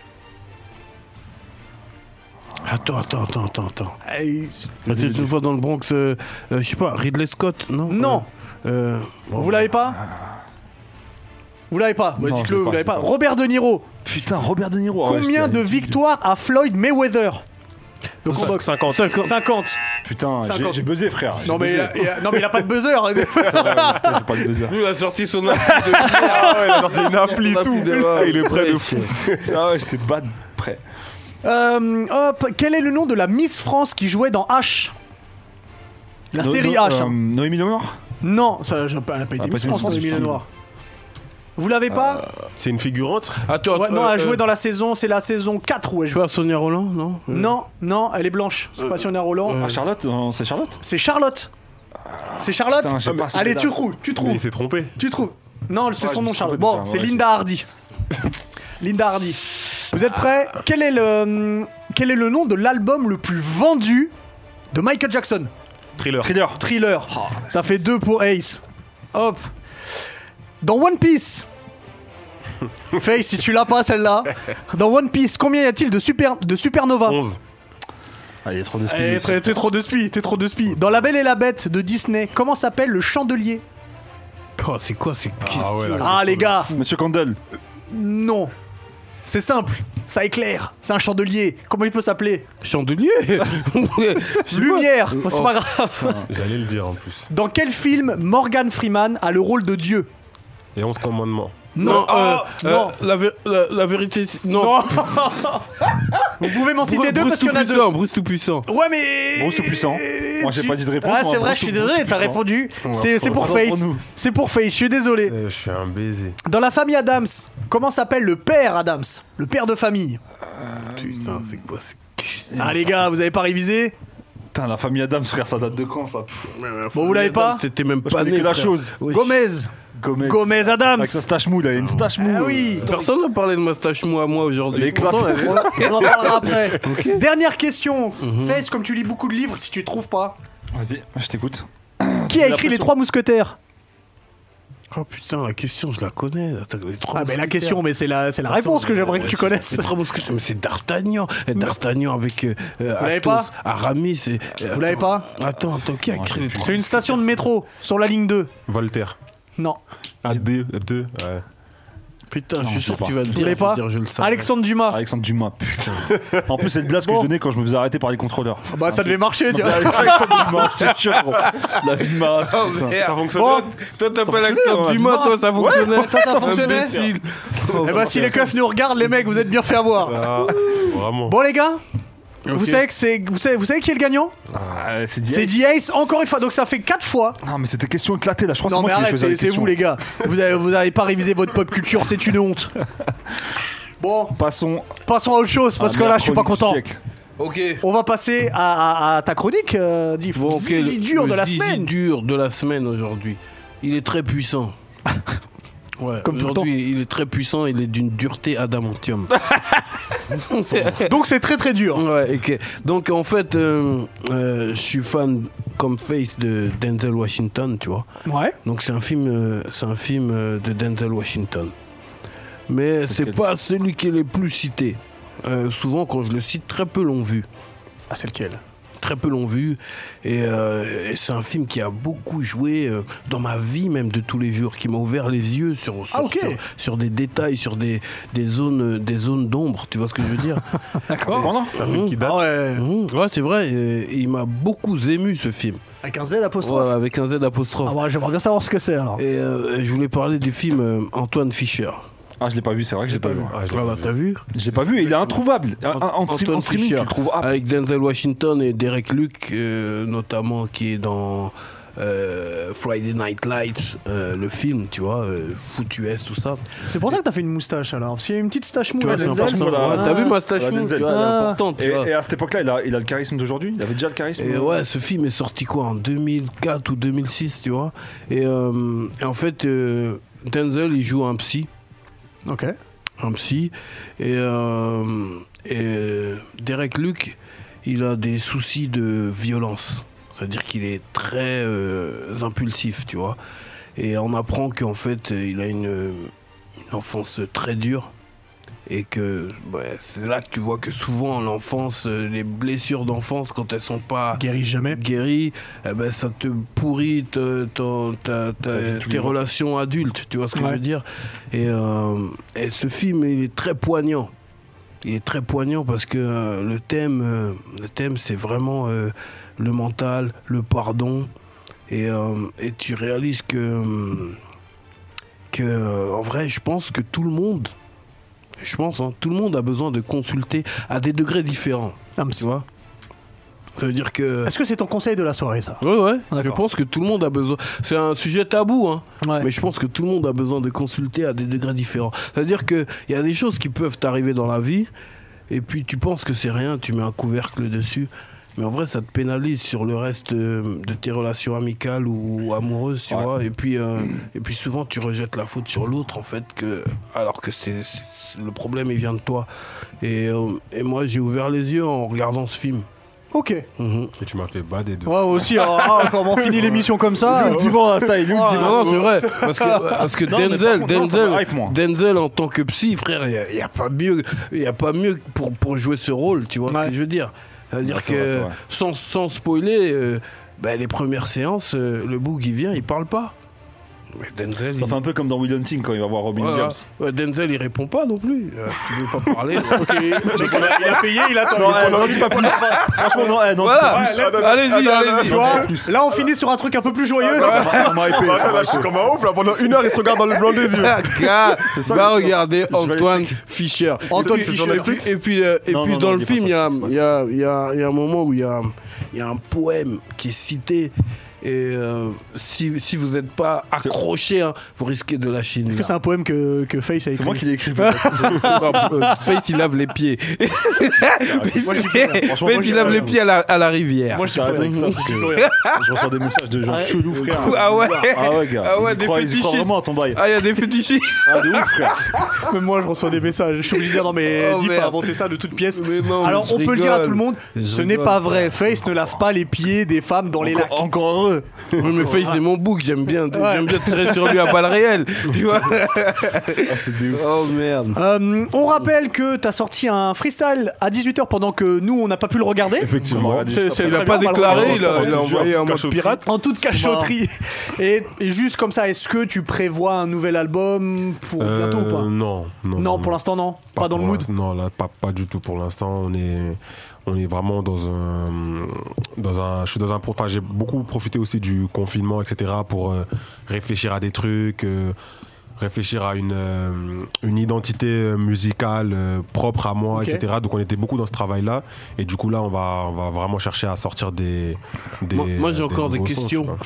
[SPEAKER 3] Attends, attends, attends, attends, attends. Bah,
[SPEAKER 1] Euh,
[SPEAKER 3] C'est une fois dans le Bronx, euh, euh, je sais pas, Ridley Scott, non
[SPEAKER 1] Non.
[SPEAKER 3] Euh,
[SPEAKER 1] Vous l'avez pas Vous l'avez pas Bah,
[SPEAKER 2] Non, je
[SPEAKER 1] Dites-le,
[SPEAKER 2] l'ai
[SPEAKER 1] vous
[SPEAKER 2] pas,
[SPEAKER 1] l'avez
[SPEAKER 2] je l'ai
[SPEAKER 1] pas.
[SPEAKER 2] pas.
[SPEAKER 1] Robert De Niro,
[SPEAKER 2] Putain, Robert De Niro. ah ouais,
[SPEAKER 1] combien
[SPEAKER 2] j'étais-
[SPEAKER 1] de victoires a Floyd Mayweather Donc on boxe.
[SPEAKER 4] 50.
[SPEAKER 1] 50.
[SPEAKER 2] Putain, j'ai-
[SPEAKER 1] 50.
[SPEAKER 2] j'ai buzzé, frère. j'ai
[SPEAKER 1] Non mais, il
[SPEAKER 2] buzzé.
[SPEAKER 1] a, il a- non mais il a pas de buzzer.
[SPEAKER 2] Putain, j'ai pas de buzzer.
[SPEAKER 6] Nous, la sortie son appli de-
[SPEAKER 4] Ah ouais, il a sorti une appli
[SPEAKER 6] Son
[SPEAKER 4] tout.
[SPEAKER 6] appli de-
[SPEAKER 4] Il est prêt de fou.
[SPEAKER 2] Ah ouais, j'étais bad prêt.
[SPEAKER 1] Euh, hop, quel est le nom de la Miss France qui jouait dans H La
[SPEAKER 2] No-
[SPEAKER 1] série
[SPEAKER 2] no-
[SPEAKER 1] H.
[SPEAKER 2] euh,
[SPEAKER 1] hein.
[SPEAKER 2] Noémie Noir
[SPEAKER 1] Non, ça, j'ai pas, elle a pas été
[SPEAKER 2] Ah,
[SPEAKER 1] Miss
[SPEAKER 2] pas
[SPEAKER 1] France,
[SPEAKER 2] Miss
[SPEAKER 1] Noémie
[SPEAKER 2] France,
[SPEAKER 1] Lenoir. Vous l'avez pas
[SPEAKER 4] C'est une figurante.
[SPEAKER 3] Attends,
[SPEAKER 1] Ouais, Non, elle a joué
[SPEAKER 3] jouer
[SPEAKER 1] dans la saison, c'est la saison 4 où elle
[SPEAKER 3] Tu
[SPEAKER 1] joue.
[SPEAKER 3] vois Sonia Roland, non Euh,
[SPEAKER 1] Non, non, elle est blanche. C'est pas Sonia Roland.
[SPEAKER 2] Ah, Charlotte non, C'est Charlotte
[SPEAKER 1] C'est Charlotte. Ah, C'est Charlotte
[SPEAKER 2] Putain, j'ai pas ce
[SPEAKER 1] Allez,
[SPEAKER 2] nom-là.
[SPEAKER 1] tu trouves, tu
[SPEAKER 4] Mais
[SPEAKER 1] trouves,
[SPEAKER 4] il s'est trompé.
[SPEAKER 1] tu trouves. Non, c'est
[SPEAKER 2] Ouais,
[SPEAKER 1] son
[SPEAKER 2] je me
[SPEAKER 1] nom,
[SPEAKER 2] suis
[SPEAKER 1] Charlotte.
[SPEAKER 2] trompé,
[SPEAKER 1] Bon,
[SPEAKER 2] putain,
[SPEAKER 1] c'est
[SPEAKER 2] ouais,
[SPEAKER 1] Linda Hardy. Linda Hardy. Vous êtes prêts
[SPEAKER 2] Ah.
[SPEAKER 1] Quel est le hum, quel est le nom de l'album le plus vendu de Michael Jackson
[SPEAKER 4] Thriller.
[SPEAKER 2] Thriller.
[SPEAKER 1] Thriller.
[SPEAKER 2] Ah.
[SPEAKER 1] Ça fait deux pour Ace. Hop. Dans One Piece. Face, si tu l'as pas celle-là. Dans One Piece, combien y a-t-il de, super, de supernova
[SPEAKER 4] 11.
[SPEAKER 2] Ah, il y a trop de
[SPEAKER 1] Eh,
[SPEAKER 2] speed.
[SPEAKER 1] T'es t'es trop de spi, t'es trop de spi. Dans La Belle et la Bête de Disney, comment s'appelle le chandelier
[SPEAKER 3] Oh, c'est quoi C'est
[SPEAKER 4] Ah ouais, là.
[SPEAKER 1] Ah les gars,
[SPEAKER 2] Monsieur Candle.
[SPEAKER 1] non. C'est simple, ça éclaire, c'est un chandelier. Comment il peut s'appeler
[SPEAKER 3] Chandelier
[SPEAKER 1] Lumière, Oh, c'est pas grave.
[SPEAKER 4] J'allais le dire en plus.
[SPEAKER 1] Dans quel film Morgan Freeman a le rôle de Dieu
[SPEAKER 4] Les 11 commandements.
[SPEAKER 3] Non, euh, euh,
[SPEAKER 1] ah, non.
[SPEAKER 3] la, vé- la- la vérité. Non,
[SPEAKER 1] Non. Vous pouvez m'en citer deux parce qu'il y en a deux.
[SPEAKER 3] Tout-Puissant, Bruce Tout-Puissant.
[SPEAKER 1] Ouais, mais.
[SPEAKER 2] Bruce Tout-Puissant. Moi, j'ai
[SPEAKER 1] Tu-
[SPEAKER 2] pas dit de réponse,
[SPEAKER 1] Ah,
[SPEAKER 2] moi,
[SPEAKER 1] c'est vrai,
[SPEAKER 2] Bruce
[SPEAKER 1] je suis
[SPEAKER 2] Tout-Puissant.
[SPEAKER 1] désolé, t'as répondu. C'est c'est pour
[SPEAKER 2] pardon pour
[SPEAKER 1] Face.
[SPEAKER 2] nous.
[SPEAKER 1] C'est pour Face, je suis désolé.
[SPEAKER 4] Euh, Je suis un baiser.
[SPEAKER 1] Dans la famille Adams, comment s'appelle le père Adams Le père de famille.
[SPEAKER 3] Putain, c'est quoi c'est-
[SPEAKER 1] Ah, les gars, vous avez pas révisé
[SPEAKER 2] Putain, la famille Adams, frère, ça date de quand ça Pff,
[SPEAKER 1] Bon, vous l'avez pas
[SPEAKER 3] C'était même
[SPEAKER 2] Je
[SPEAKER 3] pas
[SPEAKER 2] connais
[SPEAKER 3] né.
[SPEAKER 2] que la
[SPEAKER 3] frère.
[SPEAKER 2] chose.
[SPEAKER 3] Oui.
[SPEAKER 1] Gomez.
[SPEAKER 2] Gomez.
[SPEAKER 1] Gomez Adams.
[SPEAKER 2] Avec sa stache mou, il avait une stache mou.
[SPEAKER 1] Ah oui.
[SPEAKER 3] Personne n'a parlé de moustache moi, moi aujourd'hui.
[SPEAKER 2] Les claps.
[SPEAKER 3] Pourtant, elle-
[SPEAKER 1] On on en parlera après. Dernière question.
[SPEAKER 3] Mhm.
[SPEAKER 1] Face, comme tu lis beaucoup de livres, si tu trouves pas.
[SPEAKER 2] Vas-y, je t'écoute.
[SPEAKER 1] Qui a
[SPEAKER 2] la
[SPEAKER 1] écrit Les
[SPEAKER 2] pression.
[SPEAKER 1] Trois Mousquetaires
[SPEAKER 3] Oh putain, la question, je la connais. Attends, les trois
[SPEAKER 1] Ah, mais la
[SPEAKER 3] mousquetaires.
[SPEAKER 1] question, mais c'est la, c'est la réponse que j'aimerais que tu
[SPEAKER 3] Ouais,
[SPEAKER 1] connaisses.
[SPEAKER 3] C'est c'est trois mousquetaires, mais c'est D'Artagnan. Et D'Artagnan avec euh,
[SPEAKER 1] l'avez
[SPEAKER 3] Athos,
[SPEAKER 1] pas
[SPEAKER 3] Aramis. et- euh,
[SPEAKER 1] Vous l'avez pas
[SPEAKER 3] Attends, attends, qui a créé les trois
[SPEAKER 1] C'est une station de métro sur la ligne 2.
[SPEAKER 4] Voltaire.
[SPEAKER 1] Non.
[SPEAKER 4] Ah, deux. deux, ouais.
[SPEAKER 3] Putain,
[SPEAKER 2] je
[SPEAKER 3] je suis sûr
[SPEAKER 2] sais
[SPEAKER 3] que tu vas le
[SPEAKER 1] Vous
[SPEAKER 3] dire.
[SPEAKER 1] l'avez
[SPEAKER 3] je vais
[SPEAKER 1] pas
[SPEAKER 3] dire, je le savais. Ah,
[SPEAKER 1] Alexandre Dumas.
[SPEAKER 2] Alexandre Dumas, putain. en plus, c'est le blase que
[SPEAKER 1] Bon.
[SPEAKER 2] je donnais quand je me faisais arrêter par les contrôleurs.
[SPEAKER 1] Bah ça devait marcher, tu vois.
[SPEAKER 2] Alexandre Dumas, je te jure, gros. La vie de ma
[SPEAKER 1] Oh,
[SPEAKER 2] race, putain.
[SPEAKER 4] Ça fonctionne
[SPEAKER 1] Bon.
[SPEAKER 3] Toi, t'as pas
[SPEAKER 2] fonctionnait, ouais.
[SPEAKER 3] Alexandre Dumas, toi, ça fonctionnait.
[SPEAKER 1] ça, ça fonctionnait.
[SPEAKER 3] Imbécile.
[SPEAKER 1] Eh bah si les keufs nous regardent, les mecs, vous êtes bien fait avoir.
[SPEAKER 4] Ah, Vraiment.
[SPEAKER 1] Bon les gars, vous
[SPEAKER 3] Ok.
[SPEAKER 1] savez que c'est, vous savez, vous savez qui est le gagnant
[SPEAKER 2] Ah, C'est dit.
[SPEAKER 1] C'est D-Ace encore une fois. Donc ça fait 4 fois.
[SPEAKER 2] Non, mais c'était question éclatée là, je crois que c'est
[SPEAKER 1] Non mais
[SPEAKER 2] moi qui ai
[SPEAKER 1] arrête,
[SPEAKER 2] choisi
[SPEAKER 1] c'est,
[SPEAKER 2] la
[SPEAKER 1] c'est
[SPEAKER 2] question.
[SPEAKER 1] vous les gars. Vous avez, vous avez pas révisé votre pop culture, c'est une honte. Bon,
[SPEAKER 2] Passons
[SPEAKER 1] passons à autre chose parce
[SPEAKER 3] Ah,
[SPEAKER 2] à
[SPEAKER 1] que
[SPEAKER 2] la
[SPEAKER 1] là, je suis pas
[SPEAKER 2] chronique du
[SPEAKER 1] content.
[SPEAKER 2] siècle.
[SPEAKER 3] Ok.
[SPEAKER 1] On va passer à, à- à ta chronique, euh, Diff.
[SPEAKER 3] Bon, ok,
[SPEAKER 1] Zizi
[SPEAKER 3] le-
[SPEAKER 1] dur
[SPEAKER 3] le
[SPEAKER 1] de la
[SPEAKER 3] zizi
[SPEAKER 1] semaine.
[SPEAKER 3] dur de la semaine aujourd'hui. Il est très puissant. Ouais,
[SPEAKER 1] Comme tout le temps.
[SPEAKER 3] aujourd'hui, il est très puissant, il est d'une dureté adamantium.
[SPEAKER 1] Donc c'est très très dur.
[SPEAKER 3] Ouais, ok. Donc en fait, euh, euh, je suis fan comme face de Denzel Washington, tu vois.
[SPEAKER 1] Ouais.
[SPEAKER 3] Donc c'est un film, euh, c'est un film euh, de Denzel Washington. Mais c'est
[SPEAKER 2] lequel
[SPEAKER 3] pas celui qui est le plus cité. Euh, souvent, quand je le cite, très peu l'ont vu.
[SPEAKER 1] Ah c'est lequel
[SPEAKER 3] Très peu l'ont vu. Et, euh, et c'est un film qui a beaucoup joué euh, dans ma vie même de tous les jours, qui m'a ouvert les yeux sur, sur,
[SPEAKER 1] Ah, ok.
[SPEAKER 3] sur, sur des détails, sur des, des zones des zones d'ombre. Tu vois ce que je veux dire
[SPEAKER 1] D'accord.
[SPEAKER 2] Pendant
[SPEAKER 3] Mmh.
[SPEAKER 1] Ah ouais.
[SPEAKER 3] Mmh. Ouais, c'est vrai. euh, il m'a beaucoup ému ce film.
[SPEAKER 1] Avec un Z apostrophe.
[SPEAKER 3] Ouais, avec un Z apostrophe.
[SPEAKER 1] Ah ouais, j'aimerais bien savoir ce que c'est alors.
[SPEAKER 3] Et euh, je voulais parler du film euh, Antoine Fischer.
[SPEAKER 2] Ah, je l'ai pas vu, c'est vrai que je l'ai pas vu.
[SPEAKER 4] Ah, je l'ai
[SPEAKER 3] Voilà,
[SPEAKER 4] pas vu.
[SPEAKER 3] t'as vu
[SPEAKER 2] Je l'ai pas vu, et il est introuvable. En, en- en- en streaming, tu le trouves. Ah,
[SPEAKER 3] Avec Denzel Washington et Derek Luke, euh, notamment, qui est dans euh, Friday Night Lights, euh, le film, tu vois, euh, Foot US, tout ça.
[SPEAKER 1] C'est pour ça que t'as fait une moustache alors. Parce qu'il y a une petite stache mou.
[SPEAKER 3] Tu
[SPEAKER 1] à
[SPEAKER 3] vois, c'est
[SPEAKER 1] Denzel.
[SPEAKER 3] important.
[SPEAKER 2] mou, là.
[SPEAKER 3] Ouais, T'as vu ma stache
[SPEAKER 2] Voilà,
[SPEAKER 3] mou, tu
[SPEAKER 2] Denzel.
[SPEAKER 3] vois, elle est
[SPEAKER 1] Ah.
[SPEAKER 3] importante, tu
[SPEAKER 2] Et,
[SPEAKER 3] vois.
[SPEAKER 2] et à cette époque-là, il a, il a le charisme d'aujourd'hui Il avait déjà le charisme
[SPEAKER 3] Et ouais, ce film est sorti quoi en 2004 ou 2006, tu vois. Et, euh, et en fait, euh, Denzel, il joue un psy.
[SPEAKER 1] Ok.
[SPEAKER 3] un psy. Et, euh, et Derek Luke, il a des soucis de violence. C'est-à-dire qu'il est très euh, impulsif, tu vois. Et on apprend qu'en fait, euh, il a une, une enfance très dure. Et que ouais, c'est là que tu vois que souvent, en l'enfance, euh, les blessures d'enfance, quand elles sont pas
[SPEAKER 1] Guéris jamais.
[SPEAKER 3] guéri, eh ben, ça te pourrit te- ton- ta- ta-
[SPEAKER 2] vie de tous les
[SPEAKER 3] tes
[SPEAKER 2] jours.
[SPEAKER 3] relations adultes, tu vois ce que
[SPEAKER 1] Ouais.
[SPEAKER 3] je veux dire et, euh, et ce film, il est très poignant. il est très poignant parce que euh, le thème, euh, le thème, c'est vraiment euh, le mental, le pardon, et, euh, et tu réalises que, euh, que, euh, en vrai, je pense que tout le monde, je pense, hein, tout le monde a besoin de consulter à des degrés différents,
[SPEAKER 1] Ah, mais
[SPEAKER 3] tu vois. Ça veut dire que
[SPEAKER 1] Est-ce que c'est ton conseil de la soirée, ça
[SPEAKER 3] Ouais, ouais.
[SPEAKER 1] Ah,
[SPEAKER 3] Je
[SPEAKER 1] d'accord.
[SPEAKER 3] pense que tout le monde a besoin. C'est un sujet tabou, hein.
[SPEAKER 1] Ouais.
[SPEAKER 3] Mais je pense que tout le monde a besoin de consulter à des degrés différents. C'est-à-dire qu'il y a des choses qui peuvent t'arriver dans la vie, et puis tu penses que c'est rien, tu mets un couvercle dessus. Mais en vrai, ça te pénalise sur le reste euh, de tes relations amicales ou amoureuses, tu
[SPEAKER 2] Ouais.
[SPEAKER 3] vois. Et puis, euh, et puis souvent, tu rejettes la faute sur l'autre, en fait, que, alors que c'est c'est- le problème, il vient de toi. Et, euh, et moi, j'ai ouvert les yeux en regardant ce film.
[SPEAKER 1] Ok.
[SPEAKER 3] Mhm.
[SPEAKER 4] Et tu m'as fait bader de.
[SPEAKER 1] Ouais, aussi, alors, ah, quand on finit l'émission comme ça. euh,
[SPEAKER 3] Ah, non, non, c'est vrai. Parce que, parce que
[SPEAKER 2] Non, mais par
[SPEAKER 3] Denzel,
[SPEAKER 2] contre, non, ça
[SPEAKER 3] Denzel,
[SPEAKER 2] me hype, moi.
[SPEAKER 3] Denzel, en tant que psy, frère, il n'y a, pas mieux, y a pas mieux pour, pour jouer ce rôle, tu vois
[SPEAKER 1] Ouais.
[SPEAKER 3] ce que je veux dire. C'est-à-dire
[SPEAKER 2] Ouais, c'est vrai,
[SPEAKER 3] que,
[SPEAKER 2] c'est vrai.
[SPEAKER 3] sans, sans spoiler, euh, bah, les premières séances, euh, le bouc, il vient, il parle pas. Mais Denzel,
[SPEAKER 2] Ça
[SPEAKER 3] il-
[SPEAKER 2] fait un peu comme dans Will Hunting quand il va voir Robin
[SPEAKER 3] voilà.
[SPEAKER 2] Williams.
[SPEAKER 3] Ouais, Denzel, il répond pas non plus. Euh, tu veux pas parler
[SPEAKER 6] Ok, donc on a- il a payé, il attend.
[SPEAKER 2] Non, eh, n'en dis pas plus. Franchement, non, eh, n'en dis
[SPEAKER 3] Voilà.
[SPEAKER 2] pas
[SPEAKER 3] Ouais, Allez-y, allez-y.
[SPEAKER 1] Tu vois, là, on finit sur un truc un peu plus joyeux. ça.
[SPEAKER 2] plus. Ça m'a hypé, ça m'a
[SPEAKER 4] là, je suis comme un ouf, là, pendant une heure, il se regarde dans le blanc des yeux.
[SPEAKER 3] Ah, gars,
[SPEAKER 2] ça,
[SPEAKER 3] va
[SPEAKER 2] le-
[SPEAKER 3] regarder
[SPEAKER 2] je vais aller
[SPEAKER 3] Antoine
[SPEAKER 2] checker.
[SPEAKER 3] Fischer.
[SPEAKER 1] Antoine
[SPEAKER 3] Et puis-
[SPEAKER 1] Fischer.
[SPEAKER 3] Et puis, et puis, euh, et
[SPEAKER 2] Non,
[SPEAKER 3] puis
[SPEAKER 2] non,
[SPEAKER 3] dans
[SPEAKER 2] non,
[SPEAKER 3] le
[SPEAKER 2] il est
[SPEAKER 3] film, il y,
[SPEAKER 2] pas
[SPEAKER 3] a-
[SPEAKER 2] sorti,
[SPEAKER 3] il y a- il y a il y a un moment où il y a, il y a un poème qui est cité. Et euh, si, si vous n'êtes pas accroché, hein, vous risquez de la Chine.
[SPEAKER 1] Est-ce que c'est un poème que, que Face a écrit
[SPEAKER 2] C'est moi qui l'ai écrit.
[SPEAKER 3] Face, Euh, il lave les pieds.
[SPEAKER 1] Moi, j'y peux rien.
[SPEAKER 2] Franchement, moi,
[SPEAKER 3] Face,
[SPEAKER 2] j'y
[SPEAKER 3] il lave
[SPEAKER 2] peux
[SPEAKER 3] les
[SPEAKER 2] rien.
[SPEAKER 3] pieds à la, à la rivière.
[SPEAKER 2] Moi, je t'arrête avec ça. parce que Je reçois des messages de gens chelous, frère.
[SPEAKER 3] Ah ouais.
[SPEAKER 2] Ah ouais, gars.
[SPEAKER 3] Ah ouais,
[SPEAKER 2] Ils y
[SPEAKER 3] des
[SPEAKER 2] croient- ils y croient
[SPEAKER 3] fétichistes.
[SPEAKER 2] vraiment à ton bail.
[SPEAKER 3] Ah, il y a des fétichistes.
[SPEAKER 2] Ah, de ouf, frère.
[SPEAKER 1] Même moi, je reçois des messages. Je suis obligé de dire non, mais
[SPEAKER 3] Oh,
[SPEAKER 1] Diff a
[SPEAKER 3] merde.
[SPEAKER 1] inventé ça de toutes pièces.
[SPEAKER 3] Mais non,
[SPEAKER 1] Alors,
[SPEAKER 3] je
[SPEAKER 1] on peut le dire à
[SPEAKER 3] rigole.
[SPEAKER 1] tout le monde
[SPEAKER 3] Je
[SPEAKER 1] ce n'est
[SPEAKER 3] rigole.
[SPEAKER 1] pas vrai. Face ne lave pas les pieds des femmes dans les lacs.
[SPEAKER 2] Encore heureux.
[SPEAKER 3] Oui, mais Face, c'est mon bouc. J'aime bien, j'aime bien tirer sur lui à balles réelles. Tu vois
[SPEAKER 2] Ah, c'est des ouf. Ah,
[SPEAKER 3] Oh merde.
[SPEAKER 1] Euh, on rappelle que t'as sorti un freestyle à 18h pendant que nous, on n'a pas pu le regarder.
[SPEAKER 2] Effectivement.
[SPEAKER 1] C'est- c'est
[SPEAKER 3] Il
[SPEAKER 1] très
[SPEAKER 3] a pas
[SPEAKER 1] bien, on va le
[SPEAKER 3] déclaré,
[SPEAKER 1] regarder.
[SPEAKER 3] il a, il a envoyé un mode pirate.
[SPEAKER 1] En toute cachotterie. Et, et juste comme ça, est-ce que tu prévois un nouvel album pour
[SPEAKER 4] Euh,
[SPEAKER 1] bientôt ou pas
[SPEAKER 4] Non, non.
[SPEAKER 1] Non, pour l'instant, non. Pas, dans le
[SPEAKER 4] pour
[SPEAKER 1] mood.
[SPEAKER 4] l'instant, Non, là, pas, pas du tout pour l'instant. On est, on est vraiment dans un, dans un, je suis dans un, pro- enfin, j'ai beaucoup profité aussi du confinement, etc., pour euh, réfléchir à des trucs, euh, réfléchir à une, euh, une identité musicale euh, propre à moi,
[SPEAKER 1] Ok.
[SPEAKER 4] etc. Donc, on était beaucoup dans ce travail-là, et du coup, là, on va, on va vraiment chercher à sortir des, des
[SPEAKER 3] Moi, moi, j'ai encore des
[SPEAKER 4] nouveaux sons,
[SPEAKER 3] questions.
[SPEAKER 4] tu vois.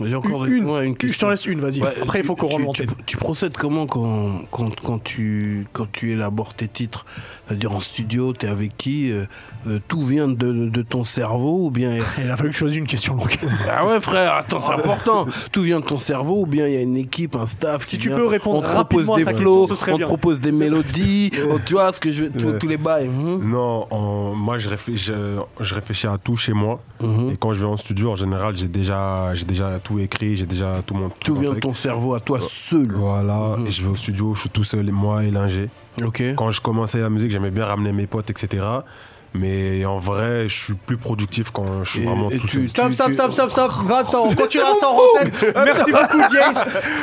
[SPEAKER 3] Moi, J'ai encore des-
[SPEAKER 1] Une,
[SPEAKER 3] ouais, une
[SPEAKER 1] je t'en
[SPEAKER 3] question.
[SPEAKER 1] laisse une, vas-y.
[SPEAKER 3] Ouais,
[SPEAKER 1] Après, il faut
[SPEAKER 3] tu-
[SPEAKER 1] qu'on
[SPEAKER 3] tu-
[SPEAKER 1] rentre dans
[SPEAKER 3] tu,
[SPEAKER 1] le thème.
[SPEAKER 3] tu procèdes comment quand, quand, quand, tu, quand tu élabores tes titres C'est-à-dire en studio, t'es avec qui euh, euh, Tout vient de, de ton cerveau ou bien...
[SPEAKER 1] Il a fallu que je choisisse Eh, une question longue.
[SPEAKER 3] Ah ouais frère, attends, c'est important. Tout vient de ton cerveau ou bien il y a une équipe, un staff
[SPEAKER 1] Si
[SPEAKER 3] qui
[SPEAKER 1] tu
[SPEAKER 3] vient,
[SPEAKER 1] peux répondre
[SPEAKER 3] on te propose
[SPEAKER 1] rapidement à
[SPEAKER 3] des
[SPEAKER 1] sa question,
[SPEAKER 3] flows,
[SPEAKER 1] ce serait
[SPEAKER 3] on te
[SPEAKER 1] bien.
[SPEAKER 3] propose des mélodies, on- tu vois ce que je... tous-
[SPEAKER 4] Ouais.
[SPEAKER 3] Tous les bails. mhm.
[SPEAKER 4] Non, en- moi je réfléchis, je, je réfléchis à tout chez moi.
[SPEAKER 3] Mhm.
[SPEAKER 4] Et quand je vais en studio, en général, j'ai déjà, j'ai déjà tout écrit, j'ai déjà tout mon.
[SPEAKER 3] Tout
[SPEAKER 4] mon
[SPEAKER 3] vient de
[SPEAKER 4] truc.
[SPEAKER 3] ton cerveau à toi seul.
[SPEAKER 4] Voilà, et je vais au studio, je suis tout seul, moi et l'ingé.
[SPEAKER 3] Ok.
[SPEAKER 4] Quand je commençais la musique, j'aimais bien ramener mes potes, etc. Mais en vrai, je suis plus productif quand je suis
[SPEAKER 3] Et-
[SPEAKER 4] vraiment
[SPEAKER 3] et
[SPEAKER 4] tout
[SPEAKER 3] tu-
[SPEAKER 4] seul.
[SPEAKER 1] Stop,
[SPEAKER 3] tu-
[SPEAKER 1] stop,
[SPEAKER 3] tu-
[SPEAKER 1] stop, stop, stop. Grave, stop. On continuera sans rentrer. Merci beaucoup, James.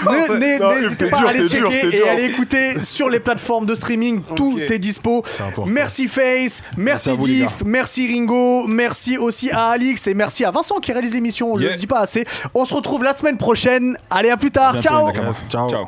[SPEAKER 1] Ne- ne-
[SPEAKER 4] Non,
[SPEAKER 1] N'hésitez
[SPEAKER 4] t'es
[SPEAKER 1] pas
[SPEAKER 4] dur,
[SPEAKER 1] à aller
[SPEAKER 4] t'es
[SPEAKER 1] checker
[SPEAKER 4] dur, t'es
[SPEAKER 1] et
[SPEAKER 4] dur.
[SPEAKER 1] aller écouter sur les plateformes de streaming. Tout est dispo.
[SPEAKER 4] important.
[SPEAKER 1] Merci Face, merci
[SPEAKER 2] à vous, les gars.
[SPEAKER 1] Diff, merci Ringo, merci aussi à Alix et merci à Vincent qui réalise l'émission. On
[SPEAKER 2] Yeah.
[SPEAKER 3] Ah,
[SPEAKER 1] le dit pas assez. On se retrouve la semaine prochaine. Allez, à plus tard.
[SPEAKER 2] Bientôt,
[SPEAKER 1] Ciao.
[SPEAKER 2] les gars.
[SPEAKER 4] Ciao.
[SPEAKER 2] Ciao.